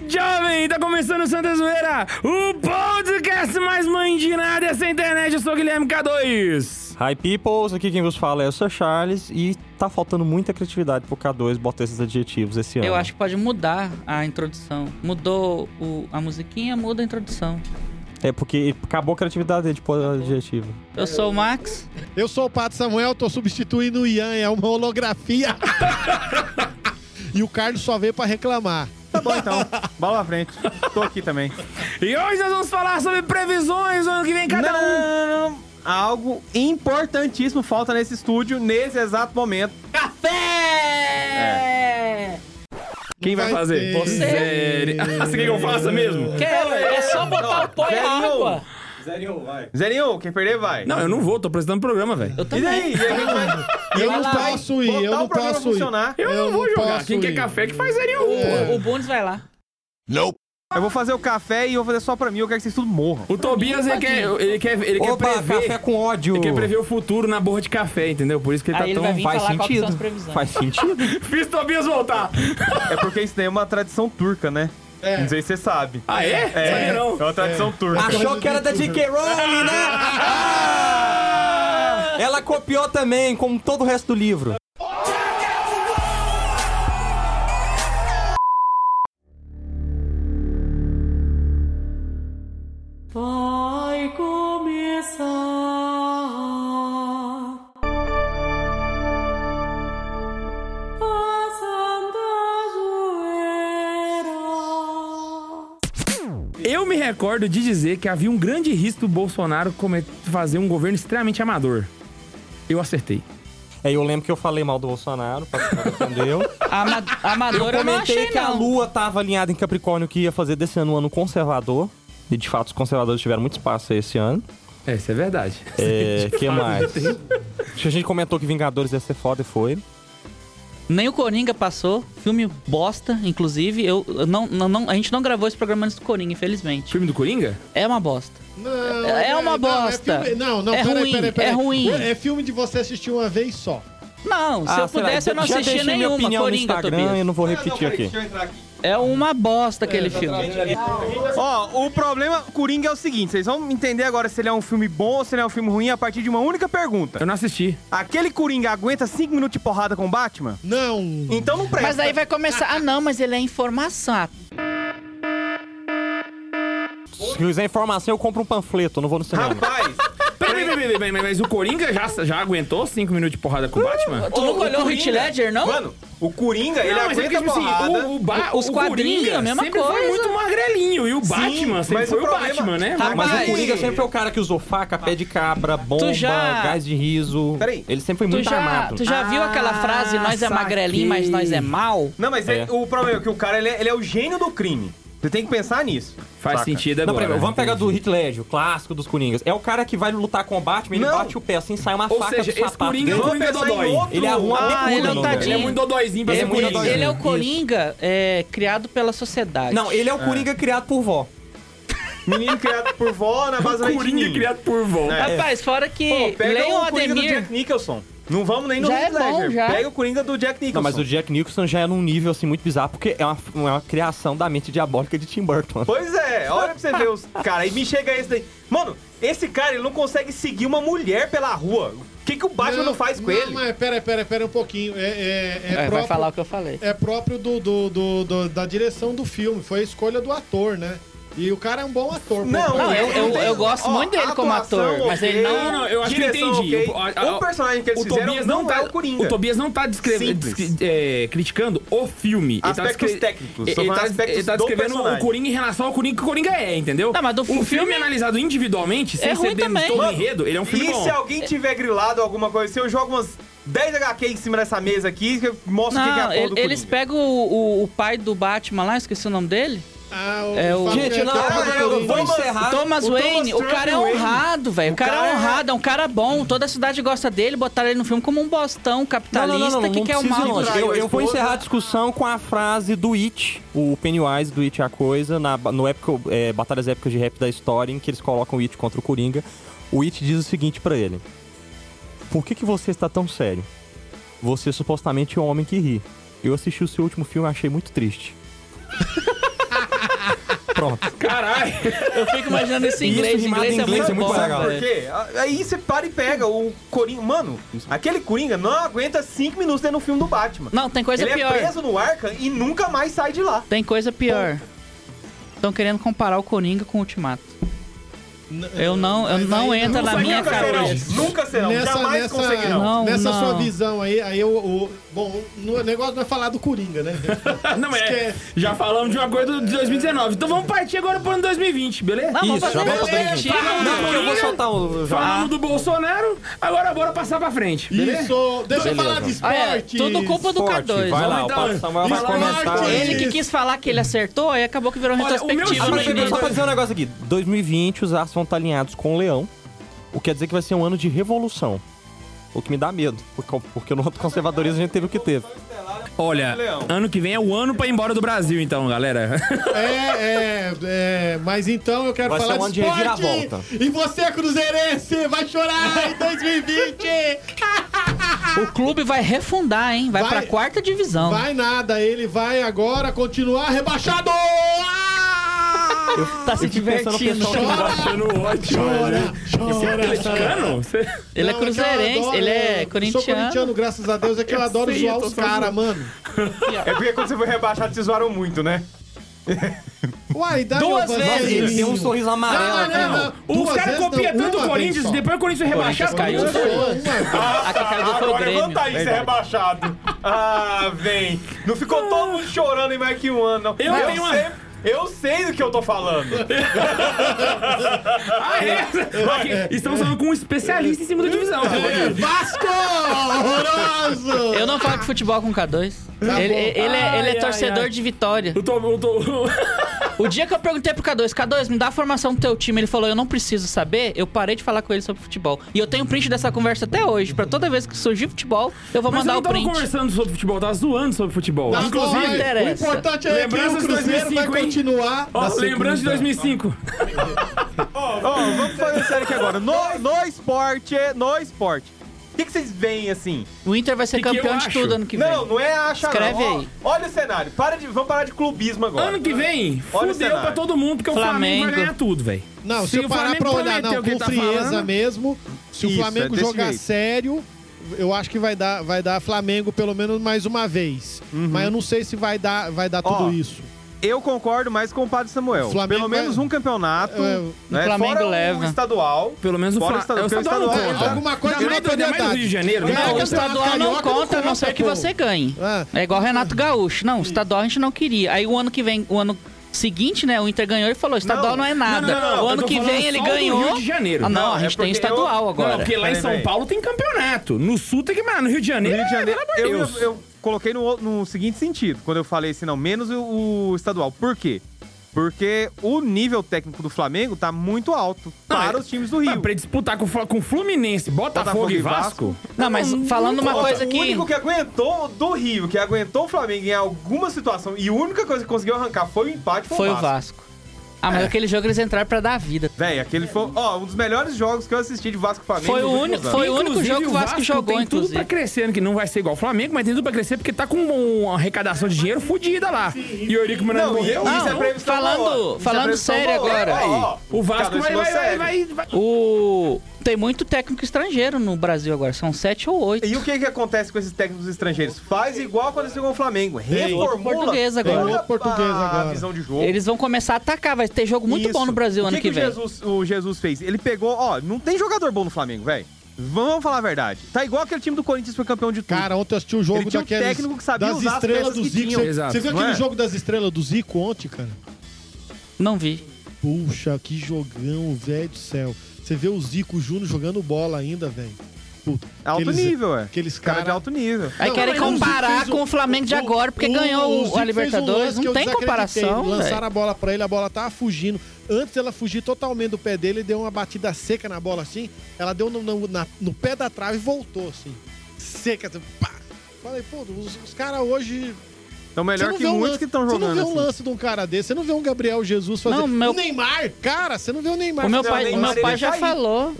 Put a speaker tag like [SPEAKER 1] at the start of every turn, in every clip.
[SPEAKER 1] Sim, tá começando o Santa Zoeira, o podcast mais mãe de nada dessa internet. Eu sou o Guilherme K2.
[SPEAKER 2] Hi peoples, aqui quem vos fala é o Sr. Charles e tá faltando muita criatividade pro K2 botar esses adjetivos esse ano.
[SPEAKER 3] Eu acho que pode mudar a introdução. Mudou o- a musiquinha, muda a introdução.
[SPEAKER 2] É porque acabou a criatividade dele de pôr adjetivo.
[SPEAKER 3] Eu sou o Max.
[SPEAKER 4] Eu sou o Pato Samuel, tô substituindo o Ian, é uma holografia. e o Carlos só veio pra reclamar.
[SPEAKER 5] Tá bom então, bola pra frente. Tô aqui também.
[SPEAKER 1] E hoje nós vamos falar sobre previsões do ano que vem cada um.
[SPEAKER 5] Não, Ah, algo importantíssimo falta nesse estúdio nesse exato momento.
[SPEAKER 3] Café!
[SPEAKER 1] Quem vai,
[SPEAKER 4] Vai
[SPEAKER 1] fazer?
[SPEAKER 4] ter.
[SPEAKER 1] Você. Ah, você quer que eu faça mesmo?
[SPEAKER 3] Que é, é só botar o pó e a
[SPEAKER 5] Zerinho.
[SPEAKER 3] água.
[SPEAKER 5] Zerinho, quem perder vai.
[SPEAKER 1] Não, eu não vou, tô apresentando o programa, velho.
[SPEAKER 3] Eu
[SPEAKER 5] E
[SPEAKER 3] também.
[SPEAKER 5] daí? E a gente vai-
[SPEAKER 4] Eu
[SPEAKER 5] vai
[SPEAKER 4] não
[SPEAKER 5] lá,
[SPEAKER 4] posso ir,
[SPEAKER 5] botar
[SPEAKER 4] eu não
[SPEAKER 5] o programa
[SPEAKER 4] posso ir.
[SPEAKER 5] funcionar.
[SPEAKER 1] Eu, não
[SPEAKER 4] Eu
[SPEAKER 1] vou
[SPEAKER 4] não
[SPEAKER 1] jogar.
[SPEAKER 4] posso
[SPEAKER 1] Quem quer
[SPEAKER 4] ir.
[SPEAKER 1] café que faz seria um.
[SPEAKER 3] O, o Bundes vai lá.
[SPEAKER 5] Eu vou fazer o café e eu vou fazer só pra mim, eu quero que vocês tudo morram.
[SPEAKER 1] O Tobias, ele quer, ele quer, ele quer
[SPEAKER 2] Opa,
[SPEAKER 1] prever.
[SPEAKER 2] café com ódio!
[SPEAKER 1] Ele quer prever o futuro na borra de café, entendeu? Por isso que ele
[SPEAKER 3] Aí ele
[SPEAKER 1] tá
[SPEAKER 3] vai
[SPEAKER 1] tão.
[SPEAKER 3] vir
[SPEAKER 2] então faz
[SPEAKER 3] falar quais são as
[SPEAKER 2] sentido.
[SPEAKER 3] previsões.
[SPEAKER 2] Faz sentido?
[SPEAKER 1] Fiz Tobias voltar.
[SPEAKER 5] É porque isso daí é uma tradição turca, né?
[SPEAKER 4] É.
[SPEAKER 5] Não sei se você sabe.
[SPEAKER 1] Ah, é?
[SPEAKER 5] É,
[SPEAKER 1] Sabia
[SPEAKER 5] é
[SPEAKER 1] não.
[SPEAKER 5] uma tradição turca.
[SPEAKER 2] Achou que era da J.K. Rowling, né? Ah! Ela copiou também, como todo o resto do livro.
[SPEAKER 6] Vai começar passando a
[SPEAKER 1] Eu me recordo de dizer que havia um grande risco do Bolsonaro come- fazer um governo extremamente amador. Eu acertei.
[SPEAKER 2] Aí É, eu lembro que eu falei mal do Bolsonaro, o Pato Samuel defendeu.
[SPEAKER 3] Ama amador eu, não
[SPEAKER 2] Comentei
[SPEAKER 3] achei,
[SPEAKER 2] que a
[SPEAKER 3] não.
[SPEAKER 2] Lua tava alinhada em Capricórnio que ia fazer desse ano um ano conservador. E de fato os conservadores tiveram muito espaço aí esse ano.
[SPEAKER 1] É, isso é verdade.
[SPEAKER 2] É, que mais? Acho que a gente comentou que Vingadores ia ser foda e foi.
[SPEAKER 3] Nem o Coringa passou. Filme bosta, inclusive. Eu, eu não, não, não- a gente não gravou esse programa antes do Coringa, infelizmente.
[SPEAKER 1] Filme do Coringa?
[SPEAKER 3] É uma bosta.
[SPEAKER 4] Não,
[SPEAKER 3] É
[SPEAKER 4] não,
[SPEAKER 3] uma
[SPEAKER 4] não,
[SPEAKER 3] bosta.
[SPEAKER 4] É filme... Não, não,
[SPEAKER 3] É
[SPEAKER 4] peraí,
[SPEAKER 3] ruim,
[SPEAKER 4] peraí, peraí.
[SPEAKER 3] é ruim.
[SPEAKER 4] É filme de você assistir uma vez só.
[SPEAKER 3] Não, se
[SPEAKER 2] Ah, sei lá,
[SPEAKER 3] eu pudesse, eu não
[SPEAKER 2] já
[SPEAKER 3] assistia
[SPEAKER 2] deixei minha
[SPEAKER 3] nenhuma
[SPEAKER 2] opinião no
[SPEAKER 3] Coringa,
[SPEAKER 2] Instagram, eu
[SPEAKER 3] Tobias.
[SPEAKER 2] não vou repetir aqui.
[SPEAKER 3] É uma bosta aquele
[SPEAKER 2] tá
[SPEAKER 3] filme.
[SPEAKER 5] Ó, o problema Coringa é o seguinte, vocês vão entender agora se ele é um filme bom ou se ele é um filme ruim a partir de uma única pergunta.
[SPEAKER 1] Eu não assisti.
[SPEAKER 5] Aquele Coringa aguenta 5 minutos de porrada com o Batman?
[SPEAKER 4] Não.
[SPEAKER 5] Então não presta.
[SPEAKER 3] Mas aí vai começar. Ah, não, mas ele é informação. Ah,
[SPEAKER 2] Se quiser informação, eu compro um panfleto, eu não vou no cinema.
[SPEAKER 5] Rapaz,
[SPEAKER 1] Peraí, peraí, peraí, peraí, mas o Coringa já, já aguentou 5 minutos de porrada com o Batman?
[SPEAKER 3] Tu nunca olhou o Hit
[SPEAKER 5] Coringa-
[SPEAKER 3] Ledger, não?
[SPEAKER 5] Mano, o Coringa, ele
[SPEAKER 1] Não, mas é
[SPEAKER 5] aguenta
[SPEAKER 1] porque, tipo assim,
[SPEAKER 5] porrada.
[SPEAKER 1] o, o, ba
[SPEAKER 3] Os
[SPEAKER 1] o
[SPEAKER 3] quadrinhos,
[SPEAKER 1] Coringa
[SPEAKER 3] a mesma
[SPEAKER 1] sempre foi
[SPEAKER 3] coisa.
[SPEAKER 1] muito magrelinho. E o Batman sempre
[SPEAKER 5] mas
[SPEAKER 1] foi
[SPEAKER 5] o
[SPEAKER 1] o
[SPEAKER 5] problema-
[SPEAKER 1] Batman, né?
[SPEAKER 3] Tá,
[SPEAKER 2] Mas
[SPEAKER 3] Rapaz,
[SPEAKER 2] o Coringa sempre foi o cara que usou faca, pé de cabra, bomba,
[SPEAKER 3] já-
[SPEAKER 2] gás de riso.
[SPEAKER 5] Peraí.
[SPEAKER 2] Ele sempre foi
[SPEAKER 3] Tu
[SPEAKER 2] muito
[SPEAKER 3] já,
[SPEAKER 2] armado.
[SPEAKER 3] tu já viu aquela frase, nós é magrelinho, mas nós é mal?
[SPEAKER 5] Não, mas
[SPEAKER 2] É.
[SPEAKER 5] ele- o problema é que o cara, ele é, ele é o gênio do crime. Você tem que pensar nisso.
[SPEAKER 1] Faz
[SPEAKER 5] Saca.
[SPEAKER 1] sentido
[SPEAKER 2] Não,
[SPEAKER 1] agora.
[SPEAKER 2] peraí,
[SPEAKER 1] né?
[SPEAKER 2] vamos pegar do Heath Ledger, o clássico dos Coringas. É o cara que vai lutar com o Batman, ele
[SPEAKER 5] Não.
[SPEAKER 2] bate o pé assim, sai uma
[SPEAKER 1] Ou
[SPEAKER 2] faca
[SPEAKER 1] seja,
[SPEAKER 2] do
[SPEAKER 1] esse
[SPEAKER 2] sapato.
[SPEAKER 1] Coringa é um
[SPEAKER 2] dele.
[SPEAKER 5] Vamos
[SPEAKER 1] Coringa
[SPEAKER 5] pensar em
[SPEAKER 1] dodói.
[SPEAKER 5] outro.
[SPEAKER 2] Ele arruma
[SPEAKER 3] Ah,
[SPEAKER 2] bicuda,
[SPEAKER 3] ele é um
[SPEAKER 2] meu
[SPEAKER 3] tadinho.
[SPEAKER 1] Ele é muito dodóizinho pra
[SPEAKER 2] Ele
[SPEAKER 1] ser
[SPEAKER 2] é muito
[SPEAKER 1] Coringa.
[SPEAKER 2] dodóizinho.
[SPEAKER 3] Ele é o
[SPEAKER 2] Isso.
[SPEAKER 3] Coringa é, criado pela sociedade.
[SPEAKER 2] Não, ele é o Coringa criado por vó.
[SPEAKER 5] Menino criado por vó na base da
[SPEAKER 1] Coringa
[SPEAKER 5] etnia.
[SPEAKER 1] criado por vó.
[SPEAKER 5] É.
[SPEAKER 3] Rapaz, fora que
[SPEAKER 5] Pô, pega
[SPEAKER 3] leiam o
[SPEAKER 5] o Coringa do
[SPEAKER 3] Ademir.
[SPEAKER 5] Jack Nicholson. Não vamos nem no
[SPEAKER 3] Já
[SPEAKER 5] Heath
[SPEAKER 3] é bom,
[SPEAKER 5] Ledger.
[SPEAKER 3] já.
[SPEAKER 5] Pega o Coringa do Jack Nicholson.
[SPEAKER 2] Não, mas o Jack Nicholson já é num nível assim muito bizarro, porque é uma, uma criação da mente diabólica de Tim Burton.
[SPEAKER 5] Pois é, olha pra você ver os... Cara, aí me chega esse daí. Mano, esse cara, ele não consegue seguir uma mulher pela rua. O que, que o Batman não, faz com
[SPEAKER 4] não,
[SPEAKER 5] ele?
[SPEAKER 4] Mas peraí, peraí, peraí um pouquinho. É, é, é
[SPEAKER 3] É, vai
[SPEAKER 4] próprio,
[SPEAKER 3] falar o que eu falei.
[SPEAKER 4] é próprio do, do, do- do- da direção do filme. Foi a escolha do ator, né? E o cara é um bom ator. pô.
[SPEAKER 5] Não,
[SPEAKER 3] Não, eu, eu, eu
[SPEAKER 5] Ó,
[SPEAKER 3] gosto muito dele como
[SPEAKER 5] atuação,
[SPEAKER 3] ator, mas ele
[SPEAKER 5] ok.
[SPEAKER 1] Não,
[SPEAKER 3] não.
[SPEAKER 1] não, eu acho que eu
[SPEAKER 5] Direção,
[SPEAKER 1] entendi.
[SPEAKER 5] ok.
[SPEAKER 1] O, a- a-
[SPEAKER 5] O personagem que eles fizeram não
[SPEAKER 1] tá,
[SPEAKER 5] é o Coringa.
[SPEAKER 1] O Tobias não tá descrevendo,
[SPEAKER 5] Simples.
[SPEAKER 1] criticando o filme. Ele tá
[SPEAKER 5] Aspectos
[SPEAKER 1] descre-
[SPEAKER 5] técnicos,
[SPEAKER 1] Ele,
[SPEAKER 5] são
[SPEAKER 1] tá,
[SPEAKER 5] aspectos
[SPEAKER 1] ele tá
[SPEAKER 5] do
[SPEAKER 1] descrevendo o
[SPEAKER 5] personagem.
[SPEAKER 1] Coringa em relação ao Coringa que o Coringa é, entendeu?
[SPEAKER 3] Não, mas do
[SPEAKER 1] o filme, é
[SPEAKER 3] filme-
[SPEAKER 1] analisado individualmente, sem
[SPEAKER 3] É
[SPEAKER 1] ser
[SPEAKER 3] ruim
[SPEAKER 1] dentro de
[SPEAKER 3] também.
[SPEAKER 1] todo o
[SPEAKER 5] Mano,
[SPEAKER 1] enredo, ele é um filme
[SPEAKER 5] e
[SPEAKER 1] bom.
[SPEAKER 5] se alguém tiver grilado alguma coisa, se eu jogo umas 10 HQ em cima dessa mesa aqui, que eu mostro o que que é
[SPEAKER 3] Não,
[SPEAKER 5] a porra do
[SPEAKER 3] ele-
[SPEAKER 5] Coringa.
[SPEAKER 3] eles pegam o, o- o pai do Batman lá, esqueci o nome dele.
[SPEAKER 4] Ah,
[SPEAKER 3] É o-
[SPEAKER 4] Fábio
[SPEAKER 2] Gente,
[SPEAKER 4] é
[SPEAKER 2] não,
[SPEAKER 4] cara do
[SPEAKER 2] eu
[SPEAKER 4] Coringa.
[SPEAKER 2] vou
[SPEAKER 5] Thomas-
[SPEAKER 2] encerrar.
[SPEAKER 3] Thomas
[SPEAKER 5] o
[SPEAKER 3] Wayne,
[SPEAKER 5] Thomas
[SPEAKER 3] o cara é
[SPEAKER 5] Trump Wayne.
[SPEAKER 3] honrado, velho. O cara,
[SPEAKER 5] cara
[SPEAKER 3] é
[SPEAKER 5] é-
[SPEAKER 3] honrado, é um cara bom. Toda a cidade gosta dele, botaram ele no filme como um bostão
[SPEAKER 2] Não, não,
[SPEAKER 3] capitalista
[SPEAKER 2] não, não, não,
[SPEAKER 3] que quer o
[SPEAKER 2] precisa ir
[SPEAKER 3] mal.
[SPEAKER 2] longe.
[SPEAKER 5] traiu
[SPEAKER 2] Eu,
[SPEAKER 5] a
[SPEAKER 2] eu vou
[SPEAKER 5] esposa.
[SPEAKER 2] encerrar a discussão com a frase do It, o Pennywise do It é a coisa, na, no épico, é, Batalhas Épicas de Rap da História, em que eles colocam o It contra o Coringa. O It diz o seguinte pra ele: Por que, que você está tão sério? Você supostamente é um homem que ri. Eu assisti o seu último filme e achei muito triste. Pronto.
[SPEAKER 1] Caralho!
[SPEAKER 3] Eu fico imaginando esse
[SPEAKER 2] Isso
[SPEAKER 3] inglês.
[SPEAKER 2] rimado em
[SPEAKER 3] inglês,
[SPEAKER 2] inglês
[SPEAKER 3] é muito bom,
[SPEAKER 2] legal.
[SPEAKER 5] Por
[SPEAKER 3] velho.
[SPEAKER 5] quê? Aí você para e pega o Coringa. Mano, aquele Coringa não aguenta 5 minutos dentro do filme do Batman.
[SPEAKER 3] Não, tem coisa
[SPEAKER 5] Ele
[SPEAKER 3] pior.
[SPEAKER 5] é preso no Arkham e nunca mais sai de lá.
[SPEAKER 3] Tem coisa pior. Estão querendo comparar o Coringa com o Ultimato. Eu não, eu
[SPEAKER 4] Mas
[SPEAKER 3] não
[SPEAKER 4] aí
[SPEAKER 3] entra
[SPEAKER 4] não
[SPEAKER 3] na
[SPEAKER 4] sai
[SPEAKER 3] minha
[SPEAKER 5] nunca serão.
[SPEAKER 3] cabeça.
[SPEAKER 5] Nunca serão. Jamais conseguirão.
[SPEAKER 3] Não,
[SPEAKER 4] nessa
[SPEAKER 3] não.
[SPEAKER 4] sua visão aí, aí eu, o- bom, o negócio não é falar do Coringa, né?
[SPEAKER 1] Não, mas é,
[SPEAKER 4] Esquece.
[SPEAKER 1] já falamos de uma coisa de 2019. Então vamos partir agora pro ano 2020, beleza?
[SPEAKER 3] Não, vamos
[SPEAKER 2] Isso,
[SPEAKER 3] fazer
[SPEAKER 2] já
[SPEAKER 3] uma
[SPEAKER 2] vamos pra frente.
[SPEAKER 3] perspectiva.
[SPEAKER 2] Não, porque eu vou soltar o. Já.
[SPEAKER 1] Falamos do Bolsonaro, agora bora passar pra frente. Beleza?
[SPEAKER 4] Isso, deixa
[SPEAKER 2] Beleza.
[SPEAKER 4] eu falar de
[SPEAKER 3] Ah, é,
[SPEAKER 4] esporte.
[SPEAKER 3] tudo culpa do
[SPEAKER 2] Forte,
[SPEAKER 3] K2.
[SPEAKER 2] Vai lá,
[SPEAKER 1] Vamos
[SPEAKER 2] o
[SPEAKER 1] dar-
[SPEAKER 2] Pablo Samuel vai
[SPEAKER 4] Esporte.
[SPEAKER 2] comentar.
[SPEAKER 3] Ele que quis falar que ele acertou, aí acabou que virou
[SPEAKER 1] Olha, o meu
[SPEAKER 3] retrospectiva né,
[SPEAKER 1] time
[SPEAKER 3] no
[SPEAKER 1] é
[SPEAKER 2] Só pra-
[SPEAKER 3] início.
[SPEAKER 2] Só pra dizer um negócio aqui. 2020, os astros vão estar alinhados com o leão. O que quer dizer que vai ser um ano de revolução. O que me dá medo. porque- Porque no outro conservadorismo a gente teve o que teve.
[SPEAKER 1] Olha,
[SPEAKER 5] Leão.
[SPEAKER 1] ano que vem é o ano pra ir embora do Brasil, então, galera.
[SPEAKER 4] É, é, é, mas então eu quero
[SPEAKER 2] Vai ser
[SPEAKER 4] falar
[SPEAKER 2] um ano
[SPEAKER 4] de
[SPEAKER 2] de
[SPEAKER 4] esporte.
[SPEAKER 2] reviravolta.
[SPEAKER 4] E você, cruzeirense, vai chorar em 2020.
[SPEAKER 3] O clube vai refundar, hein? Vai,
[SPEAKER 4] Vai-
[SPEAKER 3] pra quarta divisão.
[SPEAKER 4] Vai nada, ele vai agora continuar rebaixado. Ah!
[SPEAKER 3] Tá se
[SPEAKER 2] Eu fico pensando no
[SPEAKER 3] divertindo.
[SPEAKER 2] pessoal que
[SPEAKER 1] Tá achando ótimo.
[SPEAKER 4] Chora,
[SPEAKER 1] Você é
[SPEAKER 4] chora.
[SPEAKER 1] atleticano? Você-
[SPEAKER 3] Ele é
[SPEAKER 4] Não, que eu
[SPEAKER 3] cruzeirense,
[SPEAKER 4] adoro-
[SPEAKER 3] ele
[SPEAKER 4] eu
[SPEAKER 3] é
[SPEAKER 4] Sou
[SPEAKER 3] corintiano.
[SPEAKER 4] corintiano, graças a Deus, é que eu, adoro
[SPEAKER 1] sei,
[SPEAKER 4] zoar
[SPEAKER 1] eu tô
[SPEAKER 4] os caras, mano.
[SPEAKER 5] É porque quando você foi rebaixado, vocês zoaram muito, né?
[SPEAKER 4] Uai, dá
[SPEAKER 3] Duas
[SPEAKER 4] meu
[SPEAKER 3] vezes.
[SPEAKER 4] Vanzinho.
[SPEAKER 2] Ele tem um sorriso amarelo
[SPEAKER 4] Não,
[SPEAKER 2] aqui,
[SPEAKER 4] não,
[SPEAKER 2] mano.
[SPEAKER 4] não.
[SPEAKER 1] Os
[SPEAKER 4] Duas
[SPEAKER 1] caras
[SPEAKER 4] vezes não,
[SPEAKER 1] copiam tanto
[SPEAKER 4] uma
[SPEAKER 1] o
[SPEAKER 4] vez
[SPEAKER 1] Corinthians
[SPEAKER 4] só.
[SPEAKER 1] e depois o Corinthians rebaixar,
[SPEAKER 3] Corinthians caiu.
[SPEAKER 1] caiu.
[SPEAKER 4] Uma vez só.
[SPEAKER 3] A Ah, que caiu foi o
[SPEAKER 5] Agora
[SPEAKER 3] Grêmio.
[SPEAKER 5] levanta aí, você é rebaixado. Ah, vem. Não ficou todo mundo chorando em mais que um ano, não.
[SPEAKER 1] Ah. Eu tenho uma-
[SPEAKER 5] sei, eu sei do que eu tô falando.
[SPEAKER 1] Ah, é? Aqui, Estamos falando com um especialista em cima da
[SPEAKER 4] É.
[SPEAKER 1] divisão.
[SPEAKER 4] Vasco! Horroroso!
[SPEAKER 3] Eu não falo de futebol com K2. Ele,
[SPEAKER 4] bom.
[SPEAKER 3] ele- ele é, ele é
[SPEAKER 1] Ai,
[SPEAKER 3] torcedor
[SPEAKER 1] ai.
[SPEAKER 3] de vitória.
[SPEAKER 1] Eu tô, eu tô...
[SPEAKER 3] O dia que eu perguntei pro K2, K2, me dá a formação do teu time, ele falou, eu não preciso saber, eu parei de falar com ele sobre futebol. E eu tenho print dessa conversa até hoje, pra toda vez que surgir futebol, eu vou
[SPEAKER 1] Mas eu
[SPEAKER 3] mandar
[SPEAKER 1] não
[SPEAKER 3] o
[SPEAKER 1] tava
[SPEAKER 3] print.
[SPEAKER 1] conversando sobre futebol, eu tava zoando sobre futebol.
[SPEAKER 4] Tá
[SPEAKER 1] Inclusive,
[SPEAKER 4] bom,
[SPEAKER 3] interessa.
[SPEAKER 4] o importante é que o
[SPEAKER 1] Lembranças de
[SPEAKER 4] Cruzeiro vai
[SPEAKER 1] 2005, hein?
[SPEAKER 4] continuar.
[SPEAKER 1] ó,
[SPEAKER 4] na
[SPEAKER 1] lembrança de
[SPEAKER 4] segunda.
[SPEAKER 1] 2005.
[SPEAKER 5] Ó, vamos fazer sério aqui agora. No, no esporte, no esporte. O que, que vocês veem assim?
[SPEAKER 3] O Inter vai ser
[SPEAKER 1] Que que eu
[SPEAKER 3] campeão de
[SPEAKER 1] acho?
[SPEAKER 3] tudo ano que vem.
[SPEAKER 5] Não, não é achar
[SPEAKER 3] Escreve
[SPEAKER 5] não. Ó,
[SPEAKER 3] aí.
[SPEAKER 5] Olha o cenário. Para de, vamos parar de clubismo agora.
[SPEAKER 1] Ano que vem,
[SPEAKER 5] Olha o
[SPEAKER 1] fudeu
[SPEAKER 5] cenário.
[SPEAKER 1] pra todo mundo, porque o Flamengo vai
[SPEAKER 3] Flamengo.
[SPEAKER 1] ganhar tudo, velho.
[SPEAKER 4] Não, se,
[SPEAKER 1] Se
[SPEAKER 4] eu
[SPEAKER 1] o
[SPEAKER 4] parar
[SPEAKER 1] Flamengo
[SPEAKER 4] pra olhar
[SPEAKER 1] prometeu
[SPEAKER 4] não,
[SPEAKER 1] o que
[SPEAKER 4] com
[SPEAKER 1] tá
[SPEAKER 4] frieza
[SPEAKER 1] falando-
[SPEAKER 4] mesmo, se
[SPEAKER 5] Isso,
[SPEAKER 4] o
[SPEAKER 5] é
[SPEAKER 4] Flamengo
[SPEAKER 5] desse
[SPEAKER 4] jogar
[SPEAKER 5] jeito.
[SPEAKER 4] sério, eu acho que vai dar, vai dar Flamengo pelo menos mais uma vez.
[SPEAKER 1] Uhum.
[SPEAKER 4] Mas eu não sei se vai dar, vai dar
[SPEAKER 5] Ó,
[SPEAKER 4] tudo isso.
[SPEAKER 5] Eu concordo mais com o Padre Samuel.
[SPEAKER 4] Flamengo
[SPEAKER 5] Pelo menos
[SPEAKER 4] é-
[SPEAKER 5] um campeonato.
[SPEAKER 4] É,
[SPEAKER 5] né?
[SPEAKER 3] o Flamengo
[SPEAKER 5] Fora
[SPEAKER 3] leva.
[SPEAKER 5] O estadual.
[SPEAKER 1] Pelo menos o
[SPEAKER 5] Fora o
[SPEAKER 1] Flamengo.
[SPEAKER 5] estadual, porque o estadual
[SPEAKER 4] É, alguma coisa
[SPEAKER 1] ainda
[SPEAKER 4] não
[SPEAKER 1] mais,
[SPEAKER 4] é
[SPEAKER 1] ainda mais no
[SPEAKER 4] verdade.
[SPEAKER 1] Rio de Janeiro, né?
[SPEAKER 4] Não, é
[SPEAKER 3] Não, o
[SPEAKER 4] campeonato
[SPEAKER 3] estadual não
[SPEAKER 4] carioca não
[SPEAKER 3] conta, a não ser
[SPEAKER 4] conta,
[SPEAKER 3] que
[SPEAKER 4] pô.
[SPEAKER 3] você ganhe.
[SPEAKER 4] Ah.
[SPEAKER 3] É igual o Renato Gaúcho. Não, o estadual a gente não queria. Aí o ano que vem, o ano seguinte, né, o Inter ganhou e falou, estadual não,
[SPEAKER 5] Não,
[SPEAKER 3] é nada.
[SPEAKER 1] não, não, não, eu
[SPEAKER 3] o ano
[SPEAKER 1] tô
[SPEAKER 3] que
[SPEAKER 1] falando
[SPEAKER 3] vem ele
[SPEAKER 1] só do
[SPEAKER 3] ganhou.
[SPEAKER 1] Rio de Janeiro.
[SPEAKER 3] Ah, não,
[SPEAKER 5] Não,
[SPEAKER 3] a
[SPEAKER 5] é
[SPEAKER 3] gente tem
[SPEAKER 5] porque
[SPEAKER 3] estadual
[SPEAKER 5] eu-
[SPEAKER 1] Não,
[SPEAKER 3] agora.
[SPEAKER 1] porque lá em
[SPEAKER 5] Peraí,
[SPEAKER 1] São
[SPEAKER 5] peraí.
[SPEAKER 1] Paulo tem campeonato. No Sul tem que... Mano, no Rio de Janeiro...
[SPEAKER 5] Rio de Janeiro,
[SPEAKER 1] é, pelo
[SPEAKER 5] eu,
[SPEAKER 1] amor de Deus.
[SPEAKER 5] eu- eu coloquei no, no seguinte sentido, quando eu falei assim, não, menos o, o estadual. Por quê? Porque o nível técnico do Flamengo tá muito alto
[SPEAKER 1] Não,
[SPEAKER 5] para
[SPEAKER 1] é-
[SPEAKER 5] os times do
[SPEAKER 1] Ah,
[SPEAKER 5] Rio.
[SPEAKER 1] pra disputar com, o Fla- com o Fluminense, Botafogo,
[SPEAKER 5] Botafogo
[SPEAKER 1] e
[SPEAKER 5] e
[SPEAKER 1] Vasco...
[SPEAKER 3] Não, mas falando uma
[SPEAKER 5] Ó,
[SPEAKER 3] coisa
[SPEAKER 5] o
[SPEAKER 3] que...
[SPEAKER 5] único que aguentou do Rio, que aguentou o Flamengo em alguma situação, e a única coisa que conseguiu arrancar foi o empate, foi,
[SPEAKER 3] Foi
[SPEAKER 5] o
[SPEAKER 3] o
[SPEAKER 5] Vasco.
[SPEAKER 3] Vasco. Ah,
[SPEAKER 1] é.
[SPEAKER 3] mas aquele jogo eles entraram pra dar a vida.
[SPEAKER 5] Véi, aquele foi, ó, um dos melhores jogos que eu assisti de Vasco e Flamengo.
[SPEAKER 3] Foi o
[SPEAKER 5] nos últimos
[SPEAKER 3] único-
[SPEAKER 5] anos.
[SPEAKER 3] foi o único
[SPEAKER 1] Inclusive,
[SPEAKER 3] jogo que o Vasco jogou,
[SPEAKER 1] tem tudo
[SPEAKER 3] inclusive.
[SPEAKER 1] pra crescer, né, que não vai ser igual o Flamengo, mas tem tudo pra crescer porque tá com uma arrecadação de dinheiro fodida lá. E o Eurico Miranda
[SPEAKER 5] Não,
[SPEAKER 1] morreu.
[SPEAKER 5] e- isso é
[SPEAKER 1] então
[SPEAKER 5] previsão
[SPEAKER 3] falando-
[SPEAKER 5] boa. Isso
[SPEAKER 3] falando
[SPEAKER 5] é previsão
[SPEAKER 3] sério
[SPEAKER 5] boa.
[SPEAKER 3] agora.
[SPEAKER 5] Ó, ó,
[SPEAKER 1] O Vasco
[SPEAKER 5] Cadu
[SPEAKER 1] vai,
[SPEAKER 5] chegou
[SPEAKER 1] vai, vai,
[SPEAKER 5] sério.
[SPEAKER 1] vai, vai-
[SPEAKER 3] O... Tem muito técnico estrangeiro no Brasil agora. São sete ou oito.
[SPEAKER 5] E o que que acontece com esses técnicos estrangeiros? Faz igual aconteceu com o Flamengo. Reformula
[SPEAKER 3] português agora.
[SPEAKER 5] toda
[SPEAKER 4] Tem outro português
[SPEAKER 5] a
[SPEAKER 4] agora.
[SPEAKER 5] visão de jogo.
[SPEAKER 3] Eles vão começar a atacar. Vai ter jogo muito
[SPEAKER 5] Isso.
[SPEAKER 3] é bom no Brasil
[SPEAKER 5] o
[SPEAKER 3] ano que,
[SPEAKER 5] que
[SPEAKER 3] vem.
[SPEAKER 5] O Jesus, o Jesus fez? Ele pegou, ó, não tem jogador bom no Flamengo, velho. Vamos falar a verdade. Tá igual aquele time do Corinthians que foi campeão de tudo.
[SPEAKER 4] Cara, ontem eu assisti o jogo
[SPEAKER 5] Ele tinha um
[SPEAKER 4] daqueles,
[SPEAKER 5] técnico que sabia
[SPEAKER 4] das
[SPEAKER 5] usar as
[SPEAKER 4] estrelas
[SPEAKER 5] peças
[SPEAKER 4] do
[SPEAKER 5] que
[SPEAKER 4] Zico.
[SPEAKER 5] tinha.
[SPEAKER 4] Você-
[SPEAKER 1] Exato.
[SPEAKER 4] Você viu
[SPEAKER 5] Não
[SPEAKER 4] aquele
[SPEAKER 5] é?
[SPEAKER 4] jogo das estrelas do Zico ontem, cara?
[SPEAKER 3] Não vi.
[SPEAKER 4] Puxa, que jogão, velho do céu. Você vê o Zico, o Júnior jogando bola ainda, velho. Puta,
[SPEAKER 5] alto
[SPEAKER 4] aqueles-
[SPEAKER 5] nível, é.
[SPEAKER 4] Aqueles
[SPEAKER 5] Cara de
[SPEAKER 4] caras
[SPEAKER 5] alto nível.
[SPEAKER 3] Aí
[SPEAKER 4] Não,
[SPEAKER 3] querem
[SPEAKER 4] mas o Zico
[SPEAKER 3] comparar
[SPEAKER 4] fez
[SPEAKER 3] com o Flamengo de agora, porque ganhou
[SPEAKER 4] Zico
[SPEAKER 3] a
[SPEAKER 4] fez um
[SPEAKER 3] Libertadores.
[SPEAKER 4] lance
[SPEAKER 3] não
[SPEAKER 4] que eu
[SPEAKER 3] tem
[SPEAKER 4] desacreditei.
[SPEAKER 3] comparação, velho.
[SPEAKER 4] Lançaram a bola pra ele, a bola tava fugindo. Antes dela fugir totalmente do pé dele, ele deu uma batida seca na bola assim. Ela deu no, no- na- no pé da trave e voltou assim. Seca, assim, pá. Falei, pô, os, os caras hoje.
[SPEAKER 5] Então,
[SPEAKER 4] Você
[SPEAKER 5] melhor
[SPEAKER 4] não
[SPEAKER 5] que
[SPEAKER 4] vê um
[SPEAKER 5] muitos
[SPEAKER 4] lance-
[SPEAKER 5] que estão
[SPEAKER 4] Você não
[SPEAKER 5] jogando.
[SPEAKER 4] vê um
[SPEAKER 5] assim.
[SPEAKER 4] lance de um cara desse, você não vê um Gabriel Jesus fazer.
[SPEAKER 3] Não, meu-
[SPEAKER 4] O Neymar, cara, você não vê o Neymar
[SPEAKER 3] O meu
[SPEAKER 4] fazer
[SPEAKER 3] pai,
[SPEAKER 4] um
[SPEAKER 3] o
[SPEAKER 5] Neymar,
[SPEAKER 3] meu
[SPEAKER 4] lance.
[SPEAKER 5] ele
[SPEAKER 3] pai já
[SPEAKER 5] tá aí.
[SPEAKER 3] falou.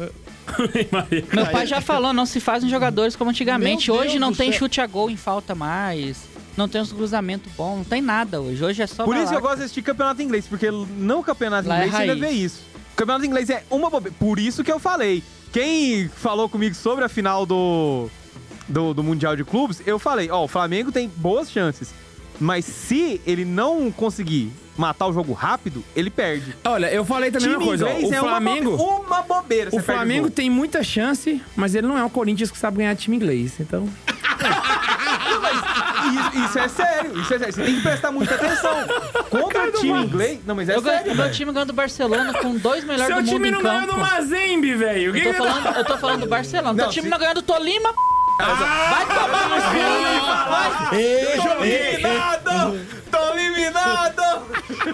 [SPEAKER 1] Ei, Maria.
[SPEAKER 3] Meu pai já falou, não se fazem jogadores como antigamente.
[SPEAKER 4] Meu
[SPEAKER 3] Hoje
[SPEAKER 4] Deus
[SPEAKER 3] não
[SPEAKER 4] do
[SPEAKER 3] tem
[SPEAKER 4] céu.
[SPEAKER 3] chute a gol em falta mais. Não tem uns cruzamentos bons, não tem nada hoje. Hoje é só.
[SPEAKER 5] Por isso que eu
[SPEAKER 3] balaca.
[SPEAKER 5] gosto de assistir campeonato inglês, porque não campeonato
[SPEAKER 3] Lá é
[SPEAKER 5] inglês você ainda
[SPEAKER 3] raiz.
[SPEAKER 5] vê isso. Campeonato inglês é uma bobeira. Por isso que eu falei. Quem falou comigo sobre a final do, do, do Mundial de Clubes, eu falei, ó, o Flamengo tem boas chances. Mas se ele não conseguir matar o jogo rápido, ele perde.
[SPEAKER 1] Olha, eu falei também uma
[SPEAKER 5] Time
[SPEAKER 1] coisa. ó,
[SPEAKER 5] inglês
[SPEAKER 1] O
[SPEAKER 5] é uma
[SPEAKER 1] Flamengo,
[SPEAKER 5] bobe- uma bobeira.
[SPEAKER 1] o
[SPEAKER 5] você perde
[SPEAKER 1] Flamengo
[SPEAKER 5] jogo.
[SPEAKER 1] tem muita chance, mas ele não é o Corinthians que sabe ganhar time inglês. Então, tá-
[SPEAKER 5] Isso, isso é sério, isso é sério. Você tem que prestar muita atenção. Contra time inglês. Não, mas é
[SPEAKER 3] Eu ganhei-
[SPEAKER 5] sério.
[SPEAKER 3] meu time ganhou do Barcelona com dois melhores
[SPEAKER 1] seu
[SPEAKER 3] do mundo
[SPEAKER 1] time
[SPEAKER 3] em
[SPEAKER 1] não ganhou do
[SPEAKER 3] campo.
[SPEAKER 1] Mazembe, velho. O que tá
[SPEAKER 3] Eu tô
[SPEAKER 1] que
[SPEAKER 3] falando, eu tô falando do Barcelona.
[SPEAKER 5] Não,
[SPEAKER 3] Teu time
[SPEAKER 5] se-
[SPEAKER 3] não ganhou do Tolima, p***. Vai tomar no cu! vai.
[SPEAKER 4] Ei, joguei!
[SPEAKER 5] Eliminado! Tô eliminado!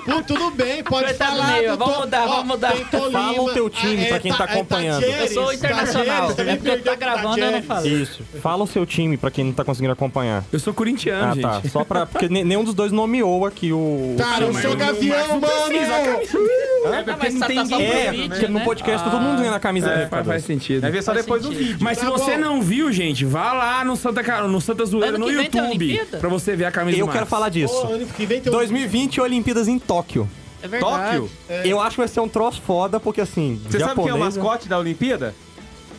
[SPEAKER 4] Pô, tudo bem, pode
[SPEAKER 3] Coitado
[SPEAKER 4] falar.
[SPEAKER 3] meu,
[SPEAKER 4] do
[SPEAKER 3] vamos
[SPEAKER 4] Tol-
[SPEAKER 3] mudar, vamos mudar.
[SPEAKER 4] tem Tolima,
[SPEAKER 2] Fala o teu time
[SPEAKER 4] ah,
[SPEAKER 2] pra quem tá
[SPEAKER 4] Ta-
[SPEAKER 2] acompanhando.
[SPEAKER 4] Tajeres,
[SPEAKER 3] Eu sou internacional.
[SPEAKER 4] Tajeres,
[SPEAKER 3] É porque eu tô
[SPEAKER 4] Inter
[SPEAKER 3] gravando, eu não
[SPEAKER 4] Tajeres.
[SPEAKER 3] falo.
[SPEAKER 2] Isso. Fala o seu time pra quem não tá conseguindo acompanhar.
[SPEAKER 1] Eu sou corintiano,
[SPEAKER 2] Ah,
[SPEAKER 1] gente.
[SPEAKER 2] tá. Só pra. Porque ne- nenhum dos dois nomeou aqui o.
[SPEAKER 4] Cara, eu
[SPEAKER 2] o
[SPEAKER 4] sou gavião, mano!
[SPEAKER 3] Ah, mas tá, tá só
[SPEAKER 2] time. É,
[SPEAKER 3] pro vídeo,
[SPEAKER 2] porque no
[SPEAKER 3] né?
[SPEAKER 2] podcast todo mundo ganha na camisa.
[SPEAKER 1] É,
[SPEAKER 2] né,
[SPEAKER 1] faz,
[SPEAKER 2] cara?
[SPEAKER 1] faz sentido.
[SPEAKER 5] Vai ver só
[SPEAKER 3] Faz
[SPEAKER 5] depois do
[SPEAKER 3] sentido.
[SPEAKER 5] vídeo.
[SPEAKER 1] Mas se
[SPEAKER 4] Tá
[SPEAKER 1] você
[SPEAKER 4] bom.
[SPEAKER 1] não viu, gente, vá lá no Santa, Car... no Santa Zoeira,
[SPEAKER 3] Ano
[SPEAKER 1] no
[SPEAKER 3] que vem tem
[SPEAKER 1] YouTube,
[SPEAKER 3] Olimpíada?
[SPEAKER 1] pra você ver a camisa
[SPEAKER 2] Eu
[SPEAKER 1] do
[SPEAKER 2] quero
[SPEAKER 1] Max.
[SPEAKER 2] falar
[SPEAKER 4] Pô,
[SPEAKER 2] disso.
[SPEAKER 4] ano que vem tem um-
[SPEAKER 2] 2020 Olimpíadas em Tóquio.
[SPEAKER 3] É verdade.
[SPEAKER 5] Tóquio?
[SPEAKER 2] Eu acho que vai ser um troço foda, porque assim,
[SPEAKER 5] Você sabe quem é o
[SPEAKER 2] japonês, né?
[SPEAKER 5] mascote da Olimpíada?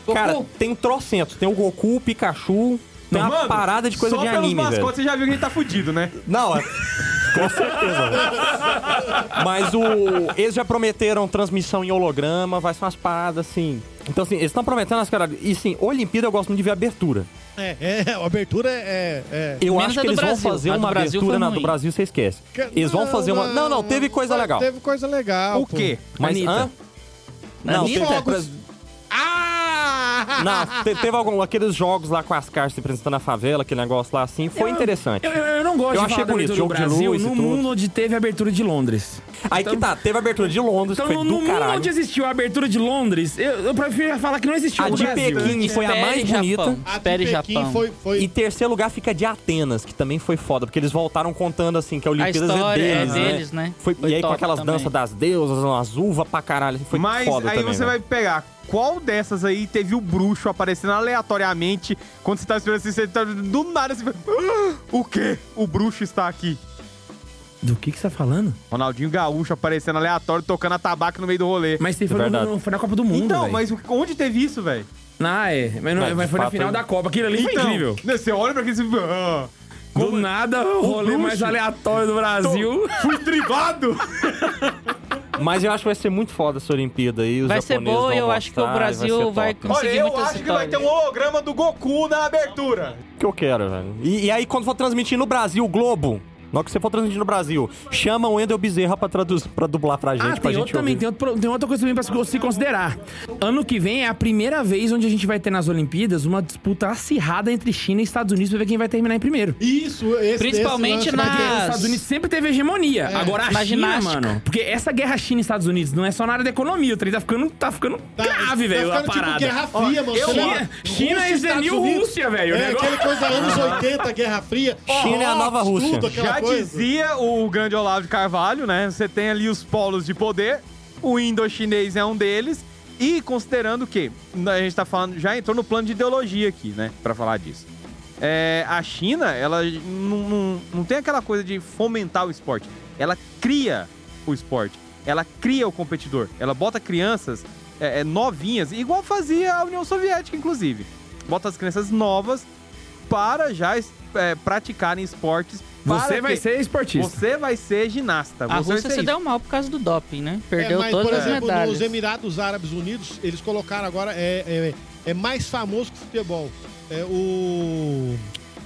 [SPEAKER 3] Goku,
[SPEAKER 2] Cara, tem um trocentos. Tem o Goku, o Pikachu, tem uma
[SPEAKER 5] Mano,
[SPEAKER 2] parada de coisa
[SPEAKER 5] só
[SPEAKER 2] de
[SPEAKER 5] pelos
[SPEAKER 2] anime,
[SPEAKER 5] mascotes
[SPEAKER 2] velho.
[SPEAKER 5] você já viu que a gente tá fudido, né?
[SPEAKER 2] Não, é... com certeza, velho. Mas o... eles já prometeram transmissão em holograma, vai ser umas paradas, assim... Então, assim, eles estão prometendo as caras... E, sim, Olimpíada eu gosto muito de ver a abertura.
[SPEAKER 4] É, é, a abertura é... é- é.
[SPEAKER 2] Eu
[SPEAKER 3] Menos
[SPEAKER 2] acho
[SPEAKER 3] a
[SPEAKER 2] que
[SPEAKER 3] do
[SPEAKER 2] eles
[SPEAKER 3] Brasil.
[SPEAKER 2] vão fazer
[SPEAKER 3] A do
[SPEAKER 2] uma
[SPEAKER 3] Brasil
[SPEAKER 2] abertura
[SPEAKER 3] foi
[SPEAKER 2] na
[SPEAKER 3] ruim.
[SPEAKER 2] do Brasil, você esquece. Eles vão fazer uma... Não, não, teve coisa
[SPEAKER 4] mas
[SPEAKER 2] legal.
[SPEAKER 4] Teve coisa legal.
[SPEAKER 2] O
[SPEAKER 4] pô.
[SPEAKER 2] quê? Mas,
[SPEAKER 1] Anitta.
[SPEAKER 2] hã? Não,
[SPEAKER 4] Anitta.
[SPEAKER 2] teve...
[SPEAKER 4] Fogos.
[SPEAKER 2] Ah! Não, te- teve algum... Aqueles jogos lá com as caras se apresentando na favela, aquele negócio lá assim, foi
[SPEAKER 1] Eu-
[SPEAKER 2] interessante.
[SPEAKER 1] Eu, eu- eu não gosto
[SPEAKER 2] Eu
[SPEAKER 1] de
[SPEAKER 2] achei
[SPEAKER 1] falar da
[SPEAKER 2] bonito,
[SPEAKER 1] abertura do
[SPEAKER 2] jogo de
[SPEAKER 1] Brasil
[SPEAKER 2] luz e
[SPEAKER 1] no
[SPEAKER 2] tudo.
[SPEAKER 1] mundo onde teve a abertura de Londres.
[SPEAKER 2] Aí que tá, teve a abertura de Londres,
[SPEAKER 1] Então,
[SPEAKER 2] que
[SPEAKER 1] no,
[SPEAKER 2] foi
[SPEAKER 1] no
[SPEAKER 2] do
[SPEAKER 1] mundo
[SPEAKER 2] caralho.
[SPEAKER 1] onde existiu a abertura de Londres, eu, eu prefiro falar que não existiu
[SPEAKER 2] A
[SPEAKER 1] no
[SPEAKER 2] Ah, de
[SPEAKER 1] Brasil. né?
[SPEAKER 2] Pequim foi a
[SPEAKER 3] Espere,
[SPEAKER 2] mais
[SPEAKER 3] Japão.
[SPEAKER 2] bonita.
[SPEAKER 4] A de
[SPEAKER 3] Espere,
[SPEAKER 4] Pequim
[SPEAKER 3] Japão.
[SPEAKER 4] Foi, foi...
[SPEAKER 2] Em terceiro lugar fica a de Atenas, que também foi foda, porque eles voltaram contando assim que a
[SPEAKER 3] A
[SPEAKER 2] Olimpíadas é
[SPEAKER 3] história
[SPEAKER 2] deles,
[SPEAKER 3] é deles, né?
[SPEAKER 2] Foi-
[SPEAKER 3] Foi
[SPEAKER 2] e aí com
[SPEAKER 3] top
[SPEAKER 2] aquelas
[SPEAKER 3] também.
[SPEAKER 2] danças das deusas, umas uvas pra caralho, assim, foi
[SPEAKER 5] Mas
[SPEAKER 2] foda
[SPEAKER 5] aí
[SPEAKER 2] também.
[SPEAKER 5] você
[SPEAKER 2] velho.
[SPEAKER 5] vai pegar qual dessas aí teve o bruxo aparecendo aleatoriamente quando você tá esperando assim, você tá do nada você vai. "Ah, o quê? O bruxo está aqui.
[SPEAKER 1] Do que, que você tá falando?
[SPEAKER 5] Ronaldinho Gaúcho aparecendo aleatório, tocando a tabaco no meio do rolê.
[SPEAKER 1] Mas isso aí foi, no-
[SPEAKER 2] É verdade.
[SPEAKER 1] no- foi na Copa
[SPEAKER 2] é
[SPEAKER 1] do Mundo,
[SPEAKER 5] então,
[SPEAKER 1] velho.
[SPEAKER 5] mas onde teve isso, velho?
[SPEAKER 1] Ah, é. Mas, não-
[SPEAKER 2] Mas, de
[SPEAKER 1] mas foi na
[SPEAKER 2] fato,
[SPEAKER 1] final
[SPEAKER 2] eu-
[SPEAKER 1] da Copa. Aquilo ali
[SPEAKER 2] é
[SPEAKER 1] foi
[SPEAKER 5] Então,
[SPEAKER 1] incrível.
[SPEAKER 5] né, Você olha pra aquele. e você, "Ah,
[SPEAKER 1] Do nada, o rolê
[SPEAKER 5] bruxo.
[SPEAKER 1] mais aleatório do Brasil.
[SPEAKER 5] Fui tribado!
[SPEAKER 2] Mas eu acho que vai ser muito foda essa Olimpíada aí. os
[SPEAKER 3] Vai ser
[SPEAKER 2] japoneses
[SPEAKER 3] boa
[SPEAKER 2] vão
[SPEAKER 3] e eu acho que o
[SPEAKER 2] voltar, e
[SPEAKER 3] Brasil
[SPEAKER 2] ser
[SPEAKER 3] vai
[SPEAKER 2] top.
[SPEAKER 3] com-
[SPEAKER 5] Olha,
[SPEAKER 3] Consegui
[SPEAKER 5] eu
[SPEAKER 3] muitas
[SPEAKER 5] acho que vai ter um
[SPEAKER 3] vitórias.
[SPEAKER 5] holograma do Goku na abertura.
[SPEAKER 2] O que eu quero, velho. E, e aí quando for transmitir no Brasil, Globo, na hora que você for transmitir no Brasil, chama o Wendel Bezerra pra, traduzir, pra dublar pra gente,
[SPEAKER 1] Ah,
[SPEAKER 2] pra
[SPEAKER 1] tem,
[SPEAKER 2] gente
[SPEAKER 1] outro também,
[SPEAKER 2] ouvir.
[SPEAKER 1] tem, outro pro- tem outra coisa também pra se- se considerar. Ano que vem é a primeira vez onde a gente vai ter nas Olimpíadas uma disputa acirrada entre China e Estados Unidos pra ver quem vai terminar em primeiro.
[SPEAKER 4] Isso, esse
[SPEAKER 3] Principalmente
[SPEAKER 4] esse lance
[SPEAKER 3] na-
[SPEAKER 4] vai ter-
[SPEAKER 1] Os Estados Unidos sempre teve hegemonia.
[SPEAKER 4] É.
[SPEAKER 1] Agora a China,
[SPEAKER 3] Na ginástica.
[SPEAKER 1] mano. Porque essa guerra China e Estados Unidos não é só na área da economia, o trem tá ficando, tá ficando
[SPEAKER 4] Tá-
[SPEAKER 1] grave,
[SPEAKER 4] tá
[SPEAKER 1] velho, a
[SPEAKER 4] ficando tipo
[SPEAKER 1] parada.
[SPEAKER 4] Guerra Fria, mano.
[SPEAKER 1] eu-
[SPEAKER 4] Sei lá,
[SPEAKER 1] China- China
[SPEAKER 4] Rússia e
[SPEAKER 1] is the
[SPEAKER 4] Estados
[SPEAKER 1] new
[SPEAKER 4] Unidos.
[SPEAKER 1] Rússia, velho, o
[SPEAKER 4] É,
[SPEAKER 1] negócio-
[SPEAKER 4] aquele coisa anos 80, Guerra Fria.
[SPEAKER 2] China é a nova
[SPEAKER 4] Rock,
[SPEAKER 2] Rússia.
[SPEAKER 4] Tudo, aquela
[SPEAKER 5] Já
[SPEAKER 4] coisa.
[SPEAKER 5] dizia o grande Olavo de Carvalho, né? Você tem ali os polos de poder, o indochinês é um deles. E considerando que a gente tá falando, já entrou no plano de ideologia aqui, né? Pra falar disso. É, a China, ela não, não, não tem aquela coisa de fomentar o esporte. Ela cria o esporte. Ela cria o competidor. Ela bota crianças é, é, novinhas, igual fazia a União Soviética, inclusive. Bota as crianças novas para já es- é, praticarem esportes.
[SPEAKER 1] Você
[SPEAKER 5] para
[SPEAKER 1] vai
[SPEAKER 5] que-
[SPEAKER 1] ser esportista.
[SPEAKER 5] Você vai ser ginasta.
[SPEAKER 3] A
[SPEAKER 5] você
[SPEAKER 3] Rússia
[SPEAKER 5] vai ser
[SPEAKER 3] se
[SPEAKER 5] isso.
[SPEAKER 3] deu um mal por causa do doping, né?
[SPEAKER 4] é,
[SPEAKER 3] Perdeu
[SPEAKER 4] mas,
[SPEAKER 3] todas
[SPEAKER 4] por
[SPEAKER 3] as
[SPEAKER 4] exemplo,
[SPEAKER 3] medalhas.
[SPEAKER 4] nos Emirados Árabes Unidos, eles colocaram agora. É, é, é mais famoso que o futebol. É o.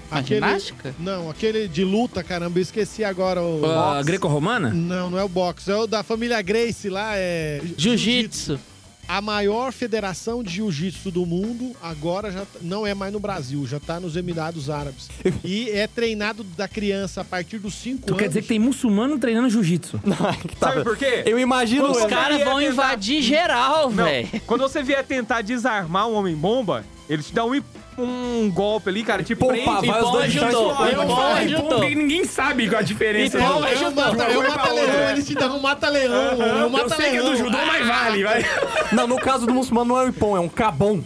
[SPEAKER 3] A ginástica?
[SPEAKER 4] Não, aquele de luta, caramba, eu esqueci agora o.
[SPEAKER 1] Ah, Greco-romana?
[SPEAKER 4] Não, não é o boxe, é o da família Grace lá, é.
[SPEAKER 3] Jiu-jitsu.
[SPEAKER 4] A maior federação de jiu-jitsu do mundo agora já t- não é mais no Brasil, já tá nos Emirados Árabes. E é treinado da criança a partir dos 5
[SPEAKER 1] Tu
[SPEAKER 4] anos.
[SPEAKER 1] quer dizer que tem muçulmano treinando jiu-jitsu?
[SPEAKER 2] Que tá,
[SPEAKER 5] Sabe
[SPEAKER 2] velho.
[SPEAKER 5] por quê?
[SPEAKER 2] Eu imagino...
[SPEAKER 5] Os
[SPEAKER 2] eu-
[SPEAKER 3] Os caras
[SPEAKER 5] ia
[SPEAKER 3] vão
[SPEAKER 5] tentar-
[SPEAKER 3] invadir geral,
[SPEAKER 5] Não,
[SPEAKER 3] velho.
[SPEAKER 5] quando você vier tentar desarmar um homem-bomba, ele te dá um hip- um golpe ali, cara, tipo,
[SPEAKER 2] Pô,
[SPEAKER 5] prende
[SPEAKER 2] pá,
[SPEAKER 5] e
[SPEAKER 2] vai os dois
[SPEAKER 5] pode
[SPEAKER 2] pra
[SPEAKER 5] ajudar.
[SPEAKER 2] escola.
[SPEAKER 5] Vai,
[SPEAKER 1] Eu
[SPEAKER 3] Bom,
[SPEAKER 1] falo em
[SPEAKER 3] ajudou.
[SPEAKER 1] pombo porque ninguém sabe qual a diferença.
[SPEAKER 3] Então,
[SPEAKER 1] né?
[SPEAKER 3] eu-
[SPEAKER 4] Eu mato,
[SPEAKER 1] Uma
[SPEAKER 4] eu
[SPEAKER 1] coisa
[SPEAKER 4] mato
[SPEAKER 1] pra outra,
[SPEAKER 4] leão,
[SPEAKER 1] é.
[SPEAKER 4] ele te dá um mata-leão. Eu
[SPEAKER 1] Eu sei que é do
[SPEAKER 4] mata-leão.
[SPEAKER 1] judô, mas vale, vai.
[SPEAKER 2] Não, no caso do muçulmano não é um ipom, é um cabom.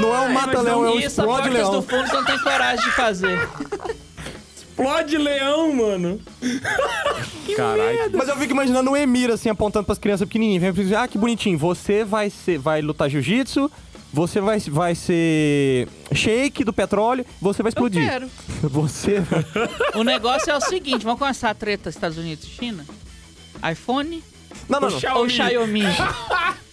[SPEAKER 2] Não é um mata-leão, é um
[SPEAKER 3] isso, a Portas do
[SPEAKER 2] explode-leão.
[SPEAKER 3] Fundo não tem coragem de fazer.
[SPEAKER 1] Explode leão, mano.
[SPEAKER 5] Caralho.
[SPEAKER 2] Mas eu fico imaginando o Emir, assim, apontando pras crianças pequenininhas. Vem, Ah, que bonitinho. Você vai ser, vai lutar jiu-jitsu, você vai, vai ser shake do petróleo, você vai
[SPEAKER 3] Eu
[SPEAKER 2] explodir.
[SPEAKER 3] quero.
[SPEAKER 2] Você vai...
[SPEAKER 3] O negócio é o seguinte, vamos começar a treta Estados Unidos e China? iPhone
[SPEAKER 2] Não, não, não.
[SPEAKER 3] ou Xiaomi?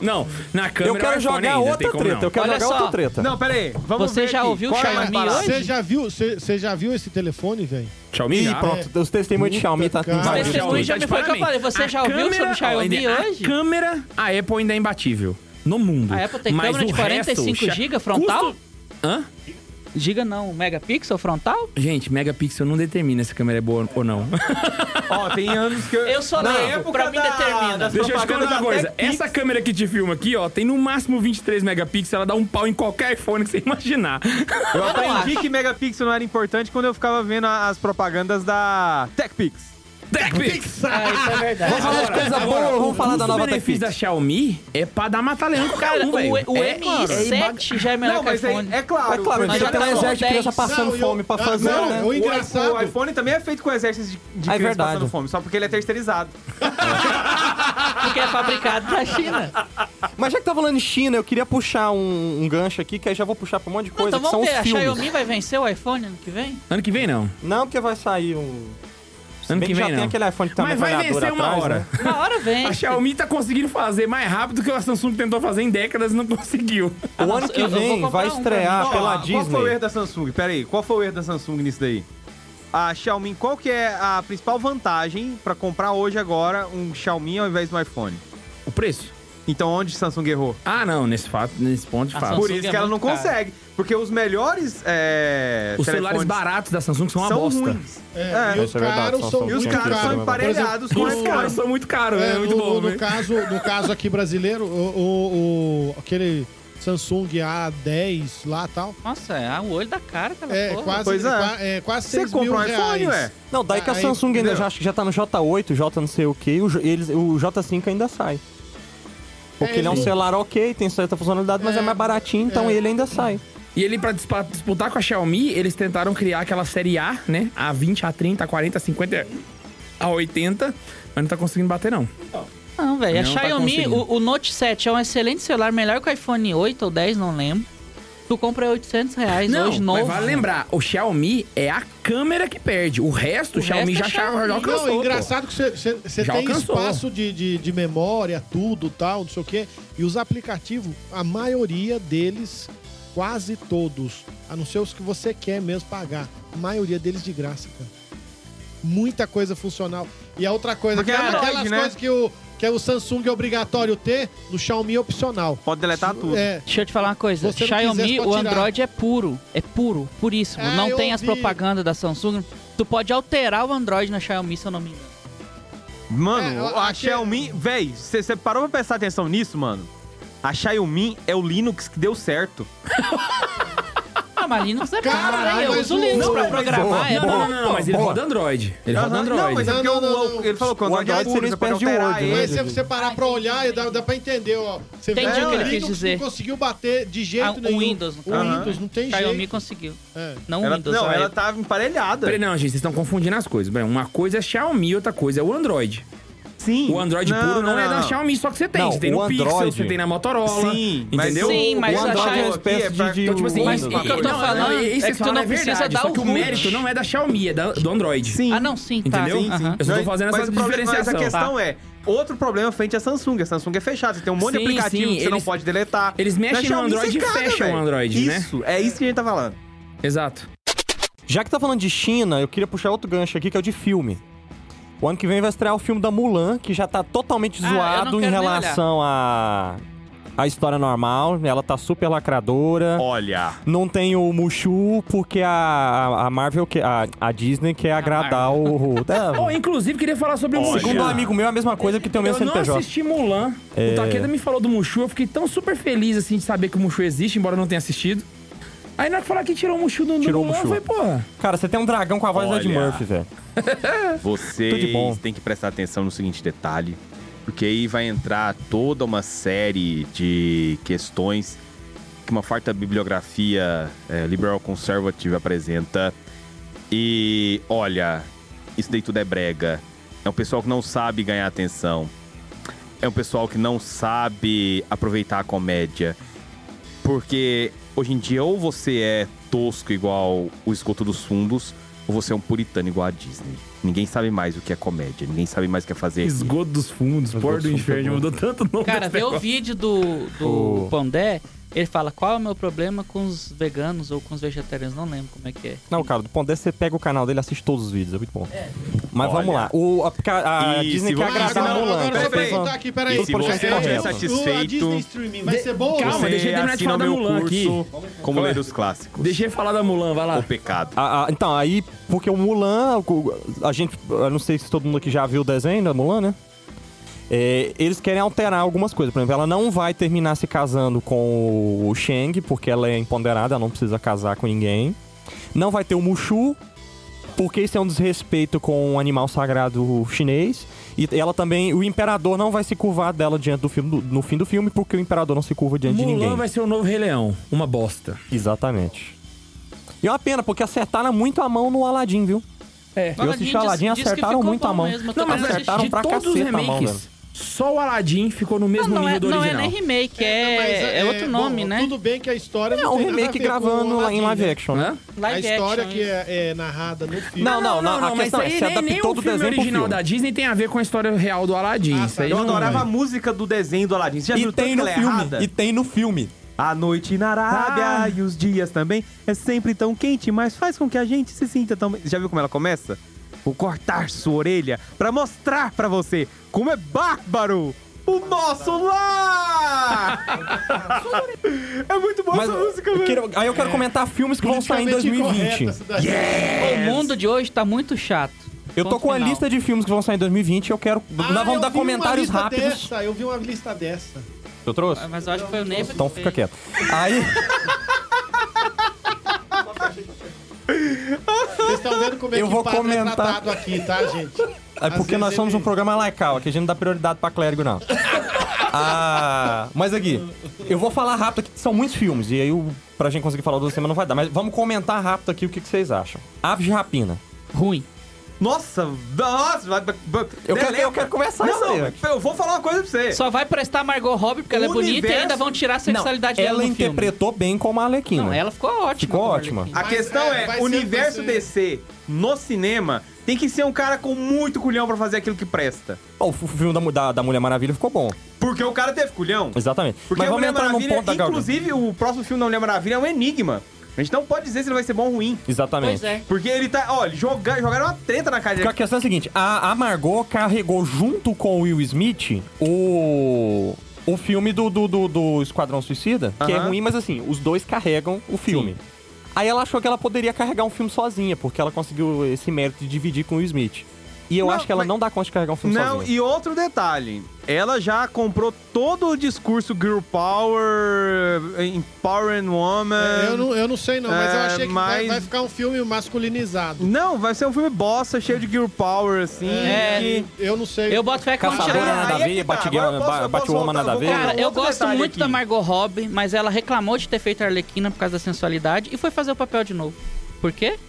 [SPEAKER 1] Não, na câmera
[SPEAKER 2] Eu
[SPEAKER 1] é o
[SPEAKER 2] quero
[SPEAKER 1] iPhone
[SPEAKER 2] jogar
[SPEAKER 1] ainda, tem
[SPEAKER 2] outra
[SPEAKER 1] como
[SPEAKER 2] treta.
[SPEAKER 1] não.
[SPEAKER 2] Eu quero
[SPEAKER 3] Olha
[SPEAKER 2] jogar
[SPEAKER 3] só.
[SPEAKER 2] outra treta.
[SPEAKER 5] Não, pera aí. Vamos
[SPEAKER 3] Você
[SPEAKER 5] ver
[SPEAKER 3] já
[SPEAKER 5] aqui.
[SPEAKER 3] ouviu
[SPEAKER 5] Qual é a
[SPEAKER 3] Xiaomi
[SPEAKER 5] mais barata?
[SPEAKER 3] hoje?
[SPEAKER 4] Você já viu, você você já viu esse telefone, velho?
[SPEAKER 1] Xiaomi
[SPEAKER 2] Ih,
[SPEAKER 1] já.
[SPEAKER 2] pronto. Os testemunhos de Xiaomi tá...
[SPEAKER 4] Puta,
[SPEAKER 2] não
[SPEAKER 4] cara.
[SPEAKER 2] vai-
[SPEAKER 1] Xiaomi,
[SPEAKER 3] Testemunho
[SPEAKER 1] tá
[SPEAKER 3] já
[SPEAKER 1] de
[SPEAKER 3] me foi o que eu
[SPEAKER 1] parabéns.
[SPEAKER 3] falei. Você
[SPEAKER 1] A
[SPEAKER 3] já ouviu sobre
[SPEAKER 1] câmera-
[SPEAKER 3] o Xiaomi
[SPEAKER 1] olha,
[SPEAKER 3] hoje?
[SPEAKER 1] A câmera, a Apple ainda é imbatível. No mundo.
[SPEAKER 3] A Apple tem
[SPEAKER 1] Mas
[SPEAKER 3] câmera de
[SPEAKER 1] o resto,
[SPEAKER 3] 45
[SPEAKER 1] xa-
[SPEAKER 3] giga frontal?
[SPEAKER 1] custo- Hã?
[SPEAKER 3] Giga não, megapixel frontal?
[SPEAKER 1] Gente, megapixel não determina se a câmera é boa ou não.
[SPEAKER 5] Ó, tem anos que eu...
[SPEAKER 3] Eu sou
[SPEAKER 5] Na
[SPEAKER 3] leigo,
[SPEAKER 5] época
[SPEAKER 3] pra mim
[SPEAKER 5] da-
[SPEAKER 3] determina.
[SPEAKER 5] das-
[SPEAKER 1] Deixa eu te
[SPEAKER 5] Propaganda
[SPEAKER 1] contar uma
[SPEAKER 5] da
[SPEAKER 1] coisa.
[SPEAKER 5] TechPix.
[SPEAKER 1] Essa câmera que te filma aqui, ó, tem no máximo 23 megapixels. Ela dá um pau em qualquer iPhone que você imaginar.
[SPEAKER 5] Eu
[SPEAKER 3] não
[SPEAKER 5] aprendi
[SPEAKER 3] acho.
[SPEAKER 5] que megapixel não era importante quando eu ficava vendo a- as propagandas da TechPix.
[SPEAKER 1] TechPix!
[SPEAKER 3] Ah, isso é verdade.
[SPEAKER 2] Vamos falar de coisa boa, vamos falar da nova
[SPEAKER 1] benefício
[SPEAKER 2] TechPix.
[SPEAKER 1] da Xiaomi é pra dar mata-leão pro cara,
[SPEAKER 3] Cara, o,
[SPEAKER 1] velho.
[SPEAKER 3] o
[SPEAKER 1] É,
[SPEAKER 3] MI7 já é melhor
[SPEAKER 5] Não,
[SPEAKER 3] que o
[SPEAKER 5] mas é,
[SPEAKER 3] iPhone.
[SPEAKER 5] é claro.
[SPEAKER 2] É
[SPEAKER 1] né?
[SPEAKER 2] claro,
[SPEAKER 5] mas
[SPEAKER 2] você
[SPEAKER 3] já
[SPEAKER 2] tem um
[SPEAKER 3] tá com
[SPEAKER 2] exército de
[SPEAKER 3] 10.
[SPEAKER 2] criança passando
[SPEAKER 4] Não, eu-
[SPEAKER 2] fome pra
[SPEAKER 4] ah,
[SPEAKER 2] fazer,
[SPEAKER 4] não,
[SPEAKER 2] né?
[SPEAKER 4] eu-
[SPEAKER 5] O,
[SPEAKER 4] Engraçado.
[SPEAKER 5] iPhone- o iPhone também é feito com exércitos de, de
[SPEAKER 2] Ah, é
[SPEAKER 5] crianças
[SPEAKER 2] verdade.
[SPEAKER 5] passando fome, só porque ele é terceirizado.
[SPEAKER 3] Porque é fabricado na China.
[SPEAKER 2] Mas já que tá falando em China, eu queria puxar um, um gancho aqui, que aí já vou puxar pra um monte de coisa,
[SPEAKER 3] então
[SPEAKER 2] que são
[SPEAKER 3] vamos
[SPEAKER 2] os
[SPEAKER 3] ver, a
[SPEAKER 2] filmes.
[SPEAKER 3] Xiaomi vai vencer o iPhone ano que vem?
[SPEAKER 1] Ano que vem, não.
[SPEAKER 2] Não, porque vai sair um... Se
[SPEAKER 1] Ano
[SPEAKER 2] bem
[SPEAKER 1] que
[SPEAKER 2] já
[SPEAKER 1] vem,
[SPEAKER 2] tem
[SPEAKER 1] não.
[SPEAKER 2] aquele iPhone que tá
[SPEAKER 1] Mas vai
[SPEAKER 2] metralhadora
[SPEAKER 1] vencer uma
[SPEAKER 2] atrás,
[SPEAKER 1] hora.
[SPEAKER 2] né?
[SPEAKER 3] Na hora vem.
[SPEAKER 1] A Xiaomi tá conseguindo fazer mais rápido que a Samsung tentou fazer em décadas e não conseguiu.
[SPEAKER 2] O
[SPEAKER 3] Ah,
[SPEAKER 2] ano
[SPEAKER 3] nossa,
[SPEAKER 2] que
[SPEAKER 3] eu- eu vou
[SPEAKER 2] vem
[SPEAKER 3] comprar
[SPEAKER 2] vai
[SPEAKER 3] um pra
[SPEAKER 2] estrear
[SPEAKER 1] Ah,
[SPEAKER 5] Ó,
[SPEAKER 2] pela
[SPEAKER 5] Qual foi o erro
[SPEAKER 2] Disney.
[SPEAKER 5] da Samsung? Pera aí, qual foi o erro da Samsung nisso daí? A Xiaomi, qual que é a principal vantagem pra comprar hoje agora um Xiaomi ao invés de um iPhone?
[SPEAKER 1] O preço?
[SPEAKER 5] Então onde Samsung errou?
[SPEAKER 1] Ah, não, nesse fato, nesse ponto de
[SPEAKER 3] A
[SPEAKER 1] fato.
[SPEAKER 3] Samsung
[SPEAKER 5] Por isso
[SPEAKER 3] é
[SPEAKER 5] que ela não
[SPEAKER 3] muito caro.
[SPEAKER 5] consegue. Porque os melhores é,
[SPEAKER 1] Os celulares
[SPEAKER 5] telefones
[SPEAKER 1] baratos da Samsung são uma
[SPEAKER 5] são
[SPEAKER 1] bosta.
[SPEAKER 5] ruins.
[SPEAKER 4] É, e os
[SPEAKER 2] Isso é verdade,
[SPEAKER 4] caros
[SPEAKER 2] são-
[SPEAKER 4] são
[SPEAKER 2] são
[SPEAKER 5] E os
[SPEAKER 4] muito
[SPEAKER 2] Sim,
[SPEAKER 5] caras
[SPEAKER 2] sim,
[SPEAKER 5] são
[SPEAKER 4] caros.
[SPEAKER 2] sim.
[SPEAKER 5] emparelhados com
[SPEAKER 1] Os caras
[SPEAKER 5] iPhone.
[SPEAKER 1] são muito caros, é,
[SPEAKER 4] É,
[SPEAKER 1] muito
[SPEAKER 4] no,
[SPEAKER 1] bom,
[SPEAKER 4] no
[SPEAKER 1] né?
[SPEAKER 4] caso, no caso aqui brasileiro, o, o- o- aquele Samsung A10 lá tal,
[SPEAKER 3] Nossa, é o olho da cara aquela
[SPEAKER 4] é
[SPEAKER 3] porra.
[SPEAKER 4] quase,
[SPEAKER 5] Pois é.
[SPEAKER 4] qua- é. quase
[SPEAKER 5] Você
[SPEAKER 4] 6 mil
[SPEAKER 5] compra um iPhone,
[SPEAKER 4] reais.
[SPEAKER 5] ué?
[SPEAKER 2] Não, daí que a
[SPEAKER 4] Aí,
[SPEAKER 2] Samsung ainda
[SPEAKER 5] entendeu?
[SPEAKER 2] já, acho que já tá no J8, J não sei o que, o, J- eles, o J5 ainda sai. Porque
[SPEAKER 4] É,
[SPEAKER 2] ele é um
[SPEAKER 4] ele-
[SPEAKER 2] celular ok, tem certa funcionalidade, mas é,
[SPEAKER 4] É,
[SPEAKER 2] mais baratinho, então
[SPEAKER 4] é.
[SPEAKER 2] ele ainda sai.
[SPEAKER 1] E ele, pra dispa- disputar com a Xiaomi, eles tentaram criar aquela série A, né? A 20, a 30, a 40, a 50, a 80, mas não tá conseguindo bater, não.
[SPEAKER 3] Não, velho. A
[SPEAKER 1] Não tá
[SPEAKER 3] Xiaomi,
[SPEAKER 1] conseguindo.
[SPEAKER 3] o, o Note 7 é um excelente celular, melhor que o iPhone 8 ou 10, não lembro. Tu compra 800 reais hoje novo. né?
[SPEAKER 1] mas vale lembrar, o Xiaomi é a câmera que perde. O resto, o
[SPEAKER 3] O
[SPEAKER 1] Xiaomi
[SPEAKER 3] resto é
[SPEAKER 1] já, já,
[SPEAKER 3] Xiaomi.
[SPEAKER 1] já
[SPEAKER 4] Não,
[SPEAKER 1] alcançou.
[SPEAKER 4] é
[SPEAKER 1] pô.
[SPEAKER 4] engraçado que você- você você
[SPEAKER 1] Já
[SPEAKER 4] tem
[SPEAKER 1] alcançou.
[SPEAKER 4] espaço de, de, de memória, tudo tal, não sei o quê. E os aplicativos, a maioria deles, quase todos, a não ser os que você quer mesmo pagar, a maioria deles de graça, cara. Muita coisa funcional. E a outra coisa,
[SPEAKER 5] Porque é
[SPEAKER 4] aquela-
[SPEAKER 5] Android,
[SPEAKER 4] aquelas
[SPEAKER 5] né?
[SPEAKER 4] coisas que o, que o Samsung é obrigatório ter, no Xiaomi é opcional.
[SPEAKER 5] Pode deletar tudo.
[SPEAKER 4] É,
[SPEAKER 3] Deixa eu te falar uma coisa.
[SPEAKER 4] Você não
[SPEAKER 3] Xiaomi,
[SPEAKER 4] quiser, você
[SPEAKER 3] o
[SPEAKER 4] pode tirar.
[SPEAKER 3] Android é puro. É puro, puríssimo.
[SPEAKER 4] Ah,
[SPEAKER 3] não
[SPEAKER 4] eu
[SPEAKER 3] tem as
[SPEAKER 4] ouvi.
[SPEAKER 3] propagandas da Samsung. Tu pode alterar o Android na Xiaomi, se eu não me engano.
[SPEAKER 5] Mano,
[SPEAKER 4] É, eu
[SPEAKER 5] a
[SPEAKER 4] achei-
[SPEAKER 5] Xiaomi. Véi, você parou pra prestar atenção nisso, mano? A Xiaomi é o Linux que deu certo.
[SPEAKER 3] Ah, mas Linux é bom,
[SPEAKER 4] Caralho,
[SPEAKER 3] né? Eu
[SPEAKER 4] mas
[SPEAKER 3] uso
[SPEAKER 4] o-
[SPEAKER 3] Linux
[SPEAKER 4] não,
[SPEAKER 3] pra
[SPEAKER 4] mas
[SPEAKER 3] programar.
[SPEAKER 2] boa,
[SPEAKER 3] é
[SPEAKER 1] Não,
[SPEAKER 3] bom.
[SPEAKER 1] não, não, não, mas ele
[SPEAKER 2] Boa.
[SPEAKER 1] roda Android. Ele roda
[SPEAKER 5] Aham.
[SPEAKER 1] Android.
[SPEAKER 5] Não, mas é
[SPEAKER 4] Não,
[SPEAKER 5] porque
[SPEAKER 4] não,
[SPEAKER 5] o-
[SPEAKER 4] não, não.
[SPEAKER 5] ele falou que o
[SPEAKER 2] O
[SPEAKER 5] Android,
[SPEAKER 2] Android
[SPEAKER 5] é puro,
[SPEAKER 2] seria
[SPEAKER 5] você pode
[SPEAKER 2] uma espécie de
[SPEAKER 5] alterar
[SPEAKER 2] Word,
[SPEAKER 5] ele.
[SPEAKER 2] né?
[SPEAKER 4] Mas se você parar pra olhar, dá, dá pra entender, ó. Você
[SPEAKER 3] Ah, Entendi
[SPEAKER 4] vê
[SPEAKER 5] o que ele quis
[SPEAKER 4] Linux
[SPEAKER 3] dizer.
[SPEAKER 4] Não conseguiu bater de jeito
[SPEAKER 3] Ah, o
[SPEAKER 4] nenhum.
[SPEAKER 3] Windows, no
[SPEAKER 4] O
[SPEAKER 5] caso.
[SPEAKER 4] Windows, não tem jeito.
[SPEAKER 3] Xiaomi conseguiu.
[SPEAKER 4] É.
[SPEAKER 3] Não
[SPEAKER 5] Ela-
[SPEAKER 1] então
[SPEAKER 3] Windows,
[SPEAKER 5] não,
[SPEAKER 3] a
[SPEAKER 5] ela
[SPEAKER 3] Apple.
[SPEAKER 5] tava emparelhada.
[SPEAKER 1] Peraí, não, gente, vocês estão confundindo as coisas. Bem, Uma coisa é Xiaomi, outra coisa é o Android.
[SPEAKER 5] Sim.
[SPEAKER 1] O Android puro não, é da Xiaomi, só que você tem.
[SPEAKER 2] Não,
[SPEAKER 1] você tem
[SPEAKER 2] o
[SPEAKER 1] no Pixel,
[SPEAKER 2] Android-
[SPEAKER 1] você tem na Motorola.
[SPEAKER 5] Sim, mas-
[SPEAKER 1] entendeu?
[SPEAKER 3] Sim, mas
[SPEAKER 2] o
[SPEAKER 3] a
[SPEAKER 2] Android é
[SPEAKER 3] Xiaomi-
[SPEAKER 2] uma espécie
[SPEAKER 5] aqui é pra-
[SPEAKER 2] de... de
[SPEAKER 5] Então,
[SPEAKER 1] Então, tipo assim,
[SPEAKER 2] Windows,
[SPEAKER 1] e-
[SPEAKER 2] né?
[SPEAKER 3] o que eu tô
[SPEAKER 1] não,
[SPEAKER 3] falando
[SPEAKER 1] não, e- isso
[SPEAKER 3] é
[SPEAKER 1] que
[SPEAKER 3] que
[SPEAKER 1] você
[SPEAKER 3] tu
[SPEAKER 1] fala
[SPEAKER 3] não
[SPEAKER 1] é
[SPEAKER 3] precisa
[SPEAKER 1] verdade,
[SPEAKER 3] dar
[SPEAKER 1] só
[SPEAKER 3] o
[SPEAKER 1] que o
[SPEAKER 3] root.
[SPEAKER 1] mérito não é da Xiaomi, é da- do Android.
[SPEAKER 5] Sim.
[SPEAKER 3] Ah, não, sim, tá.
[SPEAKER 1] Entendeu?
[SPEAKER 5] Sim, sim.
[SPEAKER 3] Aham.
[SPEAKER 1] Eu só tô fazendo
[SPEAKER 5] mas
[SPEAKER 1] essa
[SPEAKER 5] o problema-
[SPEAKER 1] diferenciação.
[SPEAKER 5] Mas a questão é, outro problema frente à Samsung. A Samsung é fechada, você tem um monte
[SPEAKER 1] Sim,
[SPEAKER 5] de aplicativo
[SPEAKER 1] sim,
[SPEAKER 5] que você não
[SPEAKER 1] eles-
[SPEAKER 5] pode deletar. é
[SPEAKER 1] eles mexem
[SPEAKER 5] Na
[SPEAKER 1] no
[SPEAKER 5] Xiaomi,
[SPEAKER 1] Android
[SPEAKER 5] você
[SPEAKER 1] e fecham
[SPEAKER 5] velho.
[SPEAKER 1] o Android, né?
[SPEAKER 5] Isso, é isso que a gente tá falando.
[SPEAKER 1] Exato.
[SPEAKER 2] Já que tá falando de China, eu queria puxar outro gancho aqui, que é o de filme. O ano que vem vai estrear o filme da Mulan, que já tá totalmente
[SPEAKER 3] Ah, eu não
[SPEAKER 2] zoado em
[SPEAKER 3] quero nem
[SPEAKER 2] relação a... a história normal, ela tá super lacradora.
[SPEAKER 5] Olha.
[SPEAKER 2] Não tem o Mushu, porque a, a- a Marvel, que, a, a Disney quer agradar o...
[SPEAKER 1] Oh,
[SPEAKER 2] É,
[SPEAKER 1] inclusive, queria falar sobre o
[SPEAKER 5] Olha.
[SPEAKER 1] Mushu.
[SPEAKER 2] segundo um amigo meu, é a mesma coisa que tem o mesmo
[SPEAKER 1] Eu não
[SPEAKER 2] CNPJ.
[SPEAKER 1] assisti Mulan. O Takeda me falou do Mushu. Eu fiquei tão super feliz, assim, de saber que o Mushu existe, embora eu não tenha assistido. Aí na hora que falaram que tirou o Mushu do, do
[SPEAKER 2] Tirou o
[SPEAKER 1] Mulan,
[SPEAKER 2] Mushu.
[SPEAKER 1] eu falei, porra...
[SPEAKER 2] Cara, você tem um dragão com a voz da Ed
[SPEAKER 5] Olha.
[SPEAKER 2] Murphy, velho.
[SPEAKER 5] Vocês
[SPEAKER 2] Tudo bom.
[SPEAKER 5] têm que prestar atenção no seguinte detalhe, porque aí vai entrar toda uma série de questões que uma farta bibliografia é, liberal conservative apresenta. E olha, isso daí tudo é brega. É um pessoal que não sabe ganhar atenção. É um pessoal que não sabe aproveitar a comédia. Porque hoje em dia, ou você é tosco igual o esgoto dos fundos, ou você é um puritano igual a Disney. Ninguém sabe mais o que é comédia, ninguém sabe mais o que é fazer. rir.
[SPEAKER 1] Esgoto dos fundos,
[SPEAKER 2] Esgoto
[SPEAKER 1] Porto
[SPEAKER 2] dos
[SPEAKER 1] do
[SPEAKER 2] Fundos,
[SPEAKER 1] Inferno,
[SPEAKER 2] tá
[SPEAKER 1] mudou tanto nome.
[SPEAKER 3] Cara,
[SPEAKER 1] desse
[SPEAKER 3] vê o
[SPEAKER 1] negócio.
[SPEAKER 3] vídeo do, do
[SPEAKER 2] O-
[SPEAKER 3] Pondé, ele fala qual é o meu problema com os veganos ou com os vegetarianos, não lembro como é que é.
[SPEAKER 2] Não, cara, do Pondé você pega o canal dele e assiste todos os vídeos, é muito bom. Mas
[SPEAKER 5] Olha.
[SPEAKER 2] vamos lá. O, a, a
[SPEAKER 5] E
[SPEAKER 2] Disney
[SPEAKER 5] se
[SPEAKER 2] quer
[SPEAKER 5] você-
[SPEAKER 2] agradar
[SPEAKER 5] Ah,
[SPEAKER 2] a Mulan.
[SPEAKER 5] agora
[SPEAKER 2] Então
[SPEAKER 4] agora eu vou
[SPEAKER 5] peraí.
[SPEAKER 2] fez uma-
[SPEAKER 4] perguntar aqui, peraí.
[SPEAKER 5] E se
[SPEAKER 2] podcast
[SPEAKER 5] você
[SPEAKER 2] correto.
[SPEAKER 5] é
[SPEAKER 2] O- a
[SPEAKER 4] A Disney
[SPEAKER 5] satisfeito,
[SPEAKER 4] Streaming vai ser bom?
[SPEAKER 1] Calma,
[SPEAKER 5] você
[SPEAKER 1] deixa eu terminar de
[SPEAKER 5] assina
[SPEAKER 1] falar
[SPEAKER 5] o
[SPEAKER 1] da
[SPEAKER 5] meu
[SPEAKER 1] Mulan
[SPEAKER 5] curso Como
[SPEAKER 1] Qual é?
[SPEAKER 5] Ler os Clássicos.
[SPEAKER 1] Deixa eu falar da Mulan, vai
[SPEAKER 5] O
[SPEAKER 1] lá.
[SPEAKER 5] Pecado.
[SPEAKER 2] Ah, ah, então, aí, porque o Mulan, o- a gente, eu não sei se todo mundo aqui já viu o desenho da Mulan, né? É, eles querem alterar algumas coisas. Por exemplo, ela não vai terminar se casando com o Shang, porque ela é empoderada, ela não precisa casar com ninguém. Não vai ter o Mushu, porque isso é um desrespeito com o animal sagrado chinês. E ela também, o imperador não vai se curvar dela diante do filme, no fim do filme, porque o imperador não se curva diante de ninguém.
[SPEAKER 1] Mulan vai ser o novo Rei Leão. Uma bosta.
[SPEAKER 2] Exatamente. E é uma pena, porque acertaram muito a mão no Aladdin, viu?
[SPEAKER 1] É.
[SPEAKER 2] Eu assisti Aladdin,
[SPEAKER 3] diz- diz que
[SPEAKER 2] acertaram
[SPEAKER 3] ficou
[SPEAKER 2] muito a
[SPEAKER 3] bom
[SPEAKER 2] mão.
[SPEAKER 3] mesmo, eu tô
[SPEAKER 1] Não, mas
[SPEAKER 3] querendo
[SPEAKER 2] acertaram
[SPEAKER 3] assistir.
[SPEAKER 1] de
[SPEAKER 2] pra
[SPEAKER 1] todos os
[SPEAKER 2] caceta a mão,
[SPEAKER 1] remakes, só o Aladdin ficou no mesmo
[SPEAKER 3] Não, não,
[SPEAKER 1] nível
[SPEAKER 3] é,
[SPEAKER 1] do
[SPEAKER 3] não é
[SPEAKER 1] original.
[SPEAKER 3] nem remake,
[SPEAKER 4] Não, mas
[SPEAKER 3] é, é outro
[SPEAKER 4] bom,
[SPEAKER 3] nome, né?
[SPEAKER 4] Tudo bem que a história
[SPEAKER 2] É
[SPEAKER 4] não
[SPEAKER 2] um
[SPEAKER 4] tem nada
[SPEAKER 2] remake
[SPEAKER 4] a ver com
[SPEAKER 2] gravando
[SPEAKER 4] o
[SPEAKER 2] lá em live
[SPEAKER 4] Aladdin, né?
[SPEAKER 2] action.
[SPEAKER 1] Hã?
[SPEAKER 4] A
[SPEAKER 3] Live
[SPEAKER 4] história
[SPEAKER 3] action,
[SPEAKER 4] que
[SPEAKER 3] né?
[SPEAKER 4] é, é narrada no filme.
[SPEAKER 2] Não, não, não. A questão é
[SPEAKER 1] mas isso
[SPEAKER 2] se
[SPEAKER 1] aí nem, nem
[SPEAKER 2] adaptou
[SPEAKER 1] o
[SPEAKER 2] do
[SPEAKER 1] filme
[SPEAKER 2] desenho pro
[SPEAKER 1] original
[SPEAKER 2] filme.
[SPEAKER 1] da Disney tem a ver com a história real do Aladdin.
[SPEAKER 4] Ah,
[SPEAKER 1] isso aí
[SPEAKER 5] Eu
[SPEAKER 1] não
[SPEAKER 5] adorava
[SPEAKER 1] é.
[SPEAKER 5] a música do desenho do Aladdin. Você já
[SPEAKER 2] E
[SPEAKER 5] viu tanto
[SPEAKER 2] tem
[SPEAKER 5] que
[SPEAKER 2] no
[SPEAKER 5] ela é errada?
[SPEAKER 2] filme. E tem no filme.
[SPEAKER 5] A noite na Arábia
[SPEAKER 1] Ah.
[SPEAKER 5] e os dias também é sempre tão quente, mas faz com que a gente se sinta tão. Já viu como ela começa? Vou cortar sua orelha pra mostrar pra você como é bárbaro o nosso lar! é muito boa
[SPEAKER 2] Mas
[SPEAKER 5] essa música,
[SPEAKER 2] eu
[SPEAKER 5] velho.
[SPEAKER 2] quero- aí eu quero comentar filmes que vão sair em
[SPEAKER 4] É. Politicamente
[SPEAKER 2] 2020.
[SPEAKER 4] incorreta essa daí.
[SPEAKER 3] é, O mundo de hoje tá muito chato.
[SPEAKER 2] Eu tô
[SPEAKER 3] Ponto
[SPEAKER 2] com a
[SPEAKER 3] final.
[SPEAKER 2] lista de filmes que vão sair em 2020 e eu quero.
[SPEAKER 4] Ah,
[SPEAKER 2] nós
[SPEAKER 4] eu
[SPEAKER 2] vamos dar
[SPEAKER 4] vi uma
[SPEAKER 2] comentários
[SPEAKER 4] lista
[SPEAKER 2] rápidos.
[SPEAKER 4] Dessa, eu vi uma lista dessa.
[SPEAKER 2] Eu trouxe?
[SPEAKER 3] Mas eu acho que foi o Neve. que
[SPEAKER 2] Então fica
[SPEAKER 3] fez.
[SPEAKER 2] quieto. Aí. é
[SPEAKER 4] Vocês estão vendo como é
[SPEAKER 2] Eu
[SPEAKER 4] que
[SPEAKER 2] vou
[SPEAKER 4] o padre
[SPEAKER 2] comentar.
[SPEAKER 4] é tratado aqui, tá, gente?
[SPEAKER 2] É
[SPEAKER 4] Às
[SPEAKER 2] porque
[SPEAKER 4] vezes
[SPEAKER 2] nós somos
[SPEAKER 4] ele-
[SPEAKER 2] um programa laical, aqui a gente não dá prioridade pra clérigo, não. ah, mas aqui, eu vou falar rápido que são muitos filmes, e aí o, pra gente conseguir falar do tema não vai dar. Mas vamos comentar rápido aqui o que, que vocês acham. Aves de Rapina.
[SPEAKER 3] Ruim.
[SPEAKER 5] Nossa, nossa, vai- vai- vai-
[SPEAKER 2] Eu quero,
[SPEAKER 5] deleta.
[SPEAKER 2] eu quero começar
[SPEAKER 5] Não,
[SPEAKER 2] isso aí.
[SPEAKER 5] não, eu vou falar uma coisa pra você.
[SPEAKER 3] Só vai prestar Margot Robbie porque ela é
[SPEAKER 5] O
[SPEAKER 3] bonita e
[SPEAKER 5] universo-
[SPEAKER 3] ainda vão tirar a
[SPEAKER 2] Não,
[SPEAKER 3] sexualidade dela
[SPEAKER 2] ela
[SPEAKER 3] no filme.
[SPEAKER 2] interpretou bem como a Alequina.
[SPEAKER 3] Não, ela ficou ótima.
[SPEAKER 2] Ficou
[SPEAKER 3] como
[SPEAKER 2] ótima.
[SPEAKER 3] Arlequina.
[SPEAKER 5] A
[SPEAKER 4] Mas,
[SPEAKER 5] questão
[SPEAKER 4] é,
[SPEAKER 5] é,
[SPEAKER 4] vai
[SPEAKER 5] o
[SPEAKER 4] ser-
[SPEAKER 5] universo
[SPEAKER 4] vai ser-
[SPEAKER 5] DC no cinema tem que ser um cara com muito culhão pra fazer aquilo que presta.
[SPEAKER 2] Ó, o filme da, mu- da, da Mulher Maravilha ficou bom.
[SPEAKER 5] Porque o cara teve culhão.
[SPEAKER 2] Exatamente.
[SPEAKER 5] Porque
[SPEAKER 2] mas
[SPEAKER 5] a
[SPEAKER 2] vamos
[SPEAKER 5] Mulher
[SPEAKER 2] entrar num
[SPEAKER 5] Maravilha,
[SPEAKER 2] ponto da Gal Gadot.
[SPEAKER 5] inclusive, o próximo filme da Mulher Maravilha é um enigma. A gente não pode dizer se ele vai ser bom ou ruim.
[SPEAKER 2] Exatamente.
[SPEAKER 3] Pois é.
[SPEAKER 5] Porque ele tá, olha, joga, jogaram uma treta na cara
[SPEAKER 2] Porque a
[SPEAKER 5] dele.
[SPEAKER 2] questão é a seguinte, a, a Margot carregou junto com o Will Smith o. O filme do, do, do, do Esquadrão Suicida, que é
[SPEAKER 5] Aham.
[SPEAKER 2] ruim, mas assim, os dois carregam o filme. Aí ela achou que ela poderia carregar um filme sozinha, porque ela conseguiu esse mérito de dividir com o Will Smith. E eu
[SPEAKER 5] Não,
[SPEAKER 2] acho que ela
[SPEAKER 5] mas-
[SPEAKER 2] não dá conta de carregar um filme
[SPEAKER 5] Não,
[SPEAKER 2] sozinha.
[SPEAKER 5] e outro detalhe, ela já comprou todo o discurso girl power, empowering woman.
[SPEAKER 4] É, Eu não, eu não sei não, mas eu
[SPEAKER 5] É,
[SPEAKER 4] achei que
[SPEAKER 5] mas-
[SPEAKER 4] vai, vai ficar um filme masculinizado.
[SPEAKER 5] Não, vai ser um filme bossa, cheio de girl power, assim.
[SPEAKER 3] É.
[SPEAKER 5] que- é
[SPEAKER 4] Eu não sei.
[SPEAKER 3] Eu boto fé que vão
[SPEAKER 2] Caçadora
[SPEAKER 3] tirar.
[SPEAKER 2] nada a ver, Batiguel-
[SPEAKER 5] tá, Agora eu posso- eu
[SPEAKER 2] Batwoman
[SPEAKER 5] posso voltar,
[SPEAKER 2] nada a
[SPEAKER 5] vou
[SPEAKER 2] ver.
[SPEAKER 5] colocar
[SPEAKER 3] Cara,
[SPEAKER 5] um
[SPEAKER 3] eu
[SPEAKER 5] outro
[SPEAKER 3] gosto
[SPEAKER 5] detalhe
[SPEAKER 3] muito
[SPEAKER 5] aqui.
[SPEAKER 3] da Margot Robbie, mas ela reclamou de ter feito a Arlequina por causa da sensualidade e foi fazer o papel de novo. Por quê?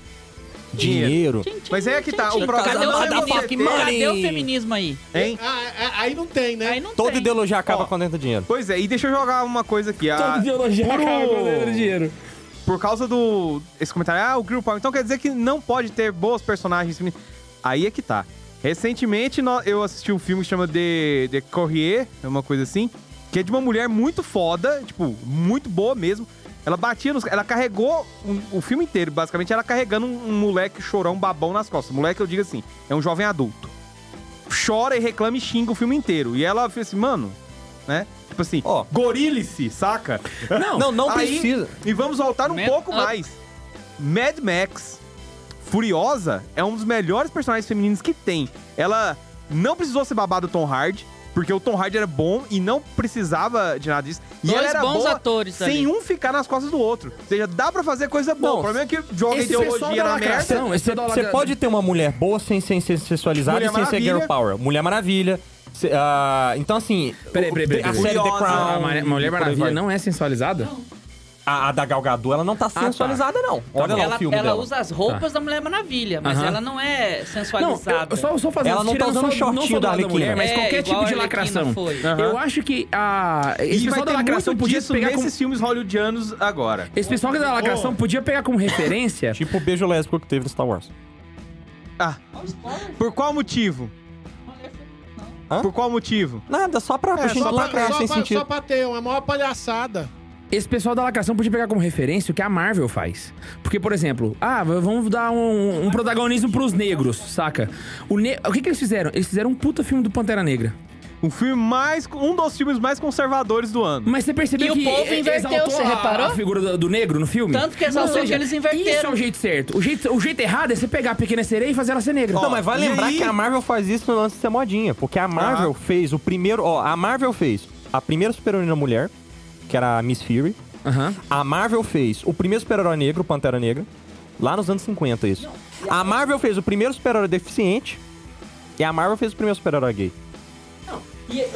[SPEAKER 2] Dinheiro.
[SPEAKER 3] Tchim, tchim,
[SPEAKER 5] Mas é que
[SPEAKER 3] tchim,
[SPEAKER 5] tá,
[SPEAKER 3] tchim.
[SPEAKER 5] o programa
[SPEAKER 3] Cadê o
[SPEAKER 5] não é
[SPEAKER 3] feminismo?
[SPEAKER 2] você ter.
[SPEAKER 3] Cadê o feminismo aí?
[SPEAKER 5] Hein?
[SPEAKER 4] Ah, ah, aí não tem, né?
[SPEAKER 3] Aí não
[SPEAKER 2] Toda
[SPEAKER 3] tem.
[SPEAKER 2] ideologia acaba
[SPEAKER 5] Ó.
[SPEAKER 2] quando entra dinheiro.
[SPEAKER 5] Pois é, e deixa eu jogar uma coisa aqui. a-
[SPEAKER 1] Todo ideologia
[SPEAKER 5] Puro-
[SPEAKER 1] acaba quando entra Ah, dinheiro.
[SPEAKER 5] por causa do. Esse comentário, ah, o Girl Power. Então quer dizer que não pode ter boas personagens. femininas. Aí é que tá. Recentemente nó- eu assisti um filme que chama The, The Corrier, é uma coisa assim, que é de uma mulher muito foda, tipo, muito boa mesmo. Ela batia nos. Ela carregou um- o filme inteiro, basicamente, ela carregando um, um moleque chorão babão nas costas. Moleque, eu digo assim, é um jovem adulto. Chora e reclama e xinga o filme inteiro. E ela fez assim, mano, né? Tipo assim,
[SPEAKER 2] Ó.
[SPEAKER 5] gorile-se, saca?
[SPEAKER 1] Não,
[SPEAKER 2] Não, não
[SPEAKER 5] Aí-
[SPEAKER 2] precisa.
[SPEAKER 5] E vamos voltar um
[SPEAKER 3] Man
[SPEAKER 5] pouco
[SPEAKER 3] up.
[SPEAKER 5] mais. Mad Max Furiosa é um dos melhores personagens femininos que tem. Ela não precisou ser babada do Tom Hardy, porque o Tom Hardy era bom e não precisava de nada disso. E
[SPEAKER 3] Dois
[SPEAKER 5] ela era
[SPEAKER 3] bons
[SPEAKER 5] boa
[SPEAKER 3] atores
[SPEAKER 5] sem
[SPEAKER 3] ali.
[SPEAKER 5] um ficar nas costas do outro. Ou seja, dá pra fazer coisa boa.
[SPEAKER 2] Não,
[SPEAKER 5] o problema é que joga
[SPEAKER 1] esse pessoal
[SPEAKER 5] ideologia
[SPEAKER 1] da
[SPEAKER 5] na merda.
[SPEAKER 1] lacração, esse pessoal da
[SPEAKER 2] Você
[SPEAKER 1] lacra-
[SPEAKER 2] pode ter uma mulher boa sem, sem ser sexualizada
[SPEAKER 5] Mulher
[SPEAKER 2] e sem ser
[SPEAKER 5] Maravilha.
[SPEAKER 2] girl power. Mulher Maravilha. cê- ah, então, assim.
[SPEAKER 1] Peraí,
[SPEAKER 2] o-
[SPEAKER 1] peraí, peraí,
[SPEAKER 2] A
[SPEAKER 1] peraí.
[SPEAKER 2] série The
[SPEAKER 5] Curiosa,
[SPEAKER 1] A
[SPEAKER 2] Crown.
[SPEAKER 1] Mulher- Ah, Mulher
[SPEAKER 2] por aí
[SPEAKER 1] Maravilha
[SPEAKER 2] vai.
[SPEAKER 1] não é sensualizada?
[SPEAKER 2] A, a da Gal Gadot, ela não tá Então
[SPEAKER 1] tá.
[SPEAKER 2] sensualizada, não. Olha lá
[SPEAKER 3] ela
[SPEAKER 2] o filme
[SPEAKER 3] ela
[SPEAKER 2] dela.
[SPEAKER 3] usa as roupas da Mulher Maravilha, mas
[SPEAKER 1] Aham.
[SPEAKER 3] ela não é
[SPEAKER 1] Não, eu,
[SPEAKER 3] sensualizada.
[SPEAKER 1] eu só, eu só fazendo
[SPEAKER 2] Ela não tá
[SPEAKER 1] tirando
[SPEAKER 2] usando
[SPEAKER 1] só-
[SPEAKER 2] o shortinho
[SPEAKER 1] não só do
[SPEAKER 2] da
[SPEAKER 1] lado
[SPEAKER 2] Arlequina.
[SPEAKER 1] mulher, mas
[SPEAKER 3] É,
[SPEAKER 1] qualquer
[SPEAKER 3] igual
[SPEAKER 1] tipo de
[SPEAKER 3] a Arlequina
[SPEAKER 1] lacração.
[SPEAKER 3] foi.
[SPEAKER 1] Eu acho que a, esse
[SPEAKER 5] E vai
[SPEAKER 1] pessoal da
[SPEAKER 5] ter
[SPEAKER 1] lacração
[SPEAKER 5] muito
[SPEAKER 1] podia
[SPEAKER 5] disso
[SPEAKER 1] pegar como,
[SPEAKER 5] nesses filmes hollywoodianos agora.
[SPEAKER 1] esse pessoal da lacração podia pegar como referência
[SPEAKER 2] Tipo o beijo lésbico que teve no Star Wars.
[SPEAKER 5] Ah, por qual motivo?
[SPEAKER 2] Hã?
[SPEAKER 5] Por qual motivo?
[SPEAKER 2] Nada, só pra, pra
[SPEAKER 4] É,
[SPEAKER 2] gente
[SPEAKER 4] só, pra,
[SPEAKER 2] lacrar,
[SPEAKER 4] só
[SPEAKER 2] sem
[SPEAKER 4] pra-
[SPEAKER 2] sentido.
[SPEAKER 4] só pra ter uma é maior palhaçada.
[SPEAKER 1] esse pessoal da lacração podia pegar como referência o que a Marvel faz. Porque, por exemplo, ah, v- vamos dar um, um protagonismo pros negros, saca? O, ne- o que, que eles fizeram? Eles fizeram um puta filme do Pantera Negra.
[SPEAKER 5] Um filme mais. Um dos filmes mais conservadores do ano.
[SPEAKER 1] Mas você percebeu
[SPEAKER 3] E o
[SPEAKER 1] que
[SPEAKER 3] povo
[SPEAKER 1] e-
[SPEAKER 3] inverteu,
[SPEAKER 1] exaltou
[SPEAKER 3] você
[SPEAKER 1] a-
[SPEAKER 3] reparou?
[SPEAKER 1] A figura do, do negro no filme?
[SPEAKER 3] Tanto que exaltou
[SPEAKER 1] Ou seja,
[SPEAKER 3] que eles inverteram.
[SPEAKER 1] Isso é o jeito certo. O jeito, o jeito errado é você pegar a pequena sereia e fazer ela ser negra.
[SPEAKER 2] Não, mas vai
[SPEAKER 5] e
[SPEAKER 2] lembrar
[SPEAKER 5] aí?
[SPEAKER 2] que a Marvel faz isso no lance de ser modinha. Porque a Marvel fez o primeiro. Ó, a Marvel fez a primeira super-heroína mulher, que era a Miss Fury.
[SPEAKER 1] Aham.
[SPEAKER 2] A Marvel fez o primeiro super-herói negro, o Pantera Negra. Lá nos anos 50, isso. A Marvel fez o primeiro super-herói deficiente. E a Marvel fez o primeiro super-herói gay.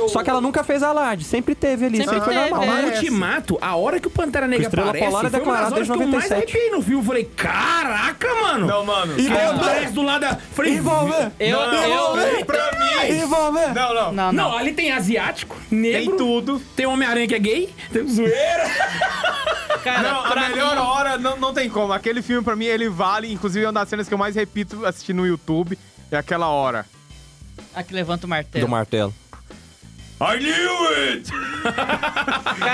[SPEAKER 2] Só que ela nunca fez alarde, sempre teve ali,
[SPEAKER 3] Sempre
[SPEAKER 2] sempre, foi
[SPEAKER 3] teve,
[SPEAKER 2] normal.
[SPEAKER 3] é.
[SPEAKER 1] No
[SPEAKER 2] Mas-
[SPEAKER 1] Ultimato, a hora que o Pantera Negra
[SPEAKER 2] Estrela
[SPEAKER 1] aparece,
[SPEAKER 2] Polar é
[SPEAKER 1] foi uma das horas
[SPEAKER 2] declarada desde
[SPEAKER 1] que eu mais
[SPEAKER 2] 97.
[SPEAKER 1] arrepiei no filme. Eu falei, caraca, mano!
[SPEAKER 5] Não, mano.
[SPEAKER 2] E
[SPEAKER 1] Aí
[SPEAKER 2] daí eu-
[SPEAKER 1] aparece do lado da... Falei,
[SPEAKER 2] Envolver!
[SPEAKER 3] Eu, eu,
[SPEAKER 1] Não,
[SPEAKER 5] Pra mim.
[SPEAKER 2] Envolver!
[SPEAKER 5] É Não, não.
[SPEAKER 2] Ah,
[SPEAKER 3] não, não.
[SPEAKER 1] Não, ali tem asiático,
[SPEAKER 5] Tem
[SPEAKER 1] negro, tem,
[SPEAKER 5] tudo.
[SPEAKER 1] Homem-Aranha que é gay, tem zoeira.
[SPEAKER 3] cara,
[SPEAKER 5] Não, a
[SPEAKER 3] pra
[SPEAKER 5] melhor
[SPEAKER 3] mim,
[SPEAKER 5] hora não, não tem como. Aquele filme, pra mim, ele vale. Inclusive, é uma das cenas que eu mais repito assistindo no YouTube. É aquela hora.
[SPEAKER 3] A que levanta o martelo.
[SPEAKER 2] Do martelo.
[SPEAKER 5] I knew it!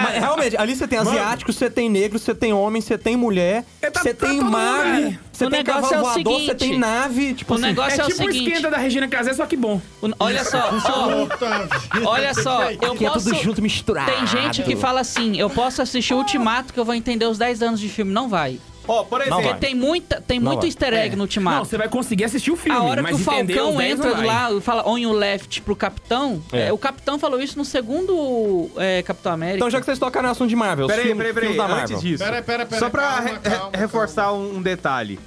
[SPEAKER 2] Mas, realmente, ali você tem asiático, você tem negro, você tem homem, você tem mulher, você
[SPEAKER 1] tá- tá
[SPEAKER 2] tem
[SPEAKER 1] todo
[SPEAKER 2] mar,
[SPEAKER 1] lugar.
[SPEAKER 2] você
[SPEAKER 3] O
[SPEAKER 2] tem
[SPEAKER 3] negócio
[SPEAKER 2] cavalo
[SPEAKER 3] é o
[SPEAKER 2] voador, você
[SPEAKER 3] seguinte,
[SPEAKER 2] tem nave, tipo
[SPEAKER 3] O
[SPEAKER 2] assim...
[SPEAKER 1] É,
[SPEAKER 3] negócio é, o
[SPEAKER 1] tipo o
[SPEAKER 3] seguinte.
[SPEAKER 1] esquenta da Regina Casé, só que bom.
[SPEAKER 3] o- Olha só, ó,
[SPEAKER 4] Puta vida.
[SPEAKER 3] olha só, eu
[SPEAKER 2] que é
[SPEAKER 3] posso.
[SPEAKER 2] tudo junto, misturado.
[SPEAKER 3] Tem gente que fala assim, eu posso assistir o Ultimato que eu vou entender os 10 anos de filme. Não vai.
[SPEAKER 5] Ó, por exemplo.
[SPEAKER 2] vai.
[SPEAKER 3] Tem muita, tem
[SPEAKER 2] Não
[SPEAKER 3] muito
[SPEAKER 2] vai. É.
[SPEAKER 3] easter egg no
[SPEAKER 1] Não,
[SPEAKER 3] Ultimato.
[SPEAKER 1] você vai conseguir assistir o filme,
[SPEAKER 3] a hora que
[SPEAKER 1] mas
[SPEAKER 3] o
[SPEAKER 1] entender os
[SPEAKER 3] Falcão
[SPEAKER 1] 10
[SPEAKER 3] entra
[SPEAKER 1] online.
[SPEAKER 3] lá e fala on your left pro Capitão,
[SPEAKER 2] É.
[SPEAKER 3] é, o Capitão falou isso no segundo é, Capitão América.
[SPEAKER 2] Então já que vocês tocaram no assunto de Marvel, os
[SPEAKER 5] Peraí,
[SPEAKER 2] filmes,
[SPEAKER 5] peraí, peraí.
[SPEAKER 2] filmes da Marvel.
[SPEAKER 5] Antes disso.
[SPEAKER 4] Pera, pera, pera,
[SPEAKER 5] Só pra
[SPEAKER 4] calma,
[SPEAKER 5] re-
[SPEAKER 4] calma,
[SPEAKER 5] re- reforçar um um detalhe.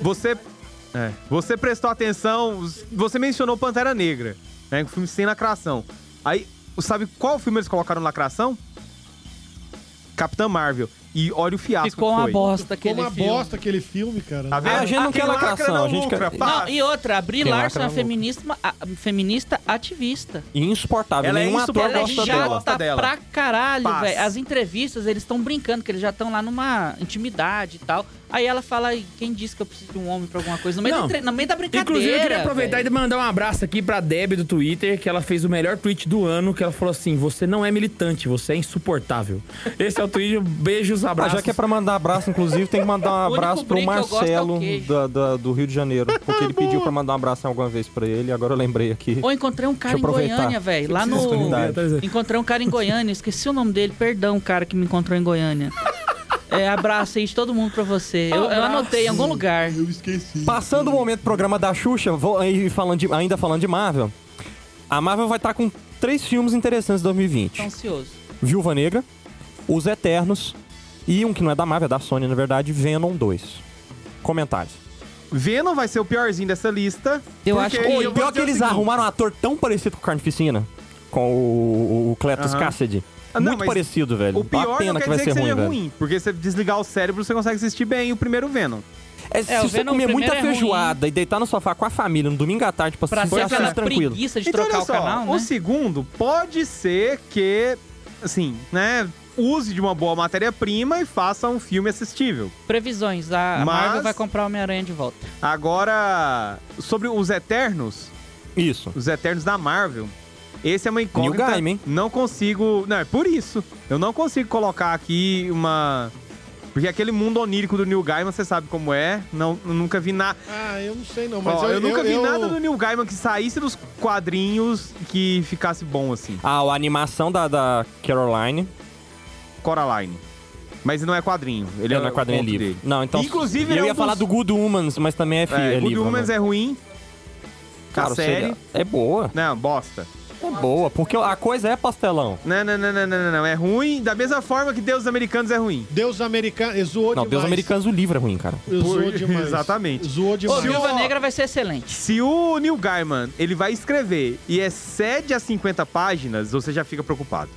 [SPEAKER 5] Você. é, você prestou atenção. os- Você mencionou Pantera Negra, né? Um filme sem lacração. Aí, sabe qual filme eles colocaram lacração? Capitã Marvel. E olha o fiasco.
[SPEAKER 3] ficou
[SPEAKER 5] que
[SPEAKER 3] uma
[SPEAKER 5] foi.
[SPEAKER 3] bosta
[SPEAKER 4] Ficou
[SPEAKER 3] aquele
[SPEAKER 4] uma
[SPEAKER 3] filme.
[SPEAKER 4] bosta aquele filme, cara.
[SPEAKER 5] Tá vendo?
[SPEAKER 2] Ah, a gente não
[SPEAKER 5] Quem
[SPEAKER 2] quer
[SPEAKER 5] lacra
[SPEAKER 2] lacração,
[SPEAKER 5] não
[SPEAKER 2] a gente quer-
[SPEAKER 5] lucra, pá.
[SPEAKER 3] Não, e outra, a Brie
[SPEAKER 2] Quem
[SPEAKER 3] Larson é
[SPEAKER 2] lacra
[SPEAKER 3] uma
[SPEAKER 2] não
[SPEAKER 3] feminista, a- feminista ativista.
[SPEAKER 2] E Insuportável,
[SPEAKER 5] Ela é
[SPEAKER 2] nenhum ator
[SPEAKER 5] insuportável.
[SPEAKER 3] Ela é
[SPEAKER 2] gosta dela.
[SPEAKER 3] chata
[SPEAKER 5] dela.
[SPEAKER 3] pra caralho,
[SPEAKER 5] Paz.
[SPEAKER 3] velho. As entrevistas, eles estão brincando, que eles já estão lá numa intimidade e tal. Aí ela fala, "E quem disse que eu preciso de um homem pra alguma coisa? No meio,
[SPEAKER 1] Não.
[SPEAKER 3] da, entre- no meio da brincadeira,
[SPEAKER 1] Inclusive, eu queria aproveitar
[SPEAKER 3] velho.
[SPEAKER 1] e mandar um abraço aqui pra Deb do Twitter, que ela fez o melhor tweet do ano, que ela falou assim: você não é militante, você é insuportável. Esse é o tweet, beijos,
[SPEAKER 2] Ah,
[SPEAKER 1] abraços.
[SPEAKER 2] já que é pra mandar abraço, inclusive, tem que mandar
[SPEAKER 3] O
[SPEAKER 2] um
[SPEAKER 3] único
[SPEAKER 2] abraço pro
[SPEAKER 3] brinco que eu gosto é o
[SPEAKER 2] Marcelo
[SPEAKER 3] queijo.
[SPEAKER 2] da- da- do Rio de Janeiro. Porque ele pediu pra mandar um abraço alguma vez pra ele, agora eu lembrei aqui.
[SPEAKER 3] Ou encontrei um cara em
[SPEAKER 2] Deixa eu aproveitar.
[SPEAKER 3] Goiânia, velho. Lá no.
[SPEAKER 1] tá
[SPEAKER 2] oportunidade.
[SPEAKER 3] Encontrei um cara em Goiânia, esqueci o nome dele, perdão, o cara que me encontrou em Goiânia. É, abraço aí de todo mundo pra você. Eu, eu anotei em algum lugar.
[SPEAKER 4] Eu esqueci.
[SPEAKER 2] Passando o momento do programa da Xuxa, vou aí falando de- ainda falando de Marvel, a Marvel vai estar com três filmes interessantes em 2020.
[SPEAKER 3] Tô ansioso.
[SPEAKER 2] Viúva Negra, Os Eternos e um que não é da Marvel, é da Sony, na verdade, Venom 2. Comentários.
[SPEAKER 5] Venom vai ser o piorzinho dessa lista.
[SPEAKER 3] Eu
[SPEAKER 5] porque
[SPEAKER 3] acho
[SPEAKER 5] eu
[SPEAKER 3] que-
[SPEAKER 5] vou
[SPEAKER 3] Oi,
[SPEAKER 2] E pior
[SPEAKER 5] dizer
[SPEAKER 2] que
[SPEAKER 5] o
[SPEAKER 2] eles
[SPEAKER 5] seguinte.
[SPEAKER 2] arrumaram um ator tão parecido com o Carnificina, com o, o- o Cletus
[SPEAKER 5] Aham.
[SPEAKER 2] Cassidy.
[SPEAKER 5] Ah, não,
[SPEAKER 2] Muito
[SPEAKER 5] mas
[SPEAKER 2] parecido, velho.
[SPEAKER 5] O pior
[SPEAKER 2] Uma pena
[SPEAKER 5] não quer
[SPEAKER 2] que vai
[SPEAKER 5] dizer
[SPEAKER 2] ser
[SPEAKER 5] que
[SPEAKER 2] ruim,
[SPEAKER 5] seja
[SPEAKER 2] velho.
[SPEAKER 5] ruim, porque se você desligar o cérebro, você consegue assistir bem o primeiro Venom.
[SPEAKER 2] É, se
[SPEAKER 3] É, o
[SPEAKER 2] você
[SPEAKER 3] Venom
[SPEAKER 2] comer muita
[SPEAKER 3] primeiro é ruim.
[SPEAKER 2] feijoada e deitar no sofá com a família no domingo à tarde, tipo
[SPEAKER 3] Pra
[SPEAKER 2] assim,
[SPEAKER 3] ser
[SPEAKER 2] você
[SPEAKER 3] aquela
[SPEAKER 2] assiste tranquilo.
[SPEAKER 3] preguiça de
[SPEAKER 5] Então,
[SPEAKER 3] trocar
[SPEAKER 5] olha
[SPEAKER 3] o canal, né?
[SPEAKER 5] O segundo pode ser que, assim, né, use de uma boa matéria-prima e faça um filme assistível.
[SPEAKER 3] Previsões. A a
[SPEAKER 5] Mas-
[SPEAKER 3] Marvel vai comprar o Homem-Aranha de volta.
[SPEAKER 5] Agora, sobre os Eternos,
[SPEAKER 2] Isso.
[SPEAKER 5] os Eternos da Marvel, esse é uma incógnita.
[SPEAKER 2] Gaiman, hein?
[SPEAKER 5] Não consigo... Não, é por isso. Eu não consigo colocar aqui uma... Porque aquele mundo onírico do Neil Gaiman, você sabe como é. Não, nunca vi nada.
[SPEAKER 4] Ah, eu não sei não, mas
[SPEAKER 5] eu,
[SPEAKER 4] eu,
[SPEAKER 5] nunca
[SPEAKER 4] eu-
[SPEAKER 5] vi
[SPEAKER 4] eu-
[SPEAKER 5] nada do Neil Gaiman que saísse dos quadrinhos que ficasse bom assim.
[SPEAKER 2] Ah, a animação da, da Caroline.
[SPEAKER 5] Coraline. Mas não é quadrinho. Ele
[SPEAKER 2] Ele
[SPEAKER 5] é,
[SPEAKER 2] não é quadrinho
[SPEAKER 5] conto
[SPEAKER 2] livre.
[SPEAKER 5] dele.
[SPEAKER 2] Não, então.
[SPEAKER 5] Inclusive,
[SPEAKER 2] eu
[SPEAKER 5] é um
[SPEAKER 2] ia falar
[SPEAKER 5] dos-
[SPEAKER 2] do Good Humans, mas também é, fi- é
[SPEAKER 5] É, Good
[SPEAKER 2] livro.
[SPEAKER 5] Humans
[SPEAKER 2] né?
[SPEAKER 5] é ruim. a
[SPEAKER 2] Cara, sei
[SPEAKER 5] série.
[SPEAKER 2] lá. É boa.
[SPEAKER 5] Não, bosta.
[SPEAKER 2] É boa, porque a coisa é pastelão.
[SPEAKER 5] Não, não, não, não, não, não, não. É ruim da mesma forma que Deus dos Americanos é ruim.
[SPEAKER 4] Deus americano, ele zoou
[SPEAKER 2] Não,
[SPEAKER 4] demais.
[SPEAKER 2] Deus Americanos, o livro é ruim, cara.
[SPEAKER 4] Zoou
[SPEAKER 5] Por-
[SPEAKER 4] demais.
[SPEAKER 5] Exatamente.
[SPEAKER 4] Zoou
[SPEAKER 3] Ô,
[SPEAKER 4] demais.
[SPEAKER 3] Viúva
[SPEAKER 5] Ó.
[SPEAKER 3] Negra vai ser excelente.
[SPEAKER 5] Se o Neil Gaiman, ele vai escrever e é 7 a 50 páginas, você já fica preocupado.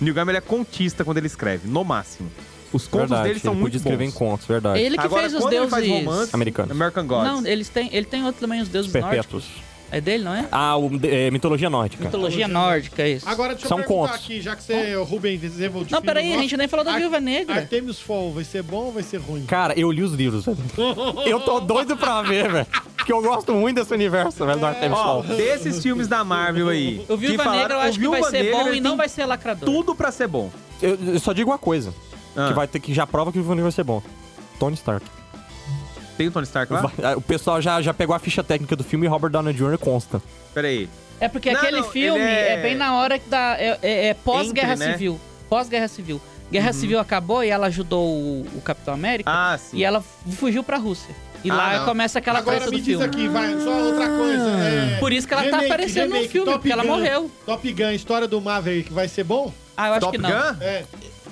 [SPEAKER 5] Neil Gaiman, ele é contista quando ele escreve, no máximo. Os contos
[SPEAKER 2] verdade,
[SPEAKER 5] dele são
[SPEAKER 2] ele
[SPEAKER 5] muito
[SPEAKER 2] podia escrever
[SPEAKER 5] bons.
[SPEAKER 2] em contos, verdade.
[SPEAKER 3] Ele que
[SPEAKER 5] Agora,
[SPEAKER 3] fez os
[SPEAKER 5] quando ele
[SPEAKER 3] deuses.
[SPEAKER 5] faz romance,
[SPEAKER 2] Americanos.
[SPEAKER 5] American Gods.
[SPEAKER 3] Não, eles têm, ele tem outro também, os deuses nórdicos.
[SPEAKER 2] Perpétuos.
[SPEAKER 3] É dele, não é?
[SPEAKER 5] tá.
[SPEAKER 2] Ah, o, é, mitologia nórdica.
[SPEAKER 3] Mitologia nórdica, isso.
[SPEAKER 4] Agora deixa
[SPEAKER 2] São
[SPEAKER 4] eu perguntar
[SPEAKER 2] contos.
[SPEAKER 4] aqui, já que você, é o Rubem, desenvolveu
[SPEAKER 3] não, peraí, a gente nem falou da
[SPEAKER 4] Ar-
[SPEAKER 3] Viúva Negra.
[SPEAKER 4] Ah, Artemis Fall, vai ser bom ou vai ser ruim?
[SPEAKER 2] Cara, eu li os livros, velho. Eu tô doido pra ver, velho. Porque eu gosto muito desse universo, velho, do Artemis
[SPEAKER 5] Ó,
[SPEAKER 2] Fall.
[SPEAKER 5] desses filmes da Marvel aí.
[SPEAKER 3] O Viúva
[SPEAKER 5] que falaram-
[SPEAKER 3] Negra eu
[SPEAKER 5] o
[SPEAKER 3] acho que vai
[SPEAKER 5] Viúva
[SPEAKER 3] ser
[SPEAKER 5] Negra,
[SPEAKER 3] bom
[SPEAKER 5] ele
[SPEAKER 3] e não
[SPEAKER 5] tem
[SPEAKER 3] vai ser lacrador.
[SPEAKER 5] tudo pra ser bom.
[SPEAKER 2] Eu, eu só digo uma coisa,
[SPEAKER 5] Ah,
[SPEAKER 2] que vai ter que já prova que o Vivo vai ser bom. Tony Stark.
[SPEAKER 5] Tem o Tony Stark lá?
[SPEAKER 2] Vai- ah, o pessoal já, já pegou a ficha técnica do filme e Robert Downey Jr. consta.
[SPEAKER 5] Pera aí.
[SPEAKER 3] É porque
[SPEAKER 5] Não,
[SPEAKER 3] aquele
[SPEAKER 5] não,
[SPEAKER 3] filme
[SPEAKER 5] ele
[SPEAKER 3] é...
[SPEAKER 5] é-
[SPEAKER 3] bem na hora que da. É, é- é pós-guerra
[SPEAKER 5] Entre, né? Uhum.
[SPEAKER 3] civil. Pós-guerra civil. Guerra civil acabou e ela ajudou o, o Capitão América.
[SPEAKER 5] Ah, sim.
[SPEAKER 3] E ela fugiu pra Rússia. E
[SPEAKER 5] Ah,
[SPEAKER 3] lá
[SPEAKER 5] não.
[SPEAKER 3] começa aquela
[SPEAKER 4] Agora
[SPEAKER 3] coisa
[SPEAKER 4] me
[SPEAKER 3] do
[SPEAKER 4] diz
[SPEAKER 3] filme.
[SPEAKER 4] aqui, vai, só outra coisa. é,
[SPEAKER 3] Por isso que ela tá
[SPEAKER 4] remake,
[SPEAKER 3] aparecendo no
[SPEAKER 4] remake,
[SPEAKER 3] filme,
[SPEAKER 4] Top
[SPEAKER 3] porque ela
[SPEAKER 4] Gun.
[SPEAKER 3] morreu.
[SPEAKER 4] Top Gun, história do Maverick, vai ser bom?
[SPEAKER 3] Ah, eu acho
[SPEAKER 5] Top
[SPEAKER 3] que não.
[SPEAKER 5] Gun?
[SPEAKER 4] É.